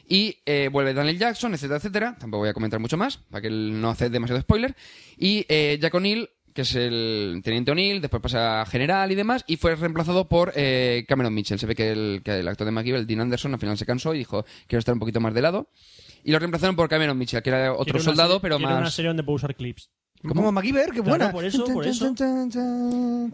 Speaker 2: y eh, vuelve Daniel Jackson etcétera etcétera tampoco voy a comentar mucho más para que no hace demasiado spoiler y eh, Jack O'Neill que es el teniente O'Neill, después pasa a general y demás, y fue reemplazado por eh, Cameron Mitchell. Se ve que el, que el actor de MacGyver, el Dean Anderson, al final se cansó y dijo, quiero estar un poquito más de lado. Y lo reemplazaron por Cameron Mitchell, que era otro
Speaker 3: Quiero una
Speaker 2: soldado,
Speaker 3: serie-
Speaker 2: pero
Speaker 3: quiero una
Speaker 2: más...
Speaker 3: serie donde puedo usar clips.
Speaker 1: Como MacGyver, qué
Speaker 3: Claro,
Speaker 1: buena.
Speaker 3: por eso, por eso.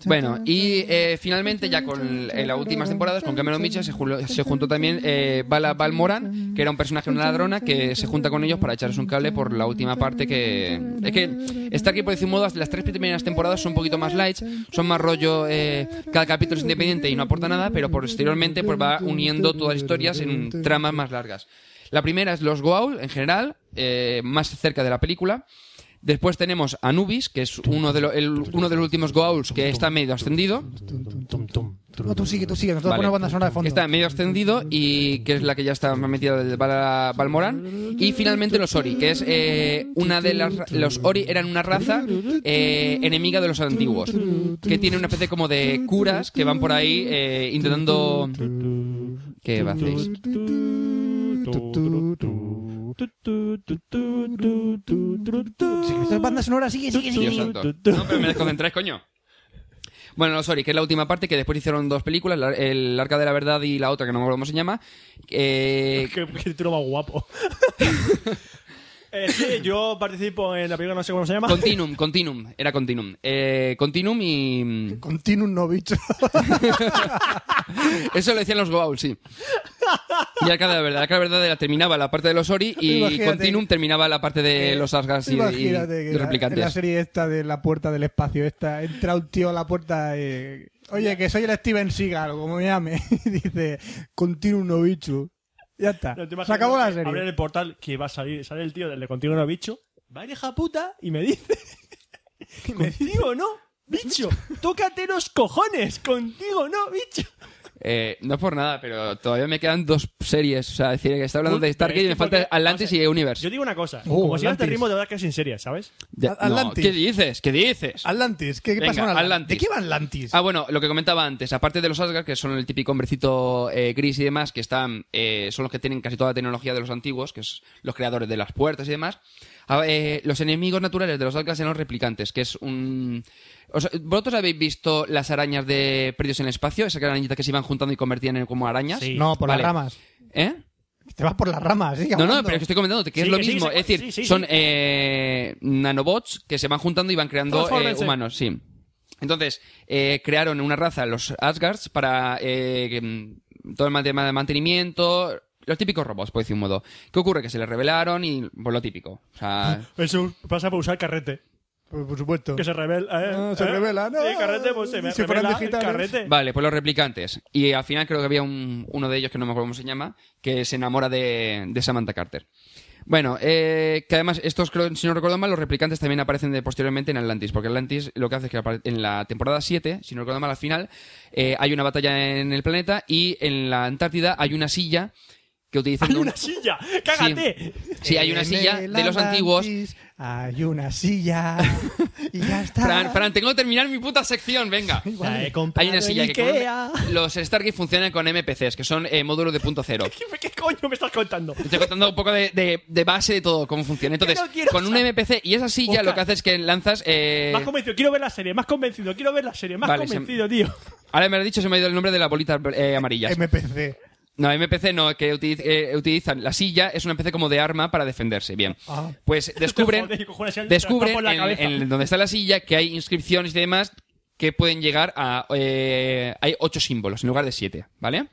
Speaker 2: Bueno, y eh, finalmente ya con en las últimas temporadas con Cameron Mitchell se, juló- se juntó también eh, Bala Balmoran, que era un personaje, una ladrona, que se junta con ellos para echarles un cable por la última parte que... Es que está aquí por decir un modo, las tres primeras temporadas son un poquito más light, son más rollo, eh, cada capítulo es independiente y no aporta nada, pero posteriormente pues va uniendo todas las historias en tramas más largas. La primera es los Goa'uld, en general, eh, más cerca de la película. Después tenemos Anubis, que es uno de, lo- el- uno de los últimos Goa'ulds que está medio ascendido.
Speaker 1: No, tú sigue, tú sigue. Nosotros
Speaker 2: Vale.
Speaker 1: ponemos banda sonora de fondo.
Speaker 2: Que está medio ascendido y que es la que ya está más metida del Val- Valmorán. Y finalmente los Ori, que es eh, una de las... ra- Los Ori eran una raza eh, enemiga de los antiguos, que tiene una especie como de curas que van por ahí eh, intentando... ¿Qué hacéis?
Speaker 1: Sí, esto es banda sonora, sigue, sigue,
Speaker 2: Dios
Speaker 1: sigue.
Speaker 2: santo. No, pero me desconcentráis, coño. Bueno, no, sorry, que es la última parte, que después hicieron dos películas, la- El Arca de la Verdad y eh, la otra, que no me acuerdo cómo se llama. Eh,
Speaker 3: Qué, qué título más guapo. Eh, sí, yo participo en la película, no sé cómo se llama.
Speaker 2: Continuum, Continuum, era Continuum. Eh, continuum y...
Speaker 1: Continuum no bicho.
Speaker 2: Eso lo decían los Goa'uld, sí. Y Arcade de la Verdad. Arcade de la Verdad era- terminaba la parte de los Ori y
Speaker 1: Imagínate. Eh,
Speaker 2: Continuum terminaba la parte de los Asgas y, y- y
Speaker 1: Imagínate que la-
Speaker 2: replicantes.
Speaker 1: en la serie esta de la puerta del espacio esta, entra un tío a la puerta eh, oye, que soy el Steven Seagal, o como me llame, y dice, continuum no bicho. Ya está.
Speaker 3: No, te imaginas
Speaker 1: Se acabó la
Speaker 3: que
Speaker 1: serie.
Speaker 3: Abren el portal que va a salir, sale el tío del de contigo no bicho, va a hija puta y me dice, contigo no, bicho, tócate los cojones, contigo no, bicho.
Speaker 2: Eh, no es por nada, pero todavía me quedan dos series. O sea, es decir, que está hablando
Speaker 3: Uy,
Speaker 2: de Stargate y
Speaker 3: pero
Speaker 2: me
Speaker 3: es que porque-
Speaker 2: falta Atlantis
Speaker 3: o sea,
Speaker 2: y Universe.
Speaker 3: Yo digo una cosa,
Speaker 1: Oh,
Speaker 3: como sigas de
Speaker 1: Atlantis.
Speaker 3: ritmo de verdad que es sin serie, ¿sabes?
Speaker 2: Ya-
Speaker 1: Al- Atlantis.
Speaker 2: no, ¿Qué dices? ¿Qué dices?
Speaker 1: Atlantis, ¿qué, qué
Speaker 2: Venga,
Speaker 1: pasa con Atlantis?
Speaker 2: Atlantis.
Speaker 1: ¿De qué va Atlantis?
Speaker 2: Ah, bueno, lo que comentaba antes, aparte de los Asgard, que son el típico hombrecito eh, gris y demás, que están, eh, son los que tienen casi toda la tecnología de los antiguos, que es los creadores de las puertas y demás, a- eh, los enemigos naturales de los Asgard son los replicantes, que es un... o sea, ¿Vosotros habéis visto las arañas de Perdidos en el Espacio? Esas arañitas que se iban juntando y convertían en como arañas.
Speaker 3: Sí.
Speaker 1: no, por
Speaker 2: Vale.
Speaker 1: las ramas.
Speaker 2: ¿Eh?
Speaker 1: Te vas por las ramas, sigue
Speaker 2: No, no,
Speaker 1: hablando.
Speaker 2: pero es que estoy comentando que es
Speaker 3: Sí,
Speaker 2: lo
Speaker 3: que sí,
Speaker 2: mismo.
Speaker 3: sí,
Speaker 2: es decir,
Speaker 3: sí, sí,
Speaker 2: son
Speaker 3: sí.
Speaker 2: eh, nanobots que se van juntando y van creando eh,
Speaker 3: Transfórmense.
Speaker 2: humanos, sí. Entonces, eh, crearon una raza, los Asgards, para eh, que, mm, todo el tema de mantenimiento, los típicos robots, por decir un modo. ¿Qué ocurre? Que se les revelaron y, pues lo típico. O sea,
Speaker 3: Eso pasa por usar carrete,
Speaker 1: Por, por supuesto.
Speaker 3: que se revela, ¿eh?
Speaker 1: No, Ah, se
Speaker 3: ¿eh?
Speaker 1: revela, no.
Speaker 3: Sí, carrete, pues se me
Speaker 1: Si fueran
Speaker 3: revela el
Speaker 1: digitales.
Speaker 3: carrete.
Speaker 2: vale, pues los replicantes. Y al final creo que había un- uno de ellos, que no me acuerdo cómo se llama, que se enamora de, de Samantha Carter. Bueno, eh, que además estos, creo, si no recuerdo mal, los replicantes también aparecen de- posteriormente en Atlantis, porque Atlantis lo que hace es que apare- en la temporada 7, si no recuerdo mal, al final, eh, hay una batalla en el planeta y en la Antártida hay una silla que utilizan...
Speaker 3: Hay
Speaker 2: un-
Speaker 3: una silla, cágate.
Speaker 2: Sí, hay una
Speaker 1: En
Speaker 2: silla
Speaker 1: el
Speaker 2: de los antiguos.
Speaker 1: Atlantis Hay una silla. y ya está.
Speaker 2: Fran, Fran, tengo que terminar mi puta sección, venga.
Speaker 3: La he
Speaker 2: Hay
Speaker 3: comprado
Speaker 2: una
Speaker 3: en
Speaker 2: silla que
Speaker 3: Ikea.
Speaker 2: con- los Stargate funcionan con MPCs, que son eh, módulos de punto cero.
Speaker 3: ¿Qué, qué coño me estás contando?
Speaker 2: Te Estoy contando un poco de, de- de base de todo, cómo funciona. Entonces,
Speaker 3: no quiero
Speaker 2: con un
Speaker 3: saber.
Speaker 2: MPC y esa silla
Speaker 3: Oscar.
Speaker 2: lo que haces es que lanzas... eh,
Speaker 3: Más convencido, quiero ver la serie, más convencido, quiero ver la serie, más
Speaker 2: Vale, se-
Speaker 3: convencido, tío.
Speaker 2: ahora me lo has dicho, se me ha ido el nombre de la bolita eh, amarilla.
Speaker 1: MPC.
Speaker 2: No, MPC no, que utiliz- eh, utilizan la silla, es una especie como de arma para defenderse. Bien.
Speaker 1: Ah.
Speaker 2: Pues descubren,
Speaker 3: Joder, cojones, se han- se
Speaker 2: descubren
Speaker 3: han tapado la cabeza.
Speaker 2: en, en donde está la silla que hay inscripciones y demás que pueden llegar a... eh, hay ocho símbolos en lugar de siete, ¿vale?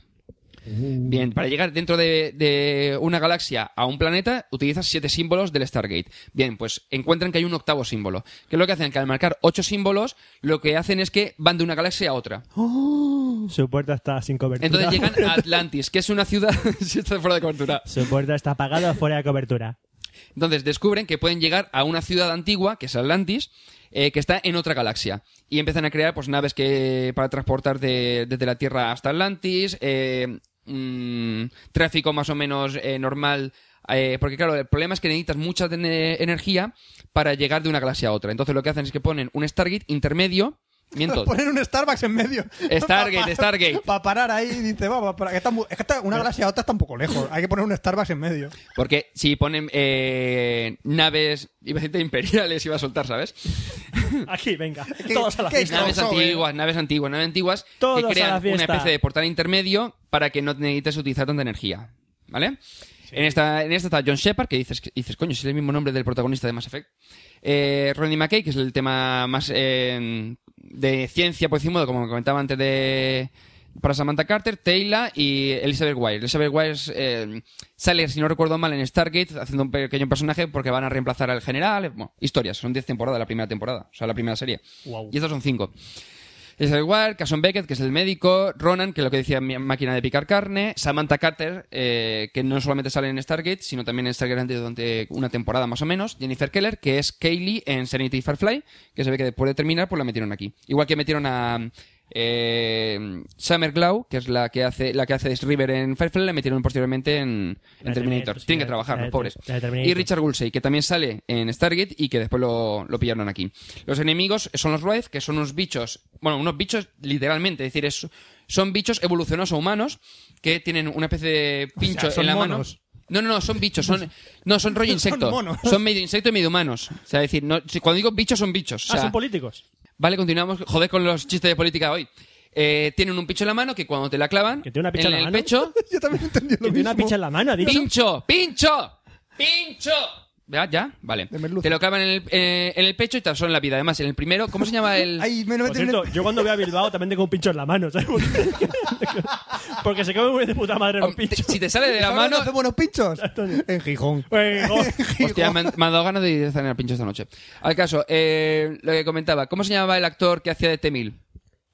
Speaker 2: Bien, para llegar dentro de, de una galaxia a un planeta, utilizas siete símbolos del Stargate. Bien, pues encuentran que hay un octavo símbolo. ¿Qué es lo que hacen? Que al marcar ocho símbolos, lo que hacen es que van de una galaxia a otra.
Speaker 3: Su puerta está sin cobertura.
Speaker 2: Entonces llegan a Atlantis, que es una ciudad... si está fuera de cobertura.
Speaker 3: Su puerta está apagada o fuera de cobertura.
Speaker 2: Entonces descubren que pueden llegar a una ciudad antigua, que es Atlantis, eh, que está en otra galaxia. Y empiezan a crear pues naves que para transportar de- desde la Tierra hasta Atlantis, eh, mm, tráfico más o menos eh, normal. eh, porque claro, el problema es que necesitas mucha tene- energía para llegar de una galaxia a otra. Entonces lo que hacen es que ponen un Stargate intermedio. Miento.
Speaker 1: Poner un Starbucks en medio.
Speaker 2: Stargate, Stargate.
Speaker 1: Para parar ahí, dice, va, va, para, que está mu- es que está- una galaxia a otra está un poco lejos. Hay que poner un Starbucks en medio.
Speaker 2: Porque si ponen eh, naves, iba a decirte imperiales, iba a soltar, ¿sabes?
Speaker 3: Aquí, venga.
Speaker 1: que-
Speaker 3: Todos a la
Speaker 1: que-
Speaker 3: fiesta.
Speaker 2: naves
Speaker 1: crossover.
Speaker 2: antiguas, naves antiguas, naves antiguas
Speaker 3: Todos
Speaker 2: que
Speaker 3: a la
Speaker 2: crean una
Speaker 3: fiesta.
Speaker 2: especie de portal intermedio para que no necesites utilizar tanta energía, ¿vale? En esta en esta está John Shepard que dices que dices coño si es el mismo nombre del protagonista de Mass Effect, eh, Rodney McKay que es el tema más eh, de ciencia por decir un modo como comentaba antes de para Samantha Carter, Taylor y Elizabeth Wire. Elizabeth Wire es, eh, sale, si no recuerdo mal, en Stargate haciendo un pequeño personaje porque van a reemplazar al general. eh, Bueno, historias, son 10 temporadas la primera temporada, o sea, la primera serie.
Speaker 3: Guau.
Speaker 2: Y estas son cinco. Elizabeth Ward, Cason Beckett, que es el médico, Ronan, que es lo que decía mi máquina de picar carne, Samantha Carter, eh, que no solamente sale en Stargate, sino también en Stargate Atlantis durante una temporada más o menos, Jennifer Keller, que es Kaylee en Serenity Firefly, que se ve que después de terminar, pues la metieron aquí. Igual que metieron a eh, Summer Glau, que es la que hace la que hace de River en Firefly, la metieron posteriormente en, en
Speaker 3: La Terminator,
Speaker 2: Terminator.
Speaker 3: sí,
Speaker 2: Tienen que
Speaker 3: la-
Speaker 2: trabajar,
Speaker 3: la de-
Speaker 2: los pobres.
Speaker 3: la de Terminator.
Speaker 2: Y Richard Gulsey, que también sale en Stargate y que después lo, lo pillaron aquí. Los enemigos son los Wraith, que son unos bichos, bueno, unos bichos literalmente, es decir, es- son bichos evolucionados a humanos que tienen una especie de pincho
Speaker 1: son
Speaker 2: en la
Speaker 1: monos.
Speaker 2: mano. No, no, no, son bichos, son no, son rollo insecto.
Speaker 1: monos.
Speaker 2: Son medio insecto y medio humanos. O sea, es decir, no, si- cuando digo bichos son bichos. o
Speaker 3: Ah,
Speaker 2: sea,
Speaker 3: son políticos.
Speaker 2: Vale, continuamos. Joder con los chistes de política hoy. Eh, tienen un pincho en la mano que cuando te la clavan
Speaker 3: ¿Que tiene una picha
Speaker 2: en
Speaker 3: en la
Speaker 2: el
Speaker 3: mano?
Speaker 2: pecho,
Speaker 1: Yo también entendí lo
Speaker 3: Que tiene
Speaker 1: mismo.
Speaker 3: una picha en la mano, ha dicho.
Speaker 2: pincho, pincho, pincho. ¿Verdad? ¿Ya? Vale. Te lo clavan en el, eh, en el pecho y te absorben la vida. Además, en el primero, ¿cómo se llama el...?
Speaker 3: Por cierto, yo cuando voy a Bilbao también tengo un pincho en la mano, ¿sabes? Porque se come muy de puta madre los pinchos.
Speaker 2: si te sale de la mano...
Speaker 1: hace buenos pinchos? en Gijón.
Speaker 3: Pues, oh,
Speaker 2: Hostia, me han, me han dado ganas de ir a cenar pincho esta noche. Al caso, eh, lo que comentaba, ¿cómo se llamaba el actor que hacía de Temil?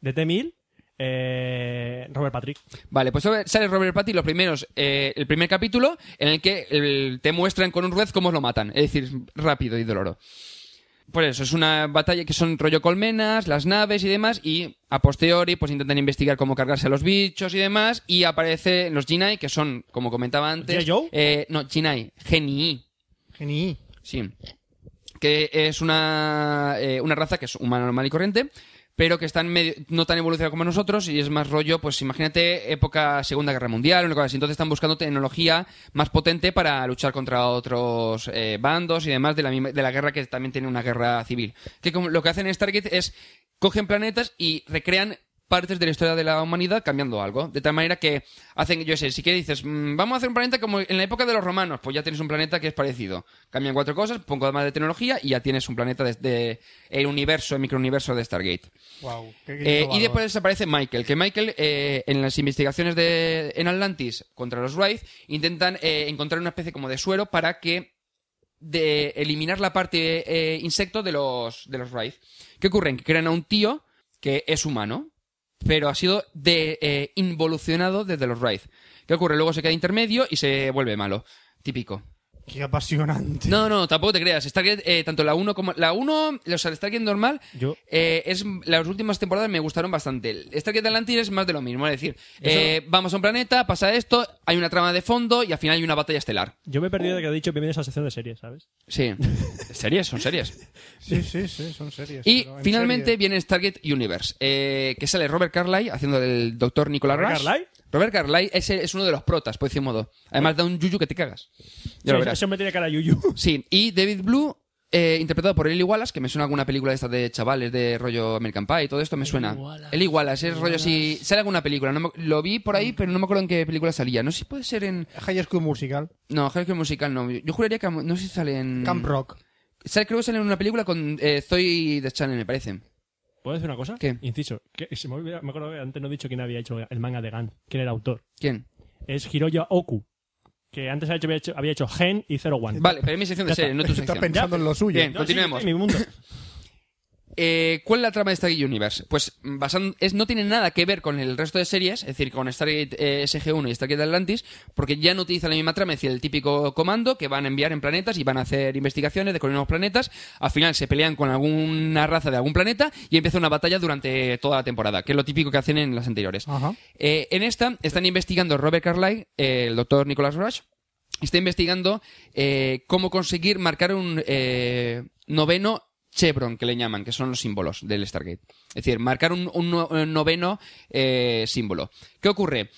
Speaker 3: de T-1000, eh, Robert Patrick.
Speaker 2: Vale, pues sale Robert Patty los primeros, eh, el primer capítulo en el que el- te muestran con un red cómo lo matan, es decir, rápido y doloroso. Por eso, es una batalla que son rollo colmenas, las naves y demás, y a posteriori pues intentan investigar cómo cargarse a los bichos y demás, y aparecen los Jinai, que son, como comentaba antes...
Speaker 3: G.I. Joe?
Speaker 2: eh, no, Jinai, Genii.
Speaker 1: Genial.
Speaker 2: Sí. Que es una, eh, una raza que es humana normal y corriente, pero que están medio- no tan evolucionada como nosotros y es más rollo, pues imagínate época Segunda Guerra Mundial, una cosa así. Entonces están buscando tecnología más potente para luchar contra otros eh, bandos y demás de la, misma- de la guerra que también tiene una guerra civil. Que como- lo que hacen en Stargate es cogen planetas y recrean partes de la historia de la humanidad cambiando algo. De tal manera que hacen, yo sé, si que dices, mm, vamos a hacer un planeta como en la época de los romanos, pues ya tienes un planeta que es parecido. Cambian cuatro cosas, pongo más de tecnología y ya tienes un planeta de, de- el universo, el microuniverso de Stargate.
Speaker 1: Wow.
Speaker 2: Eh, y después desaparece Michael, que Michael eh, en las investigaciones de, en Atlantis contra los Wraith intentan eh, encontrar una especie como de suero para que de eliminar la parte eh, insecto de los, de los Wraith. ¿Qué ocurre? Que crean a un tío que es humano, pero ha sido de, eh, involucionado desde los Wraith. ¿Qué ocurre? Luego se queda intermedio y se vuelve malo. Típico.
Speaker 1: Qué apasionante.
Speaker 2: No, no, tampoco te creas. Stargate, eh, tanto la 1 como... La 1, o sea, el Stargate normal,
Speaker 3: Yo.
Speaker 2: eh, es, las últimas temporadas me gustaron bastante. El Stargate Atlantis es más de lo mismo. Es decir, eh, vamos a un planeta, pasa esto, hay una trama de fondo y al final hay una batalla estelar.
Speaker 3: Yo me he perdido de que ha dicho bienvenidos a la sección de series, ¿sabes?
Speaker 2: Sí. series, son series.
Speaker 1: Sí, sí, sí, son series.
Speaker 2: Y
Speaker 1: pero en
Speaker 2: finalmente
Speaker 1: serie.
Speaker 2: viene Stargate Universe, eh, que sale Robert Carlyle haciendo del doctor Nicolás
Speaker 3: ¿Robert
Speaker 2: Rush.
Speaker 3: Carlyle?
Speaker 2: Robert Carlyle es, es uno de los protas, por decir un modo. Además da un yuyu que te cagas. Ya lo
Speaker 3: Sí,
Speaker 2: verás.
Speaker 3: Ese hombre tiene cara a yuyu.
Speaker 2: Sí, y David Blue, eh, interpretado por Eli Wallace, que me suena a alguna película de estas de chavales de rollo American Pie, todo esto me suena. Eli Wallace, Mm. es rollo así. Sale alguna película, no me- lo vi por ahí, pero no me acuerdo en qué película salía. No sé si puede ser en.
Speaker 1: High School Musical.
Speaker 2: No, High School Musical no. Yo juraría que no sé si sale en.
Speaker 1: Camp Rock.
Speaker 2: Sale- creo que sale en una película con eh, Zoe de Channel, me parece.
Speaker 3: ¿Puedo decir una cosa?
Speaker 2: ¿Qué?
Speaker 3: Inciso. Que se me, olvidó- me acuerdo que antes no he dicho quién había hecho el manga de Gantz, quién era el autor.
Speaker 2: ¿Quién?
Speaker 3: Es Hiroya Oku, que antes había hecho, había hecho, había hecho Gen y Zero One.
Speaker 2: Vale, pero es mi sección de
Speaker 3: Ya está.
Speaker 2: series, no tu
Speaker 1: Estás
Speaker 2: sección.
Speaker 1: pensando en lo suyo.
Speaker 2: Bien.
Speaker 3: No,
Speaker 2: continuemos.
Speaker 3: sí, en mi mundo.
Speaker 2: Eh, ¿Cuál es la trama de Stargate Universe? Pues mm, basan- es, no tiene nada que ver con el resto de series, es decir, con Stargate eh, SG-1 y Stargate Atlantis, porque ya no utilizan la misma trama, es decir, el típico comando que van a enviar en planetas y van a hacer investigaciones, descubrir nuevos planetas, al final se pelean con alguna raza de algún planeta y empieza una batalla durante toda la temporada, que es lo típico que hacen en las anteriores.
Speaker 1: Ajá.
Speaker 2: Eh, en esta están investigando Robert Carlyle, eh, el doctor Nicholas Rush, está investigando eh, cómo conseguir marcar un eh, noveno chevron, que le llaman, que son los símbolos del Stargate. Es decir, marcar un, un no- un noveno eh, símbolo. ¿Qué ocurre?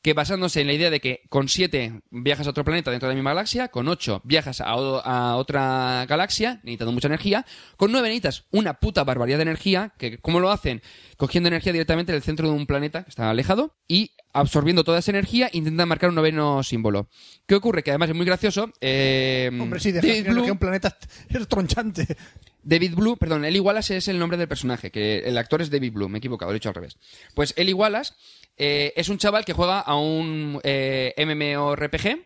Speaker 2: Que basándose en la idea de que con siete viajas a otro planeta dentro de la misma galaxia, con ocho viajas a, o- a otra galaxia, necesitando mucha energía, con nueve necesitas una puta barbaridad de energía, que ¿cómo lo hacen? Cogiendo energía directamente del centro de un planeta que está alejado y absorbiendo toda esa energía intentan marcar un noveno símbolo. ¿Qué ocurre? Que además es muy gracioso. eh,
Speaker 1: Hombre, sí,
Speaker 2: David
Speaker 1: dejar sin
Speaker 2: Blue-
Speaker 1: energía un planeta es tronchante.
Speaker 2: David Blue, perdón, Eli Wallace es el nombre del personaje, que el actor es David Blue, me he equivocado, lo he dicho al revés. Pues Eli Wallace eh, es un chaval que juega a un eh, MMORPG,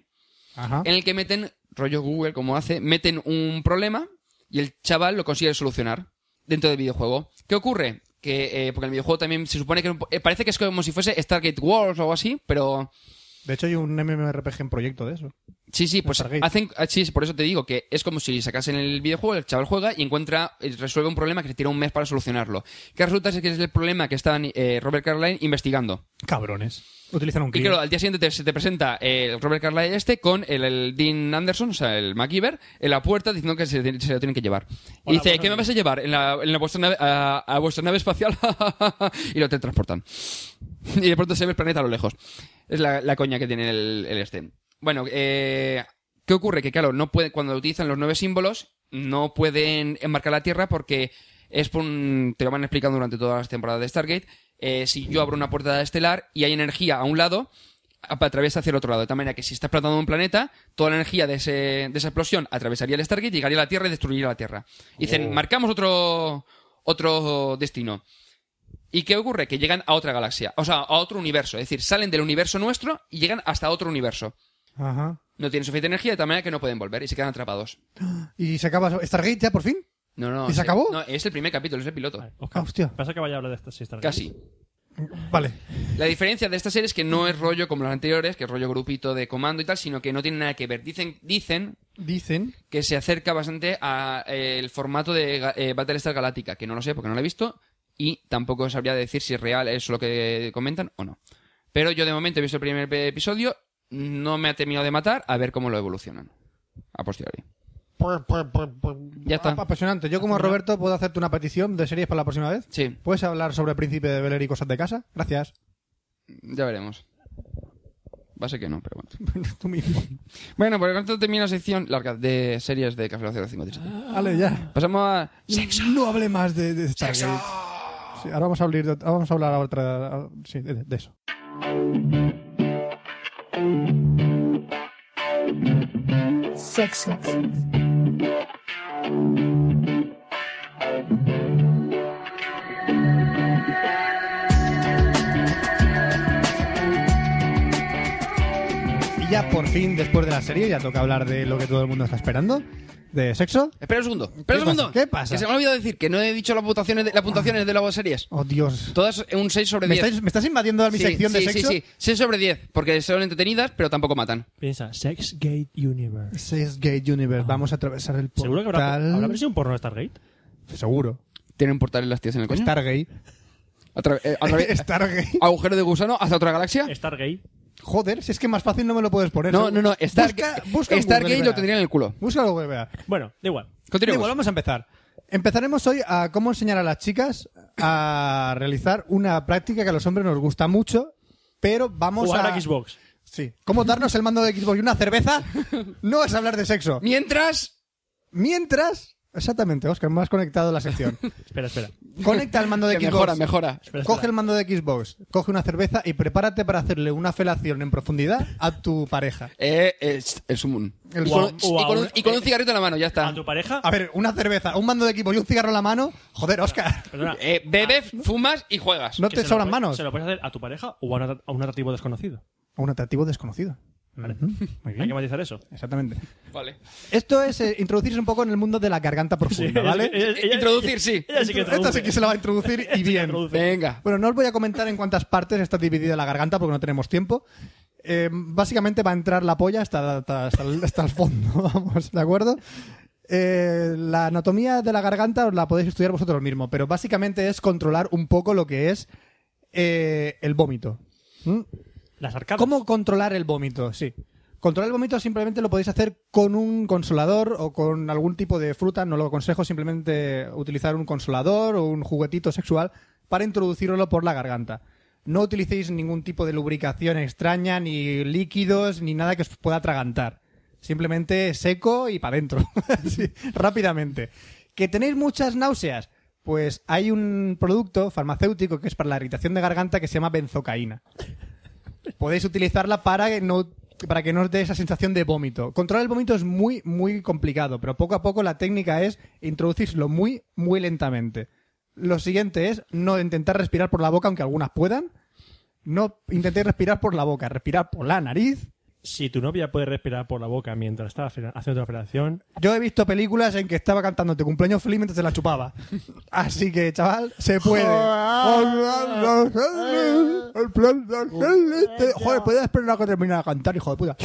Speaker 1: Ajá.
Speaker 2: en el que meten, rollo Google como hace, meten un problema y el chaval lo consigue solucionar dentro del videojuego. ¿Qué ocurre? Que, eh, porque el videojuego también se supone que es un po- eh, parece que es como si fuese Stargate Wars o algo así, pero
Speaker 1: De hecho, hay un MMORPG en proyecto de eso.
Speaker 2: Sí, sí, pues
Speaker 1: Stargate.
Speaker 2: hacen, ah, sí, por eso te digo que es como si sacasen el videojuego, el chaval juega y encuentra, eh, resuelve un problema que se tira un mes para solucionarlo. Que resulta ser que es el problema que están eh, Robert Carlyle investigando.
Speaker 1: Cabrones. Utilizan un
Speaker 2: Y
Speaker 1: crío.
Speaker 2: claro, al día siguiente te- se te presenta eh, el Robert Carlyle este con el, el Dean Anderson, o sea, el MacGyver, en la puerta diciendo que se, se lo tienen que llevar. y dice, ¿qué me vas a llevar? En la, en la vuestra nave- a, a vuestra nave espacial. y lo teletransportan. y de pronto se ve el planeta a lo lejos. Es la, la coña que tiene el, el este. Bueno, eh, ¿qué ocurre? Que claro, no puede, cuando utilizan los nueve símbolos, no pueden enmarcar la Tierra porque es por un- te lo van explicando durante todas las temporadas de Stargate. eh, si yo abro una puerta estelar y hay energía a un lado, ap- atraviesa hacia el otro lado. De tal manera que si está explotando un planeta, toda la energía de, ese- de esa explosión atravesaría el Stargate, llegaría a la Tierra y destruiría la Tierra. Y dicen, marcamos otro, otro destino. ¿Y qué ocurre? Que llegan a otra galaxia, o sea, a otro universo. Es decir, salen del universo nuestro y llegan hasta otro universo.
Speaker 1: Ajá.
Speaker 2: No tienen suficiente energía de tal manera que no pueden volver y se quedan atrapados.
Speaker 1: ¿Y se acaba Stargate ya por fin?
Speaker 2: No, no.
Speaker 1: ¿Y
Speaker 2: es-
Speaker 1: se acabó?
Speaker 2: No, es el primer capítulo, es el piloto.
Speaker 1: Ah, hostia.
Speaker 3: Pasa que vaya a hablar de estas seis tarjetas.
Speaker 2: Casi.
Speaker 1: Vale.
Speaker 2: La diferencia de esta serie es que no es rollo como los anteriores, que es rollo grupito de comando y tal, sino que no tiene nada que ver. Dicen, dicen
Speaker 1: Dicen.
Speaker 2: que se acerca bastante al formato de Ga- eh, Battlestar Galáctica, que no lo sé porque no lo he visto y tampoco sabría decir si es real es lo que comentan o no. Pero yo de momento he visto el primer pe- episodio, no me ha terminado de matar, a ver cómo lo evolucionan. A posteriori. Ya está.
Speaker 1: Apasionante. Yo como Roberto puedo hacerte una petición de series para la próxima vez.
Speaker 2: Sí,
Speaker 1: ¿Puedes hablar sobre Príncipe de Bel Air y cosas de casa? Gracias.
Speaker 2: ya veremos. Va a ser que no, pero bueno.
Speaker 1: Tú mismo.
Speaker 2: Bueno, por lo tanto termina la sección larga de series de Café Lock 0537.
Speaker 1: Vale, ya.
Speaker 2: Pasamos a...
Speaker 1: No hable más de, de Stargate. Sí, ahora vamos a hablar, de- vamos a hablar a otra, a- sí, de- de eso.
Speaker 4: sexo,
Speaker 1: Y ya por fin, después de la serie, ya toca hablar de lo que todo el mundo está esperando, de sexo.
Speaker 2: Espera un segundo, espera un
Speaker 1: ¿Qué
Speaker 2: segundo.
Speaker 1: pasa? ¿Qué pasa?
Speaker 2: Que se me ha olvidado decir que no he dicho las puntuaciones de, las puntuaciones de las series.
Speaker 1: Oh, Dios.
Speaker 2: Todas un 6 sobre
Speaker 1: ¿Me
Speaker 2: 10.
Speaker 1: estás, me estás invadiendo a mi
Speaker 2: Sí,
Speaker 1: sección de
Speaker 2: sí,
Speaker 1: sexo?
Speaker 2: Sí, sí, 6 sobre 10, porque son entretenidas, pero tampoco matan.
Speaker 3: Piensa, Sexgate Universe.
Speaker 1: Sex Gate Universe. Vamos a atravesar el portal.
Speaker 3: ¿Seguro que habrá, ¿habrá versión porno de Stargate?
Speaker 1: Seguro.
Speaker 2: Tienen portales las tías en el coño.
Speaker 1: Stargate.
Speaker 2: A tra- eh, a través-
Speaker 1: Stargate.
Speaker 2: agujero de gusano hasta otra galaxia.
Speaker 1: Ah.
Speaker 3: Stargate.
Speaker 1: Joder, si es que más fácil no me lo puedes poner.
Speaker 2: No,
Speaker 1: seguro.
Speaker 2: no, no. Star-
Speaker 1: Busca, busca en
Speaker 2: Stargate
Speaker 1: Google y
Speaker 2: lo
Speaker 1: verás.
Speaker 2: tendría en el culo.
Speaker 1: Busca algo que vea.
Speaker 3: Bueno, da igual.
Speaker 1: Da
Speaker 2: Continuemos.
Speaker 1: igual, vamos a empezar. Empezaremos hoy a cómo enseñar a las chicas a realizar una práctica que a los hombres nos gusta mucho, pero vamos
Speaker 3: Jugar
Speaker 1: a...
Speaker 3: a Xbox.
Speaker 1: Sí. ¿Cómo darnos el mando de Xbox y una cerveza? No es hablar de sexo.
Speaker 2: Mientras.
Speaker 1: Mientras... Exactamente, Oscar, me has conectado a la sección.
Speaker 3: Espera, espera.
Speaker 1: Conecta el mando de
Speaker 2: que
Speaker 1: Xbox.
Speaker 2: mejora, mejora.
Speaker 3: espera,
Speaker 1: Coge
Speaker 3: espera.
Speaker 1: el mando de Xbox, coge una cerveza y prepárate para hacerle una felación en profundidad a tu pareja.
Speaker 2: Eh, es, es un.
Speaker 1: El
Speaker 2: y,
Speaker 1: Wow,
Speaker 2: con, y
Speaker 3: wow.
Speaker 2: con un, y con un cigarrito en la mano, ya
Speaker 3: ¿A
Speaker 2: está.
Speaker 3: tu pareja?
Speaker 1: A ver, una cerveza, un mando de equipo y un cigarro en la mano. Joder, Oscar.
Speaker 3: Perdona.
Speaker 2: Eh, bebes, fumas y juegas.
Speaker 1: Ah, No
Speaker 3: que
Speaker 1: te
Speaker 3: se lo
Speaker 1: sobran
Speaker 3: puedes-
Speaker 1: manos.
Speaker 3: ¿Se lo puedes hacer a tu pareja o a un, at- a un atractivo desconocido?
Speaker 1: Un atractivo desconocido. Ujú, muy
Speaker 3: Hay que
Speaker 1: bien.
Speaker 3: matizar eso.
Speaker 1: Exactamente.
Speaker 2: Vale.
Speaker 1: Esto es eh, introducirse un poco en el mundo de la garganta profunda, ¿vale?
Speaker 3: Ella- ella-
Speaker 2: Eh, Introducir, sí.
Speaker 3: Ella sí que
Speaker 1: Esta sí que se la va a introducir y bien.
Speaker 3: introduce.
Speaker 2: Venga.
Speaker 1: Bueno, no os voy a comentar en cuántas partes está dividida la garganta porque no tenemos tiempo. Eh, básicamente va a entrar la polla hasta, hasta, hasta el, hasta el fondo, vamos, ¿de acuerdo? Eh, la anatomía de la garganta os la podéis estudiar vosotros mismos, pero básicamente es controlar un poco lo que es eh, el vómito. ¿Mm?
Speaker 3: Las arcadas.
Speaker 1: ¿Cómo controlar el vómito? Sí. Controlar el vómito simplemente lo podéis hacer con un consolador o con algún tipo de fruta. No lo aconsejo, simplemente utilizar un consolador o un juguetito sexual para introducirlo por la garganta. No utilicéis ningún tipo de lubricación extraña, ni líquidos, ni nada que os pueda atragantar. Simplemente seco y para adentro. Así, rápidamente. ¿Que tenéis muchas náuseas? Pues hay un producto farmacéutico que es para la irritación de garganta que se llama benzocaína podéis utilizarla para que no para que no os dé esa sensación de vómito. Controlar el vómito es muy, muy complicado, pero poco a poco la técnica es introducirlo muy, muy lentamente. Lo siguiente es no intentar respirar por la boca, aunque algunas puedan. No intentéis respirar por la boca, respirar por la nariz.
Speaker 3: Si tu novia puede respirar por la boca mientras está fe- haciendo otra operación,
Speaker 1: Yo he visto películas en que estaba cantando tu cumpleaños feliz mientras se la chupaba. Así que, chaval, se puede. Joder, podías esperar a que terminara de cantar, hijo de puta.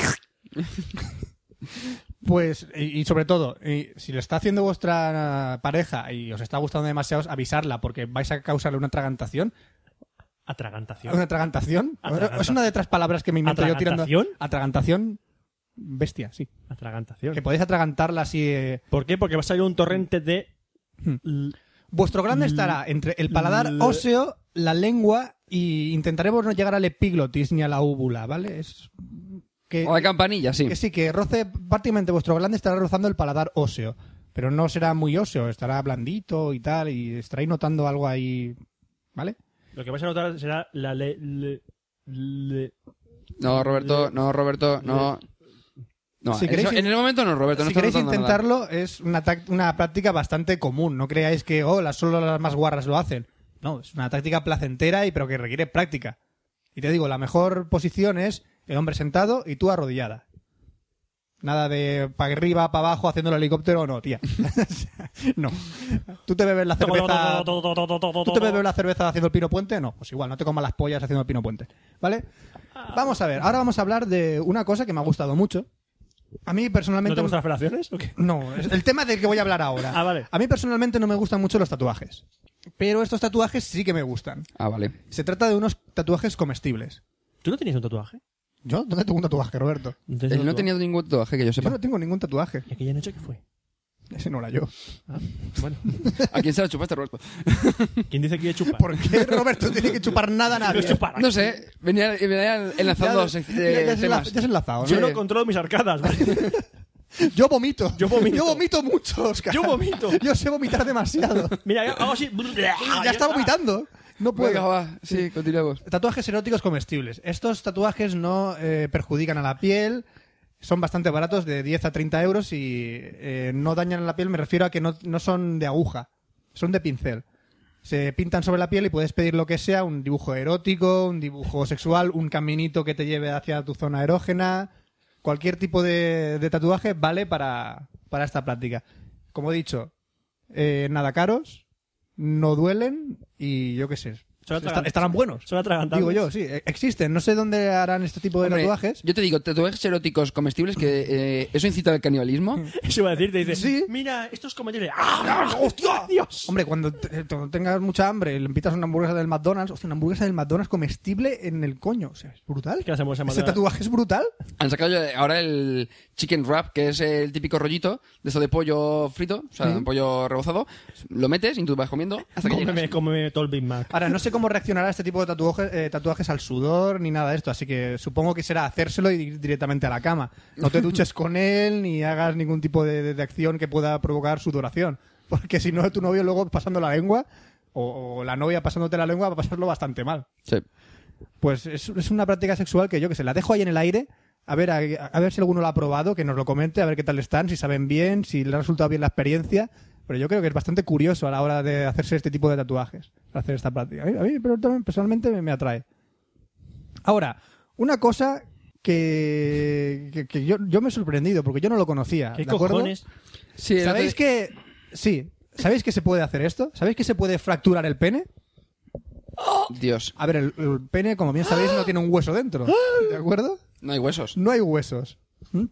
Speaker 1: Pues, y, y sobre todo, y si lo está haciendo vuestra pareja y os está gustando demasiado, avisarla porque vais a causarle una atragantación. ¿Una
Speaker 3: atragantación.
Speaker 1: atragantación?
Speaker 3: Atraganta-
Speaker 1: Es una de otras palabras que me invento yo tirando.
Speaker 3: ¿Atragantación?
Speaker 1: Atragantación. Bestia, sí.
Speaker 3: Atragantación.
Speaker 1: Que podéis atragantarla así. eh,
Speaker 3: ¿Por qué? Porque va a salir un torrente de...
Speaker 1: Vuestro grande estará entre el paladar
Speaker 3: l-
Speaker 1: óseo, la lengua y intentaremos no llegar al epiglotis ni a la úvula, ¿vale? Es que,
Speaker 2: O la campanilla, sí.
Speaker 1: que sí, que roce prácticamente vuestro glande estará rozando el paladar óseo, pero no será muy óseo, estará blandito y tal y estaréis notando algo ahí, ¿vale?
Speaker 3: Lo que vais a notar será la le... le- le-
Speaker 2: No, Roberto, no, Roberto, no. No,
Speaker 1: Si
Speaker 2: en
Speaker 1: queréis
Speaker 2: eso-
Speaker 1: in-
Speaker 2: en el momento no, Roberto. No
Speaker 1: si
Speaker 2: estás
Speaker 1: queréis
Speaker 2: notando nada.
Speaker 1: intentarlo, es una, tac- una práctica bastante común. No creáis que, oh, las, solo las más guarras lo hacen. No, es una táctica placentera y pero que requiere práctica. Y te digo, la mejor posición es el hombre sentado y tú arrodillada. Nada de para arriba, para abajo, haciendo el helicóptero, no, tía. no. ¿Tú te bebes la cerveza ¿Tú te bebes la cerveza haciendo el pino puente? No, pues igual, no te comas las pollas haciendo el pino puente. ¿Vale? Vamos a ver, ahora vamos a hablar de una cosa que me ha gustado mucho. A mí
Speaker 3: ¿No
Speaker 1: personalmente.
Speaker 3: te gustan las relaciones o qué?
Speaker 1: No, es el tema del que voy a hablar ahora.
Speaker 3: Ah, vale.
Speaker 1: A mí personalmente no me gustan mucho los tatuajes. Pero estos tatuajes sí que me gustan.
Speaker 2: Ah, vale.
Speaker 1: Se trata de unos tatuajes comestibles.
Speaker 3: ¿Tú no tenías un tatuaje?
Speaker 1: ¿Yo? ¿Dónde tengo un tatuaje, Roberto?
Speaker 3: ¿No tenías
Speaker 2: Él
Speaker 3: un
Speaker 2: Eh, no
Speaker 3: tatuaje?
Speaker 2: tenía ningún tatuaje que yo
Speaker 1: Yo
Speaker 2: sepa.
Speaker 1: no tengo ningún tatuaje.
Speaker 3: ¿Y aquella noche qué fue?
Speaker 1: Ese no era yo.
Speaker 3: Bueno,
Speaker 2: ¿A quién se la chupaste, Roberto?
Speaker 3: ¿quién dice que quiere chupar?
Speaker 1: ¿Por qué Roberto tiene que chupar nada a nadie?
Speaker 3: chupar.
Speaker 2: No sé, venía, venía enlazando
Speaker 1: Ya,
Speaker 2: sec-
Speaker 1: ya-
Speaker 2: eh,
Speaker 1: ya se enla-
Speaker 2: temas.
Speaker 1: ya se ha enlazado, ¿no?
Speaker 3: Yo no controlo mis arcadas, ¿vale?
Speaker 1: Yo vomito.
Speaker 3: Yo vomito.
Speaker 1: Yo vomito mucho, Oscar.
Speaker 3: Yo vomito. Ah,
Speaker 1: Yo sé vomitar demasiado.
Speaker 3: Mira, yo hago así.
Speaker 1: Ah, ya está vomitando. No
Speaker 2: Venga,
Speaker 1: puedo.
Speaker 2: va, sí, continuemos.
Speaker 1: Tatuajes eróticos comestibles. Estos tatuajes no eh, perjudican a la piel. Son bastante baratos, de 10 a 30 euros, y eh, no dañan a la piel. Me refiero a que no, no son de aguja, son de pincel. Se pintan sobre la piel y puedes pedir lo que sea: un dibujo erótico, un dibujo sexual, un caminito que te lleve hacia tu zona erógena. Cualquier tipo de, de tatuaje vale para, para esta práctica. Como he dicho, eh, nada caros, no duelen y yo qué sé.
Speaker 3: Son
Speaker 1: Est-
Speaker 3: atragantes.
Speaker 1: estarán buenos.
Speaker 3: Son atragantables.
Speaker 1: Digo yo, sí, e- existen. No sé dónde harán este tipo de
Speaker 2: Hombre,
Speaker 1: tatuajes.
Speaker 2: Yo te digo, tatuajes eróticos comestibles que eh, eso incita al canibalismo.
Speaker 3: Eso iba a decir, te dice,
Speaker 1: Sí.
Speaker 3: mira, esto es como yo le- ¡Ah, ¡Hostia! ¡Dios!
Speaker 1: Hombre, cuando te- te- tengas mucha hambre y le invitas una hamburguesa del McDonald's, hostia, una hamburguesa del McDonald's comestible en el coño. O sea, es brutal.
Speaker 3: ¿Qué hacemos en
Speaker 1: Ese
Speaker 3: McDonald's?
Speaker 1: tatuaje es brutal.
Speaker 2: Han sacado ya ahora el chicken wrap, que es el típico rollito de eso de pollo frito, o sea, pollo rebozado. Lo metes y tú vas comiendo hasta que
Speaker 3: Cómeme,
Speaker 2: llegas.
Speaker 3: cómeme todo el Big Mac.
Speaker 1: Ahora, no sé cómo reaccionará este tipo de tatuajes, eh, tatuajes al sudor ni nada de esto, así que supongo que será hacérselo y ir directamente a la cama. No te duches con él ni hagas ningún tipo de, de- de acción que pueda provocar sudoración, porque si no, tu novio luego pasando la lengua o, o la novia pasándote la lengua va a pasarlo bastante mal.
Speaker 2: Sí.
Speaker 1: Pues es, es una práctica sexual que yo que sé, la dejo ahí en el aire. A ver, a, a ver si alguno la ha probado, que nos lo comente, a ver qué tal están, si saben bien, si les ha resultado bien la experiencia. Pero yo creo que es bastante curioso a la hora de hacerse este tipo de tatuajes, hacer esta práctica. A mí, a mí pero también personalmente me, me atrae. Ahora, una cosa que, que- que yo, yo me he sorprendido, porque yo no lo conocía.
Speaker 3: ¿Qué
Speaker 1: Ah, ¿de acuerdo?
Speaker 3: cojones?
Speaker 2: Sí, el otro
Speaker 1: ¿Sabéis
Speaker 2: día-
Speaker 1: que... Sí, ¿sabéis que se puede hacer esto? ¿Sabéis que se puede fracturar el pene?
Speaker 2: Dios,
Speaker 1: A ver, el, el pene, como bien sabéis, no tiene un hueso dentro. ¿De acuerdo?
Speaker 2: no hay huesos.
Speaker 1: No hay huesos. ¿Mm?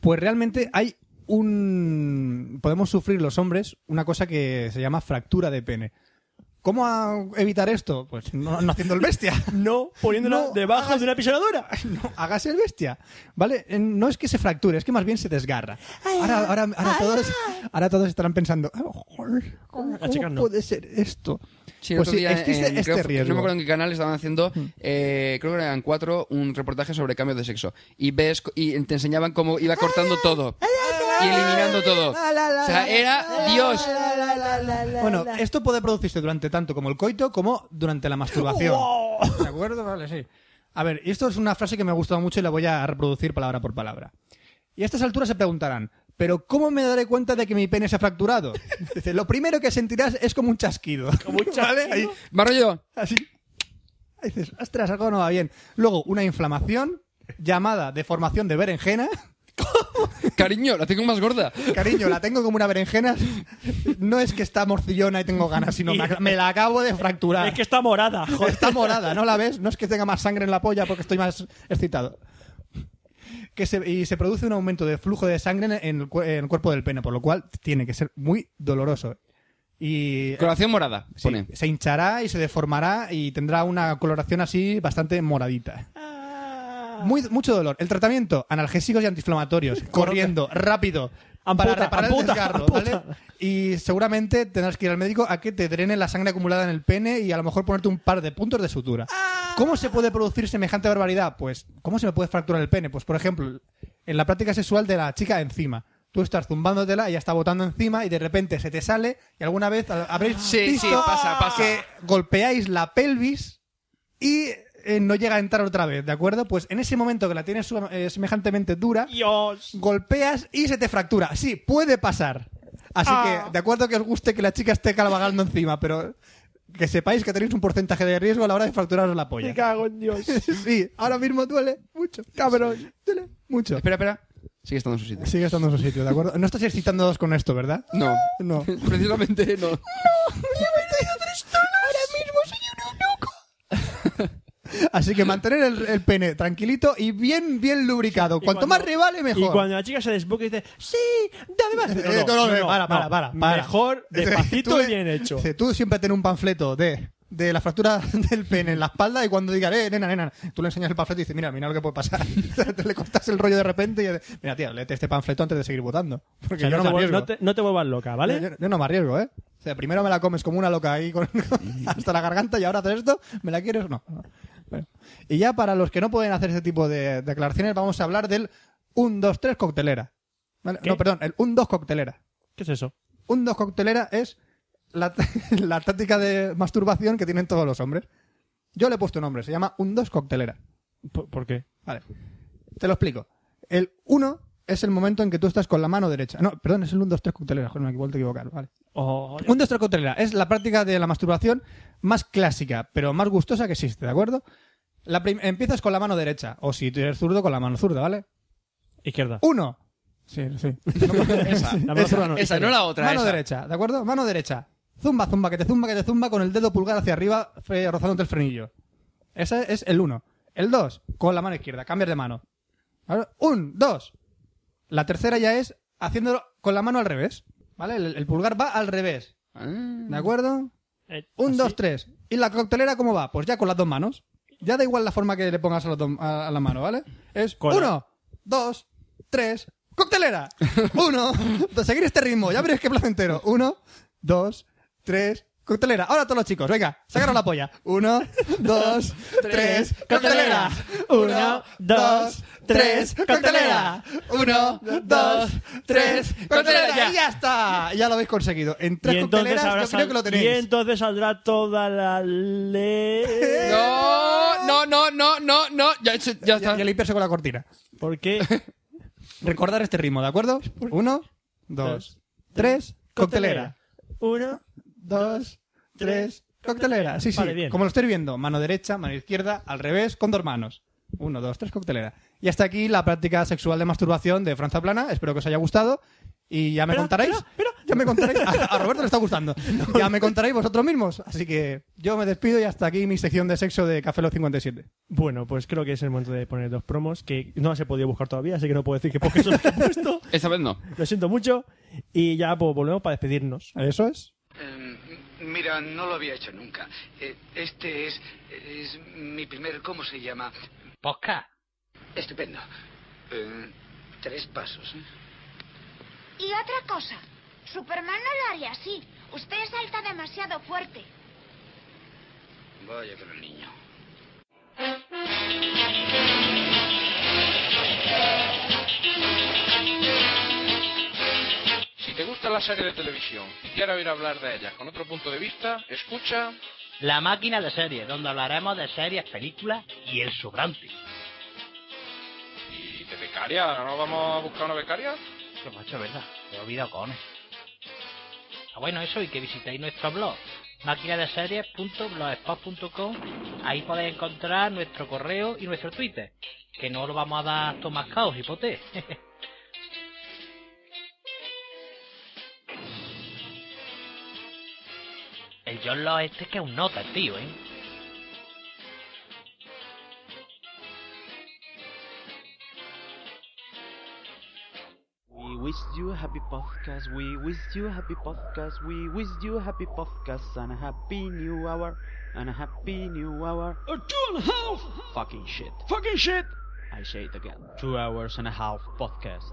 Speaker 1: Pues realmente hay un... Podemos sufrir los hombres una cosa que se llama fractura de pene. ¿Cómo a- evitar esto? Pues no, no haciendo el bestia.
Speaker 3: No, poniéndolo
Speaker 1: No,
Speaker 3: debajo
Speaker 1: hagas-
Speaker 3: de una pisoladora.
Speaker 1: No, hágase el bestia. ¿Vale? Eh, No es que se fracture, es que más bien se desgarra. Ahora, ahora, ahora, todos, ahora todos estarán pensando, "Ah, joder, ¿cómo,
Speaker 3: Las chicas
Speaker 1: cómo
Speaker 3: no.
Speaker 1: puede ser esto?
Speaker 2: Sí, el
Speaker 1: pues
Speaker 2: otro
Speaker 1: sí,
Speaker 2: día
Speaker 1: existe
Speaker 2: en-
Speaker 1: este
Speaker 2: creo- No
Speaker 1: riesgo. Mm.
Speaker 2: me acuerdo en qué canal estaban haciendo, eh, creo que eran cuatro, un reportaje sobre cambios de sexo. Y ves co- y te enseñaban cómo iba cortando todo y eliminando todo. O sea, era Dios.
Speaker 1: Bueno, esto puede producirse durante tanto como el coito como durante la masturbación. ¿De acuerdo? Vale, sí. A ver, esto es una frase que me ha gustado mucho y la voy a reproducir palabra por palabra. Y a estas alturas se preguntarán, ¿pero cómo me daré cuenta de que mi pene se ha fracturado? Dice, lo primero que sentirás es como un chasquido. ¿Como un chasquido?
Speaker 2: Más rollo.
Speaker 1: Así. Ahí dices, ostras, algo no va bien. Luego, una inflamación llamada deformación de berenjena.
Speaker 2: Cariño, la tengo más gorda.
Speaker 1: Cariño, la tengo como una berenjena. No es que está morcillona y tengo ganas, sino me, ac- me la acabo de fracturar.
Speaker 3: Es que está morada, joder.
Speaker 1: Está morada, ¿no la ves? No es que tenga más sangre en la polla porque estoy más excitado. Que se- y se produce un aumento de flujo de sangre en el, cue- en el cuerpo del pene, por lo cual tiene que ser muy doloroso. Y
Speaker 2: Coloración morada,
Speaker 1: sí,
Speaker 2: pone.
Speaker 1: se hinchará y se deformará y tendrá una coloración así bastante moradita. Muy, mucho dolor. El tratamiento, analgésicos y antiinflamatorios. corriendo, rápido.
Speaker 3: Amputa,
Speaker 1: para reparar
Speaker 3: amputa,
Speaker 1: el desgarro,
Speaker 3: amputa.
Speaker 1: ¿vale? Y seguramente tendrás que ir al médico a que te drene la sangre acumulada en el pene y a lo mejor ponerte un par de puntos de sutura.
Speaker 2: Ah.
Speaker 1: ¿Cómo se puede producir semejante barbaridad? Pues, ¿cómo se me puede fracturar el pene? Pues, por ejemplo, en la práctica sexual de la chica encima. Tú estás zumbándotela, ella está botando encima y de repente se te sale y alguna vez habréis
Speaker 2: Sí, sí,
Speaker 1: visto
Speaker 2: pasa, pasa.
Speaker 1: que golpeáis la pelvis y eh, no llega a entrar otra vez, ¿de acuerdo? Pues en ese momento que la tienes su- eh, semejantemente dura, golpeas y se te fractura. Sí, puede pasar. Así
Speaker 10: Ah.
Speaker 1: que, de acuerdo que os guste que la chica esté calvagando encima, pero que sepáis que tenéis un porcentaje de riesgo a la hora de fracturaros la polla.
Speaker 10: Me cago en Dios.
Speaker 1: sí, ahora mismo duele mucho, cabrón. Duele mucho.
Speaker 2: Espera, espera. Sigue estando en su sitio.
Speaker 1: Sigue estando en su sitio, ¿de acuerdo? No estás excitándoos con esto, ¿verdad?
Speaker 2: No.
Speaker 1: No.
Speaker 2: Precisamente no.
Speaker 1: Así que mantener el, el pene tranquilito y bien, bien lubricado.
Speaker 3: Y
Speaker 1: Cuanto
Speaker 3: cuando-
Speaker 1: más revale, mejor.
Speaker 3: Y cuando la chica se desboca y dice, sí, dame más. No,
Speaker 1: Eh,
Speaker 3: no, no, no,
Speaker 1: para, para,
Speaker 3: no.
Speaker 1: para, para.
Speaker 3: Mejor,
Speaker 1: Tú
Speaker 3: despacito
Speaker 1: le-
Speaker 3: y bien hecho.
Speaker 1: Dice, Tú siempre ten un panfleto de, de la fractura del pene en la espalda y cuando digan, eh, nena, nena, tú le enseñas el panfleto y dices, mira, mira lo que puede pasar. Te le cortas el rollo de repente y dices, mira, tía, léete este panfleto antes de seguir votando.
Speaker 3: O
Speaker 1: Porque
Speaker 3: sea,
Speaker 1: yo
Speaker 3: no,
Speaker 1: no,
Speaker 3: te,
Speaker 1: me
Speaker 3: vuel-
Speaker 1: arriesgo.
Speaker 3: no te- no te vuelvas loca, ¿vale?
Speaker 1: Yo, yo no me arriesgo, ¿eh? O sea, primero me la comes como una loca ahí con- hasta la garganta y ahora haces esto, ¿me la quieres? No. no. Bueno. Y ya para los que no pueden hacer este tipo de declaraciones, vamos a hablar del 1-2-3 coctelera. ¿Vale?
Speaker 3: ¿Qué?
Speaker 1: No, perdón, el 1-2 coctelera.
Speaker 3: ¿Qué es eso?
Speaker 1: Un dos coctelera es la, la táctica de masturbación que tienen todos los hombres. Yo le he puesto nombre, se llama un dos coctelera.
Speaker 3: ¿Por, por qué?
Speaker 1: Vale. Te lo explico. El uno es el momento en que tú estás con la mano derecha. No, perdón, es el un dos tres coctelera. Joder, me he vuelto a equivocar. Vale.
Speaker 3: Oh,
Speaker 1: Un dos tres coctelera es la práctica de la masturbación más clásica, pero más gustosa que existe, ¿de acuerdo? La prim- empiezas con la mano derecha, o si tú eres zurdo, con la mano zurda, ¿vale?
Speaker 3: izquierda.
Speaker 1: Uno. Sí, sí.
Speaker 3: Esa, la mano zurda no,
Speaker 2: Esa, no la otra.
Speaker 1: Mano
Speaker 2: esa.
Speaker 1: derecha, ¿de acuerdo? Mano derecha. Zumba, zumba, que te zumba, que te zumba con el dedo pulgar hacia arriba fe- rozándote el frenillo. Ese es el uno. El dos, con la mano izquierda, cambias de mano. Ahora, Un, dos. La tercera ya es haciéndolo con la mano al revés. ¿Vale? El, el pulgar va al revés.
Speaker 2: Ah.
Speaker 1: ¿De acuerdo?
Speaker 3: Eh,
Speaker 1: Un,
Speaker 3: así.
Speaker 1: dos, tres. ¿Y la coctelera cómo va? Pues ya con las dos manos. Ya da igual la forma que le pongas a, los dos- a- a la mano, ¿vale? Es
Speaker 3: Con la-
Speaker 1: uno, dos, tres, coctelera. Uno, dos, seguir este ritmo, ya veréis qué placentero. Uno, dos, tres, coctelera. Ahora todos los chicos, venga, sacaros la polla. Uno, dos, tres, coctelera. Uno, dos, tres, coctelera. Uno, dos, tres, coctelera. Y ya está. Ya lo habéis conseguido. En
Speaker 3: Y
Speaker 1: tres
Speaker 3: entonces,
Speaker 1: cocteleras
Speaker 3: habrá
Speaker 1: yo creo que lo
Speaker 3: sal- y
Speaker 1: tenéis.
Speaker 3: entonces saldrá toda la ley.
Speaker 2: No, no, no, no, no, no. Ya, he hecho- ya está.
Speaker 1: Y a limpiarse con la cortina.
Speaker 3: ¿Por qué?
Speaker 1: Recordar este ritmo, ¿de acuerdo? Uno, dos, tres, coctelera.
Speaker 3: Uno.
Speaker 1: Dos, tres, coctelera. Sí, sí.
Speaker 3: Vale, bien.
Speaker 1: Como lo estoy viendo, mano derecha, mano izquierda, al revés, con dos manos. Uno, dos, tres, coctelera. Y hasta aquí la práctica sexual de masturbación de Franza Plana. Espero que os haya gustado. Y ya me
Speaker 3: Espera,
Speaker 1: contaréis.
Speaker 3: espera, espera.
Speaker 1: Ya me contaréis. A, a Roberto le está gustando. Ya me contaréis vosotros mismos. Así que yo me despido y hasta aquí mi sección de sexo de Café Lo 57.
Speaker 3: Bueno, pues creo que es el momento de poner dos promos que no las he podido buscar todavía, así que no puedo decir que porque son los que he puesto.
Speaker 2: Esta vez no.
Speaker 3: Lo siento mucho. Y ya pues, volvemos para despedirnos.
Speaker 1: Eso es.
Speaker 11: Em, mira, no lo había hecho nunca. Eh, este es, es mi primer, ¿cómo se llama? Posca. Estupendo. Eh, tres pasos. ¿eh?
Speaker 12: Y otra cosa, Superman no lo haría así. Usted salta demasiado fuerte.
Speaker 11: Vaya que era niño.
Speaker 9: Si te gusta la serie de televisión y quieres oír hablar de ella con otro punto de vista, escucha
Speaker 11: La máquina de series, donde hablaremos de series, películas y el sobrante.
Speaker 9: y te becaria. ¿No vamos a buscar una becaria?
Speaker 11: Lo macho, ¿verdad? Me he olvidado cojones. Ah, bueno, eso, y que visitéis nuestro blog, maquinadeseries.blogspot.com. Ahí podéis encontrar nuestro correo y nuestro Twitter, que no lo vamos a dar Tomás Caos y Poté. El John Law este que es un nota, el tío, ¿eh?
Speaker 13: We wish you a happy podcast. We wish you a happy podcast. We wish you a happy podcast and a happy new hour and a happy new hour.
Speaker 5: A two and a half.
Speaker 13: Fucking shit.
Speaker 5: Fucking shit.
Speaker 13: I say it again. Two hours and a half podcast.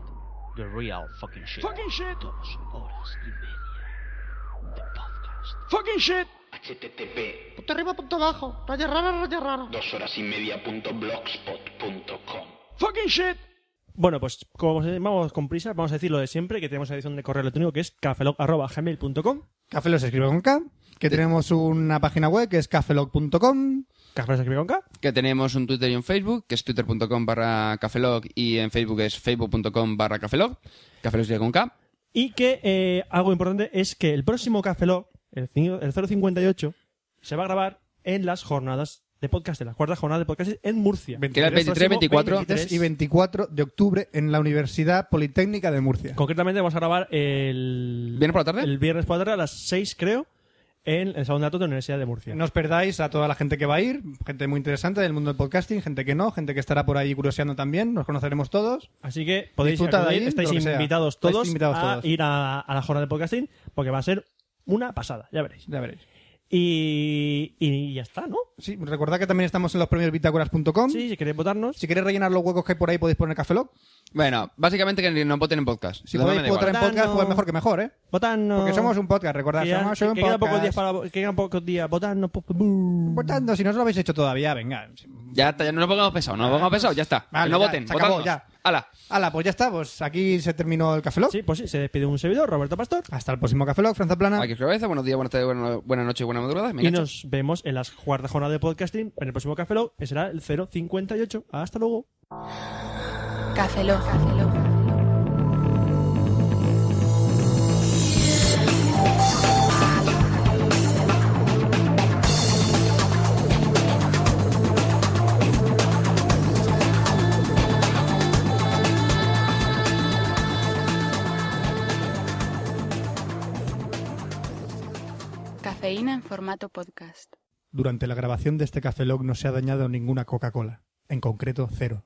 Speaker 13: The real fucking shit.
Speaker 5: Fucking shit.
Speaker 13: Dos horas y media de podcast.
Speaker 5: Fucking shit.
Speaker 11: HTTP,
Speaker 13: Punto arriba, punto abajo. Raya rara, raya rara.
Speaker 11: dos horas y media punto blogspot.com.
Speaker 5: Fucking shit.
Speaker 3: Bueno, pues como se- vamos con prisa, vamos a decir lo de siempre, que tenemos la edición de correo electrónico que es cafelog.gmail.com
Speaker 1: Café Lo se escribe con K. Que tenemos una página web que es cafelog.com.
Speaker 3: ¿Café se escribe con K?
Speaker 2: Que tenemos un Twitter y un Facebook, que es twitter.com barra cafelog y en Facebook es facebook.com barra cafelog. Cafelog sería con K.
Speaker 3: Y que eh, algo importante es que el próximo Café Lock, el, cin- el 058, se va a grabar en las jornadas de podcast, en las cuartas jornadas de podcast en Murcia.
Speaker 2: Que era el 23, 24.
Speaker 1: 23 y 24 de octubre en la Universidad Politécnica de Murcia.
Speaker 3: Concretamente vamos a grabar el... ¿Viernes
Speaker 2: por la tarde?
Speaker 3: El viernes por la tarde a las 6, creo, en el Salón de Datos de la Universidad de Murcia.
Speaker 1: No os perdáis a toda la gente que va a ir, gente muy interesante del mundo del podcasting, gente que no, gente que estará por ahí curioseando también, nos conoceremos todos.
Speaker 3: Así que podéis
Speaker 1: Disfrutad
Speaker 3: acudir,
Speaker 1: ahí,
Speaker 3: estáis
Speaker 1: lo que sea.
Speaker 3: invitados
Speaker 1: Estáis
Speaker 3: todos
Speaker 1: invitados
Speaker 3: a
Speaker 1: todos.
Speaker 3: ir a, a la jornada de podcasting porque va a ser una pasada, ya veréis.
Speaker 1: Ya veréis.
Speaker 3: Y, y ya está, ¿no?
Speaker 1: Sí, recordad que también estamos en los premios bitácoras.com.
Speaker 3: Sí, si queréis votarnos.
Speaker 1: Si queréis rellenar los huecos que hay por ahí podéis poner Café Lock.
Speaker 2: Bueno, básicamente que nos voten en podcast.
Speaker 1: Si
Speaker 2: Lo demás
Speaker 1: podéis
Speaker 2: me da
Speaker 1: votar en
Speaker 2: igual.
Speaker 1: podcast, pues mejor que mejor, ¿eh?
Speaker 3: Votadnos.
Speaker 1: Porque somos un podcast, recordad,
Speaker 3: Que ya-
Speaker 1: somos
Speaker 3: que-
Speaker 1: un
Speaker 3: que
Speaker 1: podcast.
Speaker 3: quedan pocos días para... Que quedan pocos días. pues, Votadnos. po- po- bu.
Speaker 1: Votando, si no os lo habéis hecho todavía, venga.
Speaker 2: Ya está, ya no nos pongamos pesado, no nos pongamos pesado, ya está.
Speaker 1: Ah, Vale,
Speaker 2: Que no
Speaker 1: ya,
Speaker 2: voten,
Speaker 1: se acabó,
Speaker 2: votadnos.
Speaker 1: ya.
Speaker 2: Hala.
Speaker 1: Hala, pues ya está, pues aquí se terminó el Café Lock.
Speaker 3: Sí, pues sí, se despide un servidor, Roberto Pastor.
Speaker 1: Hasta el próximo Café Lock, Franza Plana.
Speaker 2: Aquí os cabeza, buenos días, buenas tardes, buenas, buenas noches, buenas madrugadas. Me
Speaker 3: Y
Speaker 2: engancho.
Speaker 3: nos vemos en las cuarta jornada de podcasting en el próximo Café Lock, que será el 058. Hasta luego.
Speaker 4: Café Lock.
Speaker 14: Cafeína en formato podcast.
Speaker 1: Durante la grabación de este Café Lock no se ha dañado ninguna Coca-Cola. En concreto, cero.